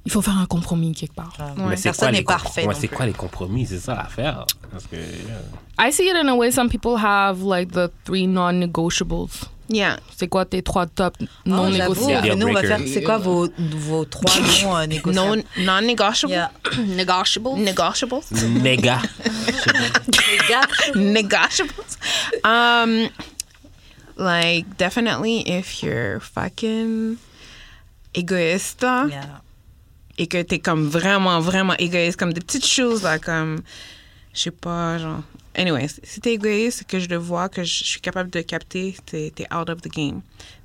il faut faire un compromis quelque part.
Mais
Ouais.
c'est
Personne
quoi les
n'est
comprom-
parfait
ouais,
non
c'est
plus.
quoi les compromis, c'est ça l'affaire. Parce que euh,
I see it in a way some people have like the three non-negotiables.
Yeah.
C'est quoi tes trois tops
Oh,
non
j'avoue,
négociables?
mais Nous, on va
Deal
faire.
breaker.
C'est quoi vos,
*laughs*
vos trois noms euh, négociables
No, non-negotiable. *coughs*
Yeah.
Negotiables?
Negotiables.
méga.
*laughs* Negotiables. Um, like, definitely if you're fucking égoïste
Yeah.
et que t'es comme vraiment, vraiment égoïste, comme des petites choses, là, comme, je sais pas, genre. Anyways, si t'es égoïste, que je le vois, que je je suis capable de capter, t'es t'es out of the game.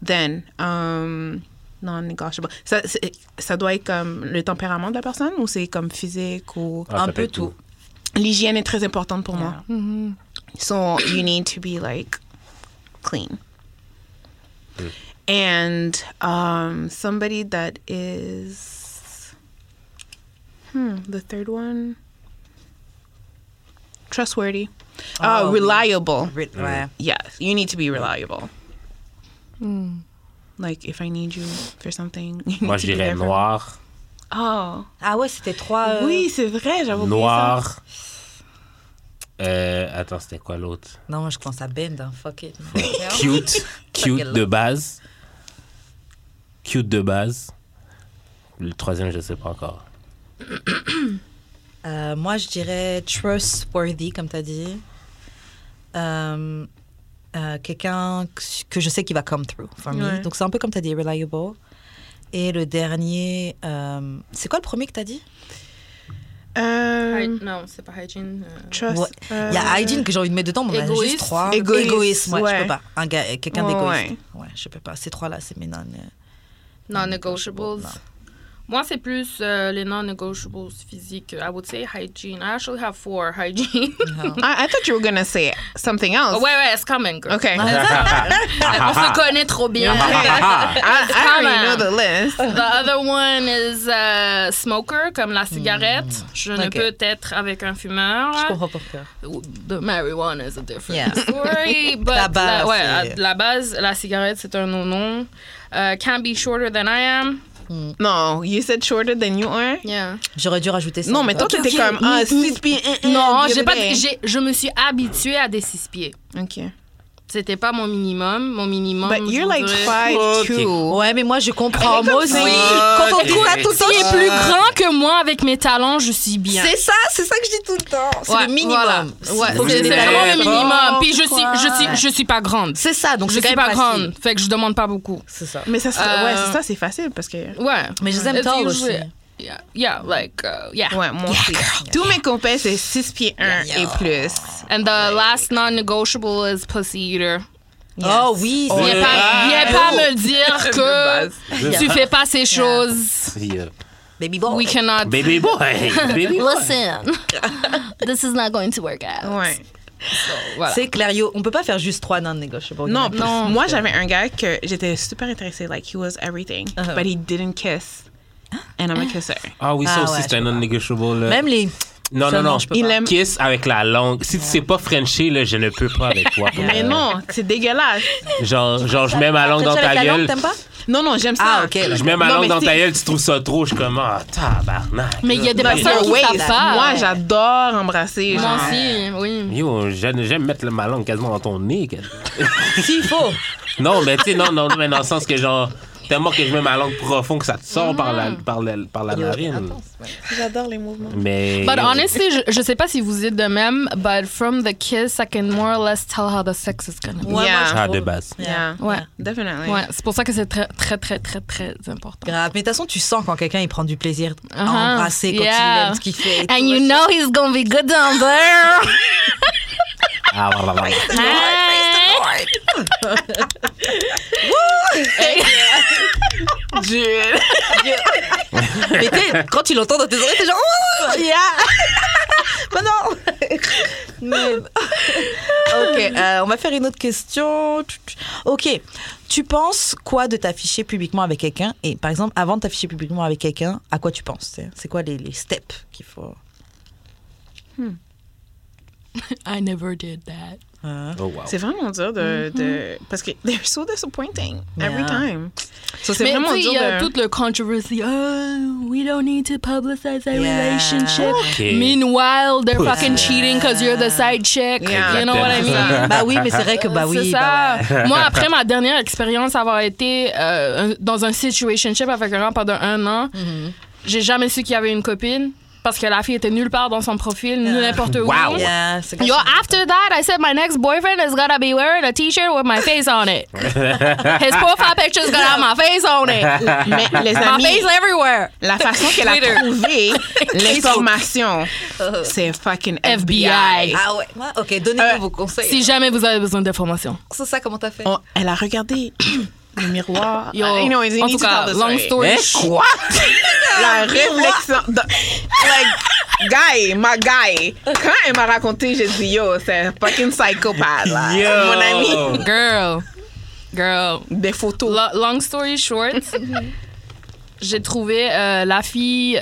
Then, um, non-negotiable. Ça, c'est- ça doit être comme le tempérament de la personne ou c'est comme physique ou.
Ah, ça
un
peut
peu
être
tout.
L'hygiène est très importante pour moi.
Yeah.
Mm-hmm.
So you need to be like clean.
Hmm.
And um, somebody that is, hmm, the third one, trustworthy,
Oh,
uh, reliable.
Rit- Ouais.
Yes, you need to be reliable.
Hmm.
Like if I need you for something, *laughs* you need
Moi,
to
je
be
dirais
there for-
noir,
Oh,
Ah ouais, c'était trois. euh,
oui, c'est vrai, j'avais oublié ça.
noir. Euh, attends, c'était quoi l'autre?
Non, moi, je pense à Bend. hein, Fuck it. *laughs*
cute, cute de base. Cute de base. Le troisième, je sais pas encore.
Euh, moi, je dirais trustworthy, comme tu as dit. Euh, euh, quelqu'un que je sais qui va come through for me.
Ouais.
Donc c'est un peu comme tu as dit, reliable. Et le dernier, euh, c'est quoi le premier que tu as dit
Euh,
Hy- non, c'est pas hygiene. euh,
trust.
Ouais.
euh,
Il y a hygiene que j'ai envie de mettre dedans, mais on a juste
Égoïste.
trois.
Égoïste,
ouais, je
ouais.
peux pas. Un gars, euh, quelqu'un
Ouais,
d'égoïste. Ouais, je peux pas. Ces trois-là, c'est mes non. euh,
Non-negotiables. Moi, c'est plus euh, les non-negotiables physiques. I would say hygiene. I actually have four hygiene.
non.
I, I thought you were gonna say something else.
*laughs* ouais, ouais, it's coming, girl.
Okay.
*laughs*
On se connaît trop bien.
Ah,
*laughs*
I,
It's
I already know
coming.
the list.
The other one is euh, smoker, comme la cigarette. Je ne
Hmm. Ok.
peux être avec un fumeur.
Ah.
Je comprends pourquoi.
The marijuana is a different
Yeah. *laughs*
story. But
La base,
la- ouais,
c'est-
la base, la cigarette, c'est un non-non. Euh, can be shorter than I am.
No, you said shorter than you are.
Yeah.
J'aurais dû rajouter ça.
Non, mais toi,
tu
t'étais comme ah, 6 pieds. un, un,
Non,
the
j'ai
other
pas.
day.
j'ai- Je me suis habituée à des six pieds.
Okay.
C'était pas mon minimum. Mon minimum.
But
Oh, je
you're like
voudrais-
five
Ok.
two.
Ouais, mais moi, je comprends. Moi aussi.
ça.
Quand on
Ok.
trouve à tout
S'il est
Euh.
plus grand que moi avec mes talents, je suis bien.
C'est ça, c'est ça que je dis tout le temps. C'est
Ouais,
le minimum.
voilà. Ouais,
Faut que
c'est
j'ai des
c'est vraiment le
lèvres.
minimum. Puis je suis, je
Pourquoi
suis, je suis pas grande.
C'est ça, donc
je
c'est quand
suis
même
pas
facile.
grande. Fait que je demande pas beaucoup.
C'est ça.
Mais ça, c'est ouais,
Euh,
c'est ça, c'est facile parce que.
Ouais.
Mais je les aime
It's
tall aussi.
usually- Yeah, yeah, like, uh, yeah.
Ouais, moi aussi. Tous mes copains, c'est 6 pieds 1
Yeah,
et
yo.
plus.
And the last non-negotiable is pussy eater.
Oh oui,
Oh,
c'est
Viens
yeah.
pas, viens pas me dire
base.
que tu fais pas ces choses.
Yeah.
Baby boy.
We cannot.
euh, Baby boy.
*laughs*
Baby boy.
Listen, this is not going to work out.
Ouais.
Voilà.
C'est clair, yo. On peut pas faire juste trois non négociables.
Non,
Non.
moi j'avais un gars que j'étais super intéressée, like he was everything,
Uh-huh.
but he didn't kiss. And I'm a
*gasps*
kisser.
Ah oui,
Ah
ça
ouais,
aussi, c'est
je
un
peux pas.
non-negotiable. là.
Même les.
Non,
Ça,
non,
non,
non.
je peux
Il pas. aime-
Kiss avec la langue. Si tu sais pas Frencher, là, je ne peux pas avec toi. pour
Mais
vrai.
non, c'est dégueulasse.
Genre, genre je mets ma langue dans
French
ta
avec la langue,
gueule.
t'aimes pas
Non, non, j'aime ça.
Ah, ok, là,
Je mets ma
Non,
langue
mais
dans
c'est-
ta gueule, tu trouves ça trop. Je suis comme, ah, tabarnak.
Mais il y a des
Non, your
personnes qui
waist.
savent pas.
Moi, j'adore embrasser.
Moi
genre.
aussi, oui.
Yo, j'aime j'aime mettre ma langue quasiment dans ton nez. quasi.
S'il faut.
Non, mais tu sais, non, non, mais dans le sens que genre, tellement que je mets ma langue profonde que ça te sort par,
Ah.
la, par, la, par la narine.
J'adore les mouvements.
Mais.
But honestly, je, je sais pas si vous êtes de même, but from the kiss, I can more or less tell how the sex is gonna be.
Ouais,
Yeah.
moi, je
Ah,
trouve.
de base.
Yeah.
Ouais.
Definitely.
Ouais, c'est pour ça que c'est très, très, très, très, très important.
Grave. Mais de toute façon, tu sens quand quelqu'un il prend du plaisir à
Uh-huh.
embrasser, quand il
Yeah.
aime ce qu'il fait. et
And
tout,
you
machin.
know he's gonna be good down there.
Ah, bah, bah, bah.
Dieu.
Mais t'es- quand tu l'entends dans tes oreilles, t'es genre. Oh, yeah. *laughs* Mais non. Mais- ok, euh, on va faire une autre question. Ok, tu penses quoi de t'afficher publiquement avec quelqu'un Et par exemple, avant de t'afficher publiquement avec quelqu'un, à quoi tu penses t'sais C'est quoi les, les steps qu'il faut
I never did that.
hein?
Oh, wow.
*laughs* C'est vraiment dur de, de. Parce que they're so disappointing every
Yeah.
time. So, c'est
Mais
vraiment
tu sais,
dur hein.
il y a
de.
toute le controversy. Oh, we don't need to publicize our
Yeah.
relationship.
Ok.
Meanwhile, they're
Pussy.
fucking cheating because you're the side chick.
Yeah.
You know what I mean?
Bah oui, mais c'est vrai que bah oui.
c'est
bah
ça. *laughs* Moi,
*laughs*
après ma dernière expérience, avoir été euh, un- dans un situationship avec un gars pendant un an,
Mhm.
j'ai jamais su qu'il y avait une copine parce que la fille était nulle part dans son profil, n'importe où.
Wow.
ouais. Ah. Yeah, c'est
Yo, after that, I said my next boyfriend is gonna be wearing a t-shirt with my face
*laughs*
on it. His profile picture's gonna have my face on it.
Mais
*laughs*
les
My
amis,
face hein. everywhere.
la façon qu'elle a
Twitter. *laughs*
trouvé l'information, c'est fucking FBI.
FBI.
Ah ouais. ouais, Ok, donnez-nous
Euh,
vos conseils.
Si Oh. jamais vous avez besoin d'informations.
C'est ça, comment t'as fait
On- elle a regardé *clears throat* le miroir.
Yo,
Uh,
I know, it's
en tout cas, long story
Hein?
short.
Quoi?
La réflexion. de- like, guy, my guy. Quand elle m'a raconté, j'ai dit, yo, c'est un fucking psychopathe, là.
Yo.
Ah, Mon ami.
Eh?
Girl. Girl.
Des photos.
Lo- long story short, j'ai trouvé euh, la fille,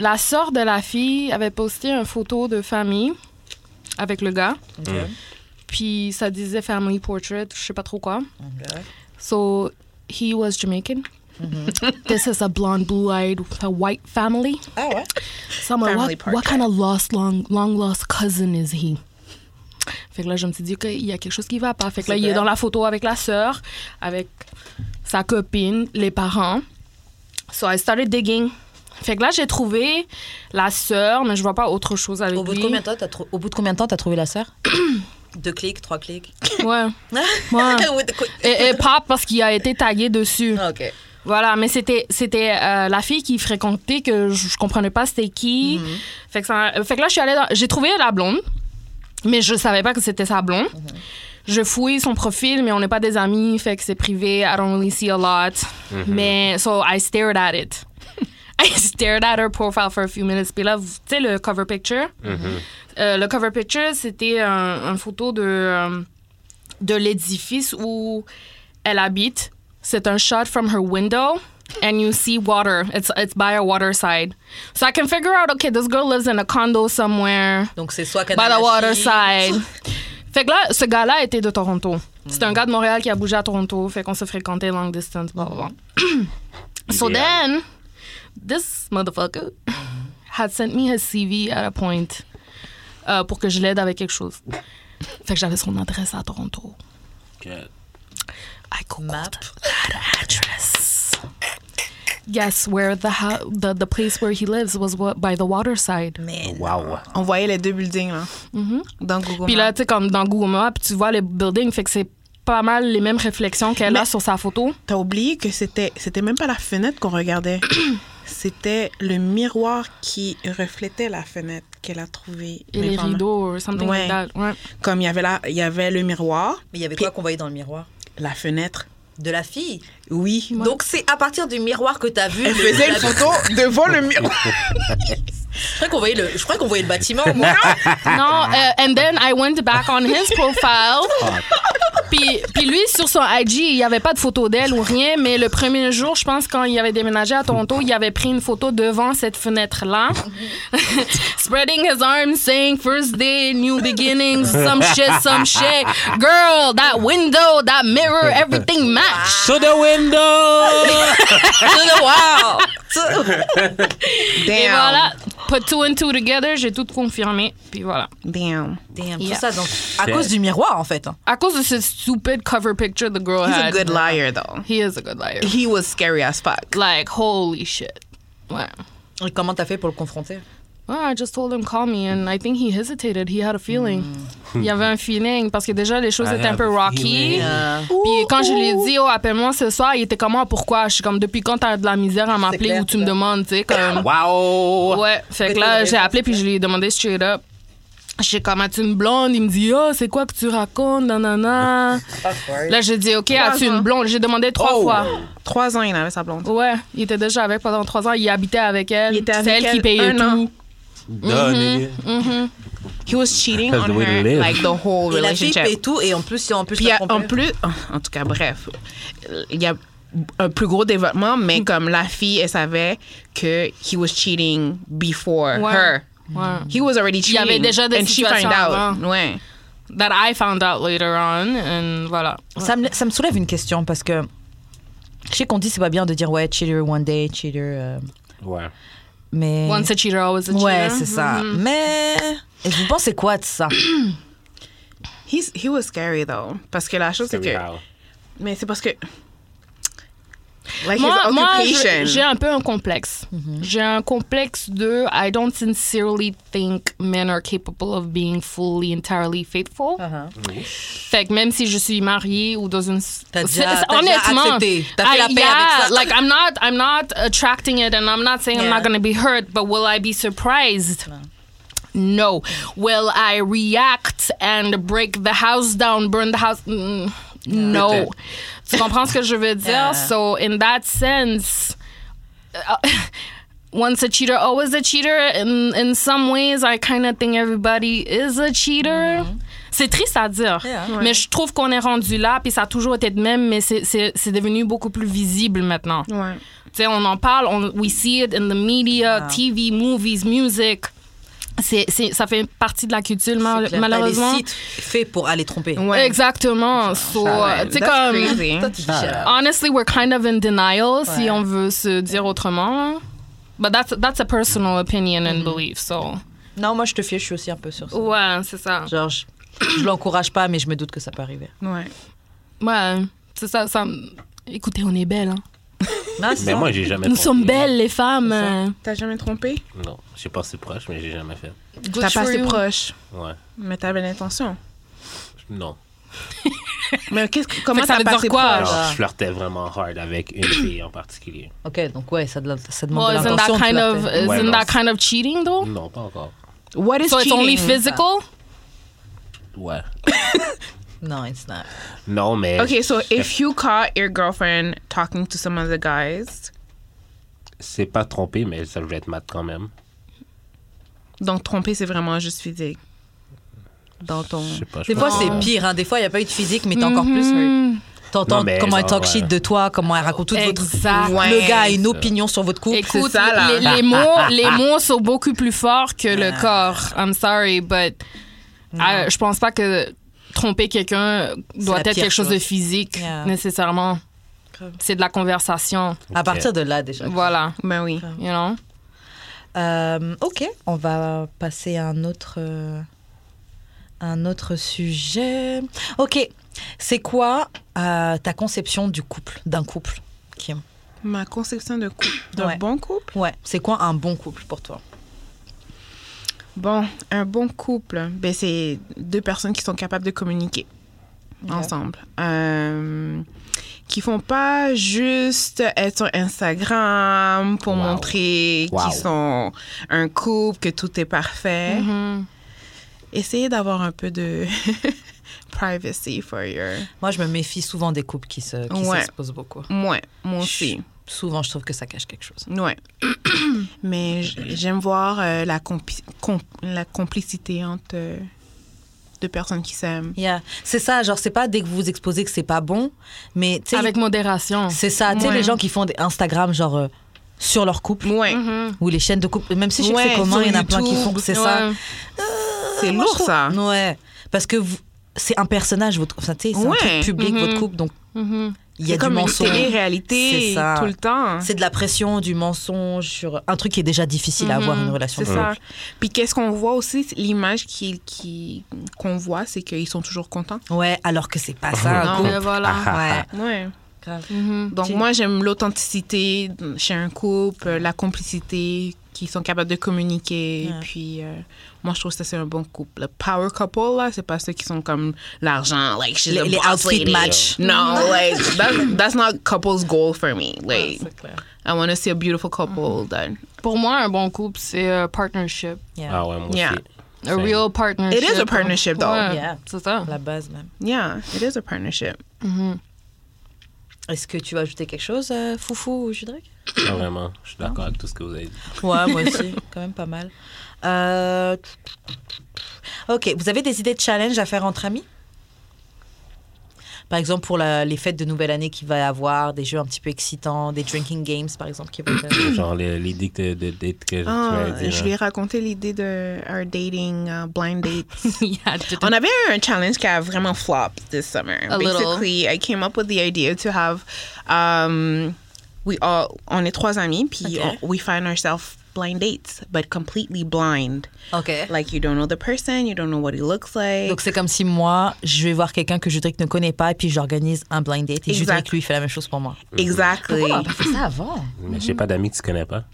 la sœur de la fille avait posté une photo de famille avec le gars. Puis ça disait family portrait, je sais pas trop quoi. So he was Jamaican. This is a blonde, blue-eyed, a white family.
Ah ouais.
So I'm like,
Family
what, what kind of lost, long, long lost cousin is he? Fait que là, je me suis dit qu'il y a quelque chose qui va pas. Fait que là, il est dans la photo avec la sœur, avec sa copine, les parents. So I started digging. Fait que là, j'ai trouvé la sœur, mais je vois pas autre chose avec
Au bout de
lui.
combien de temps t'as trou- au bout de combien de temps t'as trouvé la sœur *coughs* Deux clics, trois clics.
Ouais.
*laughs*
ouais.
With the quick- *laughs*
Et, et pas parce qu'il a été tagué dessus.
Ah, Ok.
Voilà, mais c'était c'était euh, la fille qui fréquentait que je, je comprenais pas c'était qui.
Mm-hmm.
Fait que ça- fait que là je suis allée dans- j'ai trouvé la blonde mais je savais pas que c'était sa blonde. Je fouille son profil mais on n'est pas des amis fait que c'est privé. I don't really see a lot. Mais so I stared at it. *laughs* I stared at her profile for a few minutes. Puis là, vous- tu sais, le cover picture. Euh, le cover picture, c'était un- une photo de, euh, de l'édifice où elle habite. C'est un shot from her window, and you see water. It's, it's by a water side. So I can figure out, okay, this girl lives in a condo somewhere
Donc c'est soit
by the
Kanagashi-
water side. Fait que là, ce gars-là était de Toronto. C'était un gars de Montréal qui a bougé à Toronto. Fait qu'on se fréquentait long distance, blah, blah, blah. so
Idéal.
then, this motherfucker had sent me his CV at a point euh, pour que je l'aide avec quelque chose. Fait que j'avais son adresse à Toronto.
Ok.
I googled
Map.
that address. Guess where the, hou- the the place where he lives was wa- by the water side.
Man.
Wow.
On voyait les deux buildings, là, dans Google
Puis là,
Maps.
tu sais, comme dans Google Maps, tu vois les buildings, fait que c'est pas mal les mêmes réflexions qu'elle a
Mais-
sur sa photo.
T'as oublié que c'était, c'était même pas la fenêtre qu'on regardait. *clears throat* c'était le miroir qui reflétait la fenêtre qu'elle a trouvée.
Et les
L'informa-
rideaux, or something
Ouais.
like
*laughs*
that. Ouais.
Comme il y avait là, il y avait le miroir,
Mais il y avait quoi qu'on voyait dans le miroir
la fenêtre.
De la fille.
Oui.
Donc c'est à partir du miroir que t'as vu.
Elle
le-
faisait
la-
une photo
*laughs*
devant le miroir.
Je croyais qu'on voyait le, je croyais qu'on voyait le bâtiment. moi.
Ah.
non, euh, and then I went back on his
*laughs*
profile.
Ah.
Puis, puis lui, sur son IG, il n'y avait pas de photo d'elle ou rien, mais le premier jour, je pense, quand il avait déménagé à Toronto, il avait pris une photo devant cette fenêtre-là. *laughs* Spreading his arms, saying first day, new beginnings, some shit, some shit. Girl, that window, that mirror, everything matched.
To
*laughs*
the window!
wow.
Et
Damn.
voilà, put two and two together, j'ai tout confirmé. Puis voilà.
Damn.
Damn,
Yeah.
tout ça donc à cause du miroir en fait. hein.
À cause de ce stupid cover picture the girl
He's a
had.
good liar, though.
He is a good liar.
He was scary as fuck.
Like, holy shit. Ouais.
Et comment t'as fait pour le confronter
Well, I just told him call me and I think he hesitated. He had a feeling. Il y avait un feeling parce que déjà les choses
Mm. I
étaient un
have
peu
a
rocky.
feeling.
Puis quand je lui ai dit oh appelle-moi ce soir, il était comme Ah, pourquoi Je suis comme depuis quand t'as de la misère à m'appeler
clair,
ou tu
c'est
me
clair.
demandes, tu sais comme
Wow!
Ouais, fait que
Peut-être
là,
raison,
j'ai appelé puis je lui ai demandé straight up. Je sais comment tu une blonde, il me dit "Oh, c'est quoi que tu racontes Nanana." là, j'ai dit "OK, as-tu une blonde J'ai demandé trois
Oh.
fois.
Trois ans, il avait sa blonde.
Ouais, il était déjà avec pendant trois ans, il habitait avec elle,
Il était
c'est
avec
elle qui
elle
payait
un an.
tout.
Done, nigga.
He was cheating
That's
on
the way to
her,
live.
like the whole
Et la fille
relationship.
paye tout et en plus si en plus
Puis il y
t'as
a- en
trompé-
plus, en tout cas, bref, il y a un plus gros développement, mais
Mm.
comme la fille, elle savait que he was cheating before
Ouais.
her.
Ouais.
He was already
y
cheating.
avait déjà des
and she find
situations
out.
avant.
Ouais.
That I found out later on and voilà.
ça me, ça me soulève une question parce que je sais qu'on dit c'est pas bien de dire ouais cheater one day cheater euh,
Ouais.
mais
Once a cheater always a cheater.
Mm.
mm-hmm.
ouais c'est ça mais et vous pensez quoi de ça
He's, he was scary though. Parce que la chose, c'est que.
Wow.
Mais c'est parce que. Like
Moi,
his
moi,
occupation. Mm-hmm.
j'ai j'ai un peu un complexe. J'ai un complexe de I don't sincerely think men are capable of being fully, entirely faithful.
Uh-huh.
Fait que même si je suis mariée ou dans une
T'as
c'est-
déjà-
c'est-
t'as déjà accepté. T'as fait la
I-
paix avec
yeah,
ça.
Like I'm not, I'm not attracting it, and I'm not saying I'm
Yeah.
not gonna be hurt, but will I be surprised? No. Will I react and break the house down, burn the house? Mm, no. Tu comprends ce que je veux dire?
Yeah.
So in that sense. uh, *laughs* Once a cheater, always a cheater. In, in some ways, I kind of think everybody is a cheater. C'est triste à dire,
Mm-hmm. Yeah.
mais je trouve qu'on est rendu là, puis ça a toujours été de même, mais c'est- c'est c'est devenu beaucoup plus visible maintenant.
Ouais.
Tu sais, on en parle, on, we see it in the media, TV, movies, music. C'est, c'est- ça fait partie de la culture,
C'est
mal-
clair, t'as
Ah, malheureusement.
les sites faits pour aller tromper
Ouais.
Exactement. So,
Ah Ouais.
tu sais,
That's
comme,
crazy.
Toi, tu dis, euh,
honestly, we're kind of in denial, si
Ouais.
on veut se dire autrement. But that's, that's a personal opinion and belief, so.
non moi je te fie je suis aussi un peu sur ça
Ouais, c'est ça.
genre je, je l'encourage pas mais je me doute que ça peut arriver
Ouais.
Ouais, c'est ça, ça. Écoutez, on est belles. hein.
Non, c'est
Mais
ça.
moi, j'ai jamais
Nous
trompé.
sommes belles, les femmes.
C'est ça.
euh.
T'as jamais trompé?
Non, je sais pas si proche, mais j'ai jamais fait.
Good
T'as
for
passé
you.
proche.
Ouais.
Mais t'avais l'intention.
Non.
Mais qu'est-ce que- comment
que ça
t'as
veut
passé
dire quoi,
proche?
Ah,
Alors,
bah.
je flirtais vraiment hard avec une fille en particulier.
Ok, donc ouais, ça, de la- ça demande
Well,
de
isn't that
l'intention de
kind of
flirter.
isn't
Ouais, non,
that
c'est-
kind of cheating though?
Non, pas encore.
What is
So it's only
cheating?
physical?
Ouais.
Non, it's not.
Non, mais.
Okay, so if you caught your girlfriend talking to some other guys,
C'est pas trompé, mais ça devait être mat quand même.
donc tromper, c'est vraiment juste physique. Dans ton...
Je sais pas. je
Des fois,
pense
c'est
Ah.
pas.
pire. Hein. Des fois, il n'y a pas eu de physique, mais t'es encore plus hurt.
Mhm.
T'entends
Non, mais
comment elle
genre,
talk shit
ouais.
de toi, comment elle raconte toute votre...
Exact.
Le
Ouais.
gars a une opinion sur votre couple.
Écoute,
c'est ça, là.
les,
hein.
les mots, les mots sont beaucoup plus forts que le corps. I'm sorry, but
Mm.
I- je pense pas que tromper quelqu'un doit
la
être
pire
quelque chose
chose.
de physique
Yeah.
nécessairement. C'est de la conversation.
À partir de là, déjà.
Voilà,
Ben oui.
you know.
Euh, ok, on va passer à un autre, euh, un autre sujet. Ok, c'est quoi euh, ta conception du couple, d'un couple, Kim
Ma conception de couple, d'un
Ouais.
bon couple?
Ouais, c'est quoi un bon couple pour toi
Bon, un bon couple, ben c'est deux personnes qui sont capables de communiquer ensemble. Euh, qui font pas juste être sur Instagram pour
Wow.
montrer
Wow.
qu'ils sont un couple, que tout est parfait.
Mm-hmm.
Mhm.
Essayez d'avoir un peu de *laughs* privacy for your...
Moi, je me méfie souvent des couples qui se- qui
Ouais.
s'exposent beaucoup.
Moi, moi aussi.
Souvent, je trouve que ça cache quelque chose.
Ouais. *clears throat* Mais j- j'aime voir euh, la, compi- com- la complicité entre euh, deux personnes qui s'aiment.
Yeah. C'est ça, genre, c'est pas dès que vous vous exposez que c'est pas bon, mais tu sais,
Avec modération.
c'est ça. Tu sais,
Ouais.
les gens qui font des Instagram, genre, euh, sur leur couple,
Ouais.
Mhm.
ou les chaînes de couple, même si je sais
Ouais,
que c'est commun,
sur
il y en a plein qui
YouTube,
font, c'est ça.
Ouais.
C'est
Moi, je
lourd,
trouve-
ça.
Ouais. Parce que vous- c'est un personnage, votre, enfin, tu sais, c'est
Ouais. Mm-hmm.
un truc public,
Mhm.
votre couple, donc
Mhm.
il y a
C'est comme
du
une hein.
mensonge. C'est
télé-réalité
ça.
tout le temps.
C'est de la pression, du mensonge sur un truc qui est déjà difficile à
Mhm.
avoir une relation.
Mm-hmm. C'est ça. Puis qu'est-ce qu'on voit aussi, c'est l'image qui, qui, qu'on voit, c'est qu'ils sont toujours contents.
Ouais, alors que c'est pas ça. un
Non. Ah,
couple.
Et voilà.
Ouais.
Ouais.
Mhm.
Donc
Tu-
moi, j'aime l'authenticité chez un couple, la complicité, qu'ils sont capables de communiquer.
Ouais.
Puis euh, moi, je trouve que ça, c'est un bon couple. Le power couple, là, c'est pas ceux qui sont comme l'argent, like she's
Les,
a
les
boss
outfits
lady.
match. Mm-hmm.
No, like that, that's not couple's goal for me. Like I want to see a beautiful
Mm-hmm.
couple that
Pour moi, un bon couple, c'est un partnership.
Yeah.
Ah ouais, moi
Yeah.
aussi.
A
Same.
real partnership.
It is a partnership, though.
Ouais,
Yeah.
C'est ça.
La base même.
yeah, it is a partnership.
Mhm.
Est-ce que tu vas ajouter quelque chose, euh, Foufou ou Judric
Ah, vraiment, je suis d'accord avec tout ce que vous avez dit.
Ouais, moi aussi, *laughs* quand même pas mal. Euh, Ok, vous avez des idées de challenge à faire entre amis Par exemple, pour la- les fêtes de nouvelle année qu'il va y avoir, des jeux un petit peu excitants, des drinking games, par exemple, qui *coughs* vont être-
Genre les- l'idée que- de date que tu hein.
Ah,
m'avais dit.
je
là.
lui ai raconté l'idée de our dating uh, blind date.
*laughs* Yeah, tout
On avait un challenge qui a vraiment flopped this summer.
A little.
Basically, I came up with the idea to have um, we all on est trois amis puis
Okay.
on- we find ourselves blind dates, but completely blind.
Ok.
Like you don't know the person, you don't know what he looks like.
Donc c'est comme si moi, je vais voir quelqu'un que Judric ne connaît pas et puis j'organise un blind date et
Exact.
Judric, lui, fait la même chose pour moi.
exactly.
Ah, bah, fais ça avant.
Mais j'ai pas d'amis que tu connais pas.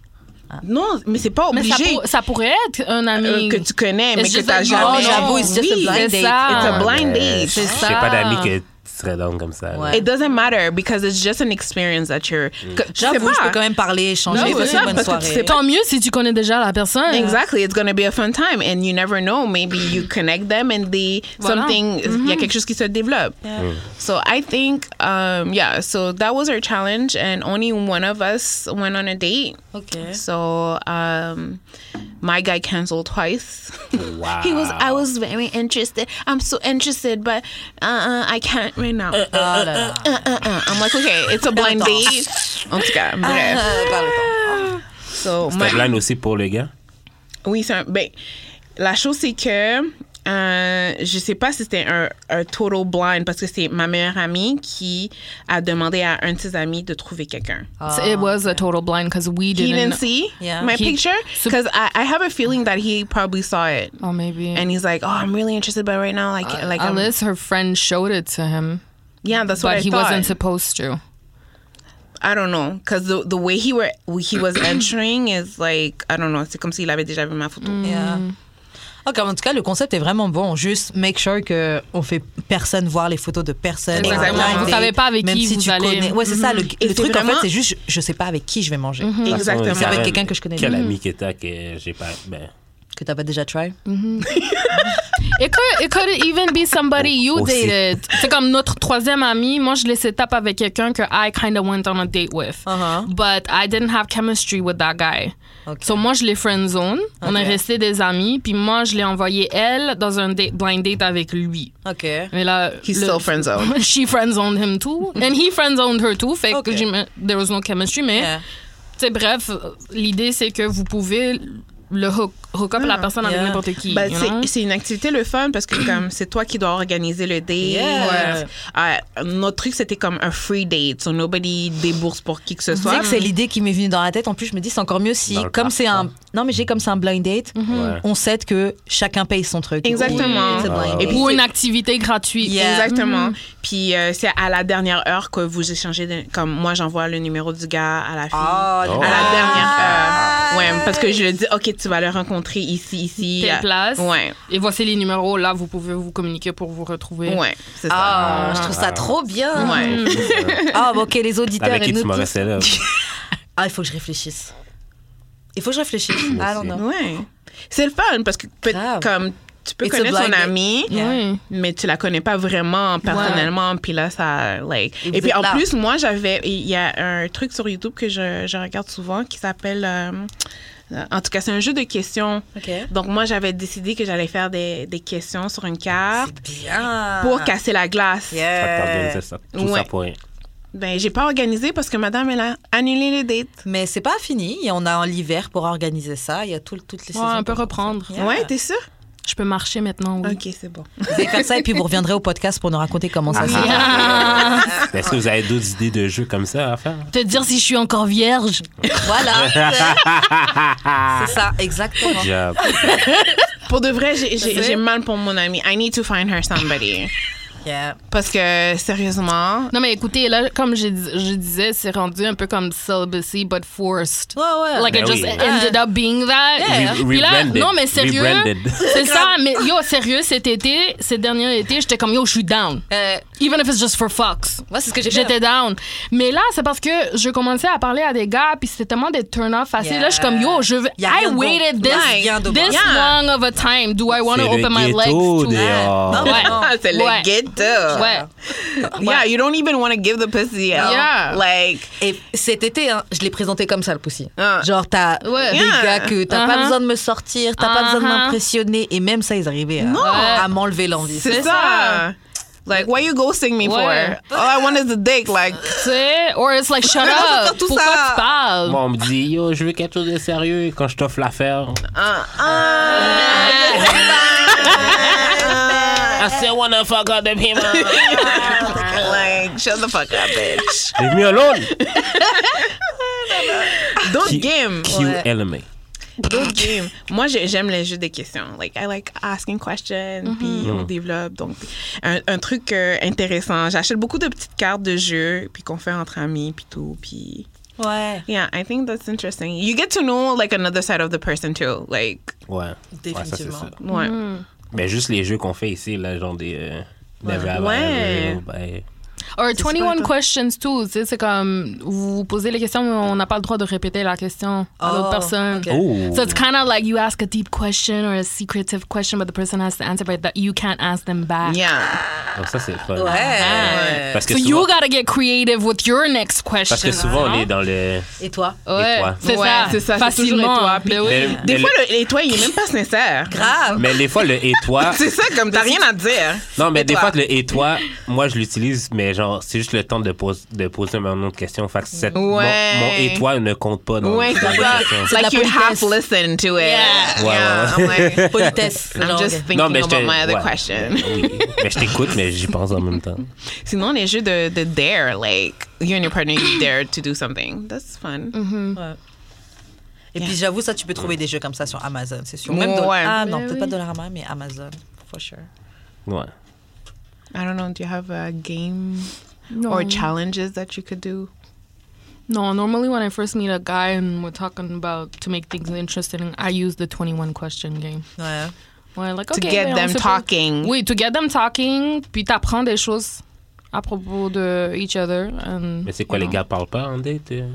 Non, mais c'est pas
Mais ça,
obligé
pour- ça pourrait être un ami.
euh, que tu connais, mais
It's
que
just
t'as
like,
jamais.
oh, j'avoue,
it's just a
Oui,
blind
c'est
date.
It's
ça.
a blind
Ah, Mais
date.
C'est
J'ai
ça.
pas d'amis que tu serais down comme ça. là.
Ouais.
It doesn't matter because it's just an experience that you're. que- tu sais
J'avoue, je
pas.
peux quand même parler,
Non,
échanger,
c'est
passer
ça,
une bonne
parce que tu
soirée.
sais
Tant mieux si tu connais déjà la personne.
Exactly, it's gonna be a fun time, and you never know. Maybe you connect them, and they
Voilà.
something. Il y a quelque chose qui se développe. So I think, um, yeah. So that was our challenge, and only one of us went on a date.
Ok.
So um, my guy canceled twice.
Wow.
he was. I was very interested. I'm so interested, but uh, uh, I can't right now.
Ah là là.
Uh-uh. I'm like, okay, it's a blind
Attends.
date. En tout cas, bref.
Euh, pas le temps.
So,
C'était
my-
blind aussi pour le gars.
oui, c'est un. Ben, la chose, c'est que. Euh, je sais pas si c'était un, un total blind parce que c'est ma meilleure amie qui a demandé à un de ses amis de trouver quelqu'un.
So it was a total blind because we
Ah, He
Ah. didn't.
didn't see
Yeah.
my
He-
picture
so-
because I, I have a feeling that he probably saw it
Oh, maybe.
and he's like, oh, I'm really interested, but right now, like, like, I'm,
Uh, Unless her friend showed it to him,
yeah, that's what
but
I
he
thought.
wasn't supposed to.
I don't know, because the, the way he
*clears throat* Mm.
were he was entering is like I don't know. C'est comme s'il avait déjà vu ma photo.
Yeah. Ok, euh, Oh, en tout cas, le concept est vraiment bon. Juste make sure que on fait personne voir les photos de personne. Sur
Exactement.
la blind
Vous
date,
savez pas avec
même
qui
si
vous
tu
allez. Mhm.
Connais. Ouais, c'est ça. Le,
Et
le
c'est
truc, en fait,
vraiment-
c'est juste, je sais pas avec qui je vais manger.
Exactement.
Ça va être quelqu'un que je connais
Quel
bien.
ami que t'as que j'ai pas. Ben,
Que t'as pas déjà try.
Mhm. It could, it could even be somebody you
Oh, c'est-
dated. C'est comme notre troisième ami. Moi, je laissais tape avec quelqu'un que I kind of went on a date with.
Uh-huh.
But I didn't have chemistry with that guy.
Ok.
So, moi, je l'ai friendzone. On est
Ok.
restés des amis. Puis moi, je l'ai envoyé elle dans un date- blind date avec lui.
Ok. Euh,
Mais là,
He's
le-
still
*laughs*
friendzoned.
she friendzoned him too. And he friendzoned her too. Fait
Oh. Ok.
que j'im- there was no chemistry. Mais
Yeah.
tu sais, bref, l'idée, c'est que vous pouvez le hook, hook up à la personne avec
Mm, Yeah. Bah,
n'importe qui.
Ben,
you
c'est-
know?
c'est une activité le fun parce que comme c'est toi qui dois organiser le date.
Yeah.
Ouais. Ah, notre truc c'était comme un free date, so nobody débourse pour qui que ce
Tu sais
soit.
que c'est l'idée qui m'est venue dans la tête. En plus, je me dis, c'est encore mieux si,
Dans le
comme
parc,
c'est un. Non, mais j'ai comme c'est un blind date,
Mhm.
Hmm.
ouais.
on sait que chacun paye son truc.
Exactement.
Ah,
Oui, c'est blind
Et
date.
puis,
Ou
c'est-
une activité gratuite.
Yeah.
Mm.
Mm-hmm.
Mm.
Exactement. Puis euh, c'est à la dernière heure que vous échangez. de- comme moi, j'envoie le numéro du gars à la fille.
Ah,
Oh.
À la
Ah.
Ah.
dernière heure. Ouais, parce que je le dis, OK, tu vas le rencontrer ici, ici.
Telle
euh,
place.
Ouais,
Et voici les numéros. Là, vous pouvez vous communiquer pour vous retrouver.
ouais, c'est ça.
Ah, je trouve ça trop bien.
Ouais.
Ah, bon, ok, les auditeurs
Avec
et
qui tu
nous.
m'aurais
tous.
célèbre.
Ah, il faut que je réfléchisse. Il faut que je réfléchisse. Ah non,
aussi.
non.
Ouais. C'est le fun parce que peut-
Grave.
comme tu peux
It's a
connaître ton
blind date.
ami,
Yeah.
Oui.
mais tu la connais pas vraiment personnellement. Puis là, ça. Like.
Et vous
Et puis
êtes
en
là.
plus, moi, j'avais. Il y a un truc sur YouTube que je, je regarde souvent qui s'appelle. euh, euh, en tout cas, c'est un jeu de questions.
Ok.
Donc, moi, j'avais décidé que j'allais faire des, des questions sur une carte
C'est bien.
pour casser la glace.
Ça te
Ah, Yeah.
t'organisait ça. Tout
Ouais.
ça pour rien.
Ben, j'ai pas organisé parce que madame, elle a annulé les dates.
Mais c'est pas fini. Il y en a en l'hiver pour organiser ça. Il y a tout, toutes les
Ouais,
saisons.
on peut
pour-
reprendre.
Yeah.
Ouais, t'es sûre?
Je peux marcher maintenant, oui.
Ok, c'est bon.
Vous allez faire ça et puis vous reviendrez au podcast pour nous raconter comment
Ah.
ça se passe.
Yeah.
Est-ce que vous avez d'autres idées de jeux comme ça à faire?
Te dire si je suis encore vierge.
*laughs*
Voilà. c'est ça, exactement.
Job.
Pour de vrai, j'ai- j'ai
C'est-
j'ai mal pour mon amie. I need to find her somebody.
Yeah.
Parce que, sérieusement,
Non, mais écoutez, là, comme je, dis- je disais, c'est rendu un peu comme celibacy, but forced.
Ouais, ouais.
Like,
Ben
it just
oui.
ended up being that.
Yeah.
Puis là,
Rebranded.
non, mais sérieux.
Rebranded.
*laughs* C'est ça, mais yo, sérieux, cet été, ces derniers étés, j'étais comme yo, je suis down.
Euh,
Even if it's just for fucks.
moi, c'est ce que j'ai fait.
J'étais down. Mais là, c'est parce que je commençais à parler à des gars, puis c'était tellement des turn-off faciles.
Yeah.
Là, je suis comme, yo, je veux.
Y a rien
I
de bon.
waited
Ouais,
this,
rien de bon.
this
Yeah.
long of a time. Do I want
C'est
to
le
open my legs
ghetto
to.
dehors.
*laughs*
Non,
*laughs*
Ouais.
non.
Ah, c'est le
Ouais.
ghetto.
Ah.
Ouais.
Yeah, you don't even want to give the pussy out.
Yeah.
Like,
Et cet été, hein, je l'ai présenté comme ça, le pussy.
Ah.
Genre, t'as
Ouais.
des
Yeah.
gars que t'as pas
Uh-huh.
besoin de me sortir, t'as pas besoin de
Uh-huh.
m'impressionner. Et même ça, ils arrivaient à- à, m'enlever l'envie.
c'est
C'est
ça. Like, why you ghosting me
Ouais.
for? All I want is a dick.
*laughs*
Like,
Tu sais, or it's like,
*laughs*
shut
Pourquoi tu fais
up.
tout
Pourquoi
ça?
tu parles?
Moi, on me dit, yo, je veux quelque chose de sérieux. Et Quand je t'offre l'affaire,
uh, uh,
I still wanna fuck other
*laughs*
people.
like, shut the fuck up,
*laughs*
bitch.
Leave me alone.
D'autres
Qui-
games.
Ouais.
QLMA.
D'autres games. Moi, j'ai- j'aime les jeux des questions. Like, I like asking questions,
Mm-hmm.
puis
Mm.
on développe. Donc, un, un truc euh, intéressant. J'achète beaucoup de petites cartes de jeu, puis qu'on fait entre amis, puis tout, puis...
Ouais,
Yeah, I think that's interesting. You get to know, like, another side of the person, too. Like,
Ouais. Ouais, ça, c'est
Définitivement.
ça.
ouais.
Mais juste les jeux qu'on fait ici, là, genre des. euh, Never Have I
Ouais.
Ever, ben,
Or
super
21
intéressant.
questions too. Tu sais, c'est comme, vous vous posez les questions, mais on n'a pas le droit de répéter la question à
Oh,
l'autre personne.
ok.
Oh.
So it's kind of like you ask a deep question or a secretive question, but the person has to answer, but that you can't ask them back.
Yeah.
Oh, ça, c'est fun.
ouais.
Ah,
Ouais.
Parce que
So
souvent,
you gotta get creative with your next question.
parce que souvent on
non?
est dans le.
Et toi
Oh.
Ouais,
toi.
c'est
Ouais,
ça.
c'est ça, c'est toujours les
Facilement.
toi, puis-
Ben oui.
Mais-
Des
mais
fois, le, et toi, il est même pas sincère.
Grave.
Mais des fois, le et toi.
*laughs* C'est ça, comme, t'as rien à dire.
Non, mais des
toi?
fois, le et toi, moi, je l'utilise, mais genre, c'est juste le temps de, pose- de poser un moment de questions. Fait que cette- mon, mon et toi ne compte pas dans,
Ouais,
dans
c'est
les
ça.
questions.
C'est de la
Like, you half
politesse.
listened to it.
Yeah.
Ouais, ouais, *laughs*
I'm like,
*laughs*
Politesse.
I'm
genre,
just
ok.
thinking about
te-
my other
ouais.
question.
*laughs* Oui, mais je t'écoute, mais j'y pense en même temps.
Sinon, les jeux de, de dare, like, you and your partner, you *coughs* dare to do something. That's fun.
Ouais. Et puis j'avoue, ça, tu peux trouver des jeux comme ça sur Amazon, c'est sûr. Même
Ouais.
dans... Ah non,
Mais
peut-être
oui.
pas Dollarama, mais Amazon, for sure.
Ouais.
I don't know, do you have a game
No.
or challenges that you could do?
No, normally when I first meet a guy and we're talking about to make things interesting, I use the 21 question game.
Ouais.
Ouais, like,
to
OK,
get
mais on
them
sait pas.
talking.
Oui, to get them talking, puis t'apprends des choses à propos de each other. and-
Mais c'est quoi, les
Non.
gars parlent pas en date? euh?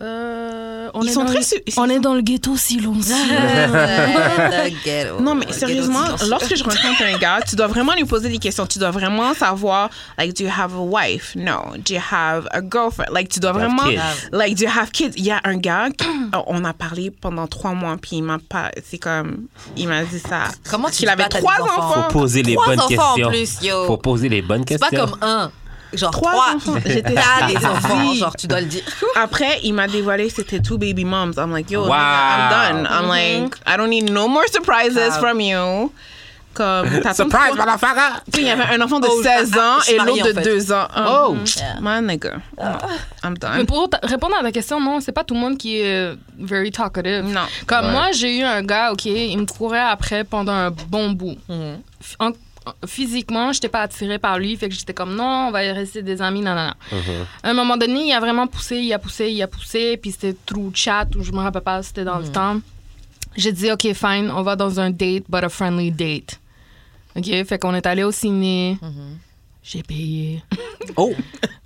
Euh, on
Ils
est
sont
dans
très
le-
su- ils-
On est dans le ghetto silencieux.
*laughs*
*laughs*
euh,
Non, mais sérieusement, lorsque je rencontre un gars, tu dois vraiment lui poser des questions. Tu dois vraiment savoir, like, do you have a wife? No. Do you have a girlfriend? Like, tu dois
Do you have
vraiment,
kids?
like, do you have kids? Il y a un gars, qui- oh, on a parlé pendant trois mois, puis il m'a pas, c'est comme, il m'a dit ça.
Comment tu
Qu'il
dis
avait
pas t'as
trois
des enfants?
enfants.
Faut poser les
Trois
bonnes
enfants en
questions.
plus, yo.
Faut poser les bonnes
C'est
questions.
pas comme un. Genre
Trois
trois. *laughs*
enfants. J'étais
T'as des enfants,
si.
genre tu dois le dire.
Après, il m'a dévoilé que c'était two baby moms. I'm like, yo,
Wow.
nigga, I'm done. I'm
Mm-hmm.
like, I don't need no more surprises
Ah.
from you. Comme,
*laughs*
t'as ton-
Surprise, motherfucker!
Tu sais, Il y avait un enfant de
Oh,
16 ans
je suis
et l'autre
mariée,
de
en fait.
2 ans. Mm. Ah.
Oh.
My nigga. I'm
Mais
done.
pour ta- répondre à ta question, non, c'est pas tout le monde qui est euh, very talkative.
Non.
Comme
Ouais.
moi, j'ai eu un gars, OK, il me courait après pendant un bon bout. F- en- en- physiquement, j'étais pas attirée par lui, fait que j'étais comme non, on va rester des amis, non, non, non. À un moment donné, il a vraiment poussé, il a poussé, il a poussé, puis c'était through chat ou je me rappelle pas, c'était dans le temps. J'ai dit OK, fine, on va dans un date, but a friendly date. OK, fait qu'on est allé au ciné. J'ai payé.
Oh!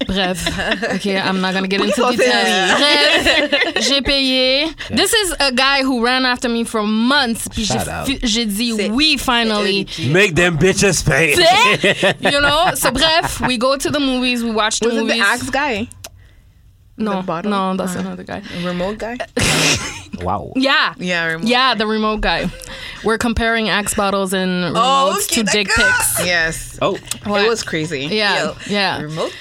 Bref, OK, I'm not gonna get into
Pourquoi
details. Bref, j'ai payé. This is a guy who ran after me for months. Puis j'ai
Shout out.
fi- j'ai dit
C'est-
oui, finally.
Make them bitches pay!
C'est- You know? So bref, we go to the movies, we watch the
Was it
movies.
the axe guy?
no,
the bottle?
no, that's
Ah.
another guy.
Remote guy?
Wow!
Yeah.
Uh, Yeah, remote.
Yeah, the remote guy. We're comparing axe bottles and
Oh,
remotes
okay,
to
that
dick
guy.
pics.
Yes.
Oh!
Ouais.
It was crazy.
Yeah,
Yo.
yeah.
Remote.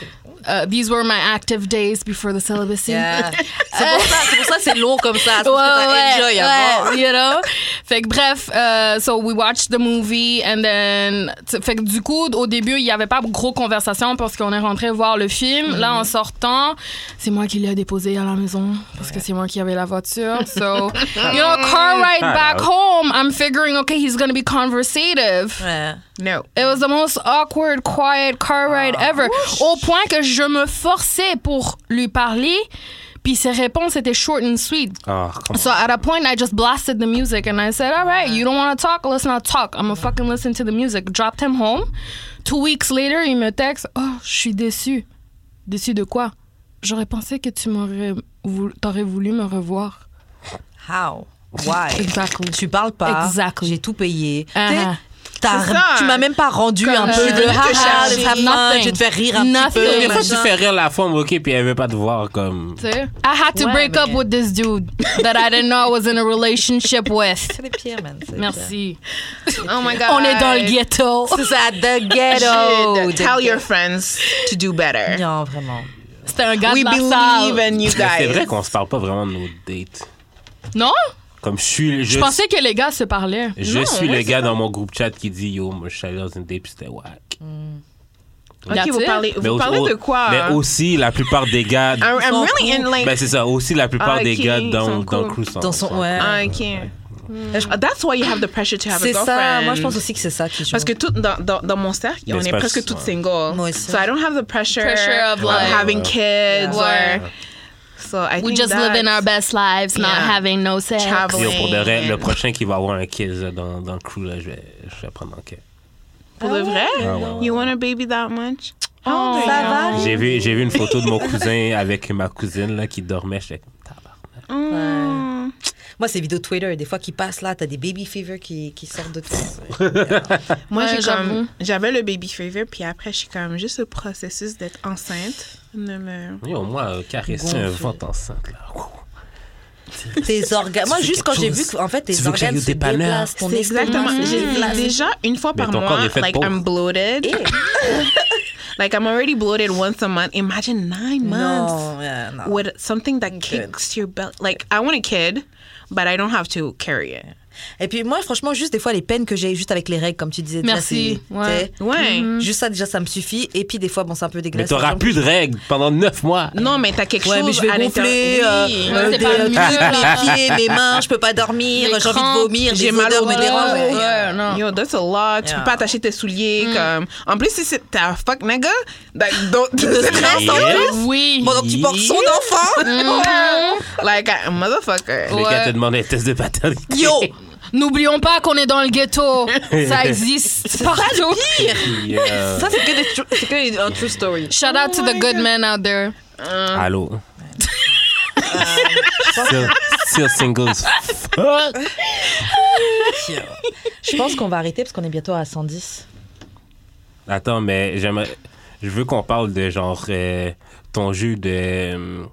Uh, these were my active days before the celibacy.
Yeah. C'est pour ça, c'est pour ça que c'est long comme ça. C'est pour
Ouais,
ça que t'as
ouais,
enjoy
ouais,
avant.
you know? Fait que bref, euh, so we watched the movie and then... t- Fait que du coup, au début, il n'y avait pas gros conversation parce qu'on est rentré voir le film. Là,
Mm-hmm.
en sortant, c'est moi qui l'ai déposé à la maison parce que c'est moi qui avais la voiture.
*laughs*
So, you know, car ride back home, I'm figuring, okay, he's gonna be conversative.
Ouais.
No.
It was the most awkward, quiet car
Ah,
ride ever. Au point que je me forçais pour lui parler, puis ses réponses étaient short and sweet.
Oh, come
So at a point, I just blasted the music and I said, All right, you don't want to talk? Let's not talk. I'm going to fucking listen to the music. Dropped him home. Two weeks later, il me texte Oh, je suis déçue. Déçue de quoi J'aurais pensé que tu m'aurais voulu, t'aurais voulu me revoir.
How? Why?
Exactly.
Tu parles pas.
Exactly.
J'ai tout payé.
Uh-huh.
T'sais, t'as-
C'est ça.
Tu m'as même pas rendu
Comme
un
je
peu de
venais te
haha,
chercher.
let's have fun,
Nothing.
je vais te faire rire un
Nothing.
petit peu.
Des fois, tu
Machin.
fais rire la femme, ok, puis elle veut pas te voir comme.
Tu sais, I had to
Ouais,
break up
mais-
with this dude that I didn't know I was in a relationship with.
C'est les pires, man. c'est les
Merci.
Oh my God.
On est dans le ghetto.
*laughs* C'est ça, the
Should
ghetto. the
Tell your
ghetto.
friends to do better.
Non, vraiment.
C'était un gars
We
de la
believe
salle.
in you
Mais
guys.
C'est vrai qu'on se parle pas vraiment de nos dates.
Non?
Comme je suis.
Je pensais que les gars se parlaient.
Je
Non,
suis
moi,
le
c'est
gars dans mon groupe chat qui dit Yo, moi, je suis allé dans une date puis c'était whack.
Ok, vous
That's it.
parlez,
Mais
vous
au-
parlez
au-
de quoi?
Mais aussi, la plupart des gars.
I'm, I'm really in like.
ben, c'est ça. Aussi, la plupart
Ah,
des
ok,
gars
ils
dans,
sont
dans le
cool.
crew sont.
Dans son-
sont
ouais.
cool.
I can't. Uh, That's why you have the pressure to have a
C'est
girlfriend.
ça. Moi, je pense aussi que c'est ça qui joue.
Parce que tout, dans, dans, dans mon cercle,
Mais
on
c'est
est
pas
presque
ça.
toutes single.
Moi aussi.
So I don't have the pressure,
Pressure of, like-
having kids
Yeah.
or. So I
We
think
just live in our
that's-
best lives, not
Yeah.
having no sex.
Travel.
Yo, pour de vrai,
Ouais.
le prochain qui va avoir un kiss là, dans, dans le crew, là, je, vais, je vais prendre un kiss.
Pour de vrai?
Ah ouais, ouais,
You want a baby that much?
Oh,
Oh,
ça
yeah.
va?
J'ai vu, j'ai vu une photo de mon cousin avec ma cousine là, qui dormait. J'étais comme tabarnak.
Mm.
Moi, c'est vidéo Twitter. Des fois qui passent là, t'as des baby fever qui, qui sortent de
*laughs*
tout.
Moi,
Ouais,
j'ai
j'avoue.
comme, j'avais le baby fever, puis après, je suis comme, juste le processus d'être enceinte. Ne me...
Yo, moi, euh, caresser un ventre enceinte. Là. Ouh.
Tes organes. Moi,
fais
juste
quelque
quand j'ai
chose.
vu que, en fait,
Tu
tes
veux que j'aille
organes
au
se
dépanneur?
déplacent, ton
C'est exactement.
estomac se
J'ai
déplace.
déjà une fois
Mais
par
ton corps
mois,
est fait
like
pour.
I'm bloated.
Eh.
*laughs* like I'm already bloated once a month. Imagine nine months.
Non, yeah, non.
with something that kicks your belt. Like I want a kid, but I don't have to carry it.
Et puis moi, franchement, juste des fois, les peines que j'ai juste avec les règles, comme tu disais, déjà,
Merci,
c'est-
ouais. Mm-hmm.
t'sais,
Ouais.
Juste ça, déjà, ça me suffit. Et puis des fois, bon, c'est un peu
Mais
dégueulasse.
t'auras plus de règles pendant neuf mois.
Non, mais t'as quelque
Ouais, mais
chose
je vais
à
gonfler,
l'intérieur.
euh,
Oui.
Ouais,
euh,
c'est
des-
pas
euh,
mieux, là.
mes pieds,
*laughs*
mes mains, je peux pas dormir,
Les
j'ai envie de
crampes,
vomir,
j'ai
des
mal au
odeurs me
dos.
dérangent.
Ouais, non.
oh, Yo, that's a lot. Tu
Yeah.
peux pas attacher tes souliers. Comme... um, En plus, si c'est ta fuck nigga, like, don't... *laughs* c'est très
Yeah.
sensible.
Eh
Oui.
Bon, donc tu portes son enfant
Like a motherfucker.
Le gars
Ouais.
Oh te demande un test de paternité.
Yo
N'oublions pas qu'on est dans le
*laughs*
ghetto. Ça existe partout.
Puis, euh,
Ça, c'est que, des tru- c'est que un true story.
Shout out to
Oh
the good men out there.
euh, Allô? Still, still single as fuck.
Je pense qu'on va arrêter parce qu'on est bientôt à 110.
Attends, mais j'aimerais. Je veux qu'on parle de genre euh, ton jeu de. euh,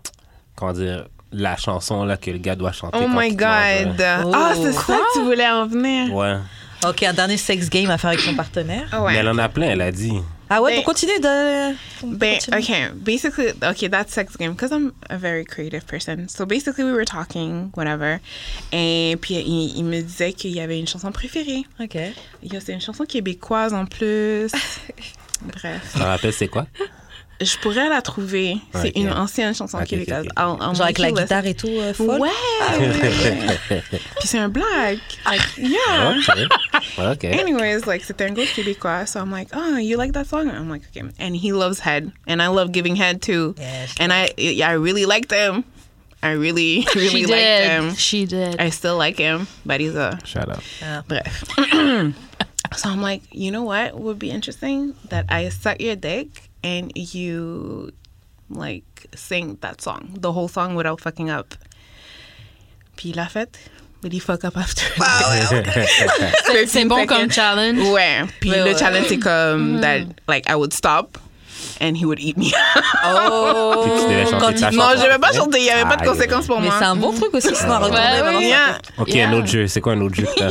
comment dire La chanson là que le gars doit chanter.
Oh
quand
my
il mange,
God. Ah, c'est ça que tu voulais en venir. Oh,
Ouais.
Ok, un dernier sex game à faire avec son partenaire.
Ouais.
Mais elle en a plein, elle a dit.
Ah ouais,
Ben-
pour continuer de.
Ba-
continue.
okay, basically, okay, that sex game because I'm a very creative person. So basically, we were talking, whatever, et puis il, il me disait qu'il y avait une chanson préférée.
Ok.
Yo, c'est une chanson québécoise en plus.
*laughs*
Bref,
Tu te rappelles, c'est quoi
je pourrais la trouver. C'est
Ok.
une ancienne chanson
Ok, ok,
québécoise.
ok.
I'll- I'll
Genre
make
avec la
you listen.
guitare et tout, euh, folle.
Ouais.
*laughs*
puis c'est un black.
Ah.
Like, yeah.
Ah, Ok. Ok.
Anyways, like c'est un groupe québécois, so I'm like, oh, you like that song? I'm like, okay. And he loves head, and I love giving head too.
Yes.
And I, yeah, I really liked him. I really, *laughs* really
She
liked him.
did. She did.
I still like him, but he's a
Shout out.
bref. *clears throat* so I'm like, you know what would be interesting? That I suck your dick and you like sing that song, the whole song without fucking up. Puis il l'a fait, but he fuck up after. *laughs*
C'est bon comme challenge.
Ouais. Puis
Ouais,
le
ouais.
challenge, c'est comme
Mm-hmm.
that, like, I would stop and he would eat me.
Oh.
Puis tu devais chanter ta
*laughs* non,
chanson.
je vais pas chanter, il n'y avait pas de
Aïe.
conséquences pour
Mais
moi.
c'est un bon truc aussi, sinon à retourner
Ouais,
vraiment
oui.
sur-
Yeah.
Ok, un
Yeah.
autre jeu. C'est quoi un autre jeu que t'as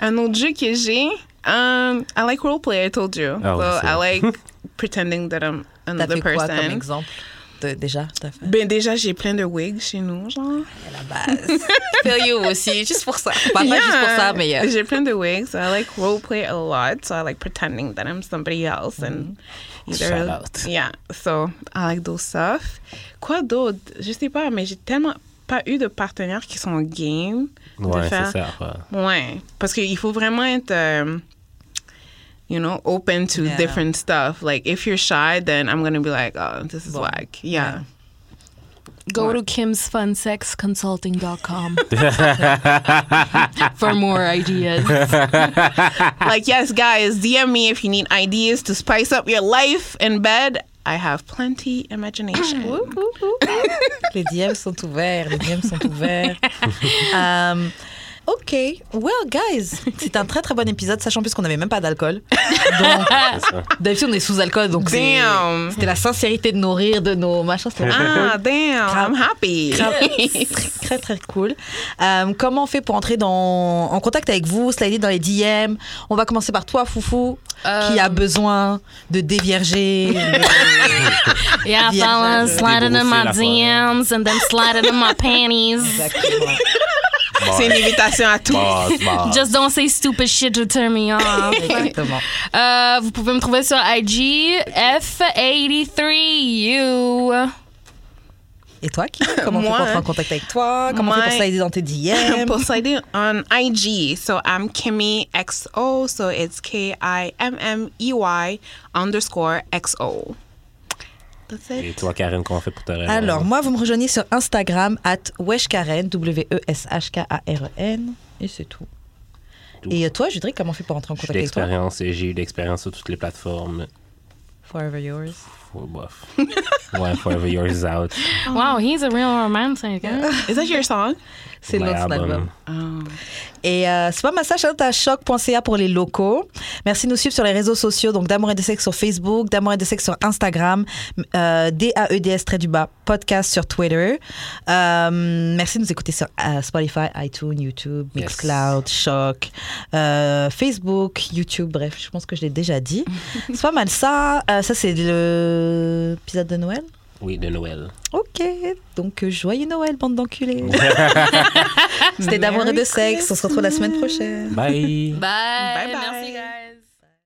Un autre jeu que j'ai, um, I like roleplay, I told you.
Ah ouais,
so
c'est
I
vrai.
like
*laughs*
pretending that I'm
T'as
another
fait quoi comme
person.
exemple de- Déjà, t'as fait
Ben déjà, j'ai plein de wigs chez nous, genre.
la base.
Feel you aussi, juste pour ça. Bah, Pas juste pour ça, mais. euh,
J'ai plein de wigs. So I like roleplay a lot. So I like pretending that I'm somebody else and either.
Shout out.
Yeah. So I like those stuff. Quoi d'autre? Je sais pas, mais j'ai tellement pas eu de partenaires qui sont game de
Ouais,
faire
c'est ça. ouais.
Ouais, parce qu'il faut vraiment être, um, you know, open to
Yeah.
different stuff. Like, if you're shy, then I'm going to be like, oh, this is
Bon.
whack. Yeah.
Go
*laughs*
to kimsfunsexconsulting.com *laughs* for more
*laughs*
ideas.
like, yes, guys, DM me if you need ideas to spice up your life in bed. I have plenty imagination.
les DM sont ouverts, les DM sont
*laughs*
ouverts. Um, ok, well guys, c'est un très très bon épisode, sachant plus qu'on n'avait même pas d'alcool. Donc, d'habitude on est sous alcool, donc c'est-
Damn.
c'était la sincérité de nos rires, de nos
*laughs*
machins. c'était
ah, damn. I'm happy. *laughs*
Très, très très cool. Euh, comment on fait pour entrer dans, en contact avec vous, slider dans les DM On va commencer par toi, Foufou, qui a
Euh.
besoin de dévierger.
Yeah,
Yeah,
fellas,
exactly.
slide it in my
People feel like-
DMs and then slide it in my panties.
Exactement.
C'est une invitation à tous.
Boss, boss.
Just don't say stupid shit to turn me off.
Exactement.
Euh, vous pouvez me trouver sur IG F83U.
Et toi, qui Comment on fait
Moi,
pour entrer en contact avec toi Comment on fait pour
my-
slider dans tes
*laughs*
DM
Post ID on IG. So I'm Kimmy XO. So it's K I M M E Y underscore XO. That's
Et
it.
toi, Karine, comment on fait pour te réveiller?
Alors, moi, vous me rejoignez sur Instagram, at Weshkaren, E W-E-S-H-K-A-R-E-N, E et c'est tout.
Tout.
Et toi, Judric, comment on fait pour entrer en
J'ai de
contact avec toi
l'expérience et j'ai eu de l'expérience sur toutes les plateformes.
Forever yours.
Faut- bof. *laughs* Ouais, Forever Yours is out.
Wow, he's a real romantic. hein?
Is that your song?
C'est
My
l'autre
album.
album. Et euh, c'est pas ma sage, à choc.ca pour les locaux. Merci de nous suivre sur les réseaux sociaux, donc d'amour et de sexe sur Facebook, d'amour et de sexe sur Instagram, euh, D-A-E-D-S très du bas, podcast sur Twitter. Euh, merci de nous écouter sur euh, Spotify, iTunes, YouTube,
Yes.
Mixcloud, Choc, euh, Facebook, YouTube, bref, je pense que je l'ai déjà dit. c'est pas mal ça. Euh, ça, c'est le épisode de Noël.
Oui, de Noël.
Ok, donc euh, joyeux Noël, bande d'enculés. C'était d'amour et de
Merry
sexe. On se retrouve la semaine prochaine.
Bye.
Bye.
Bye bye.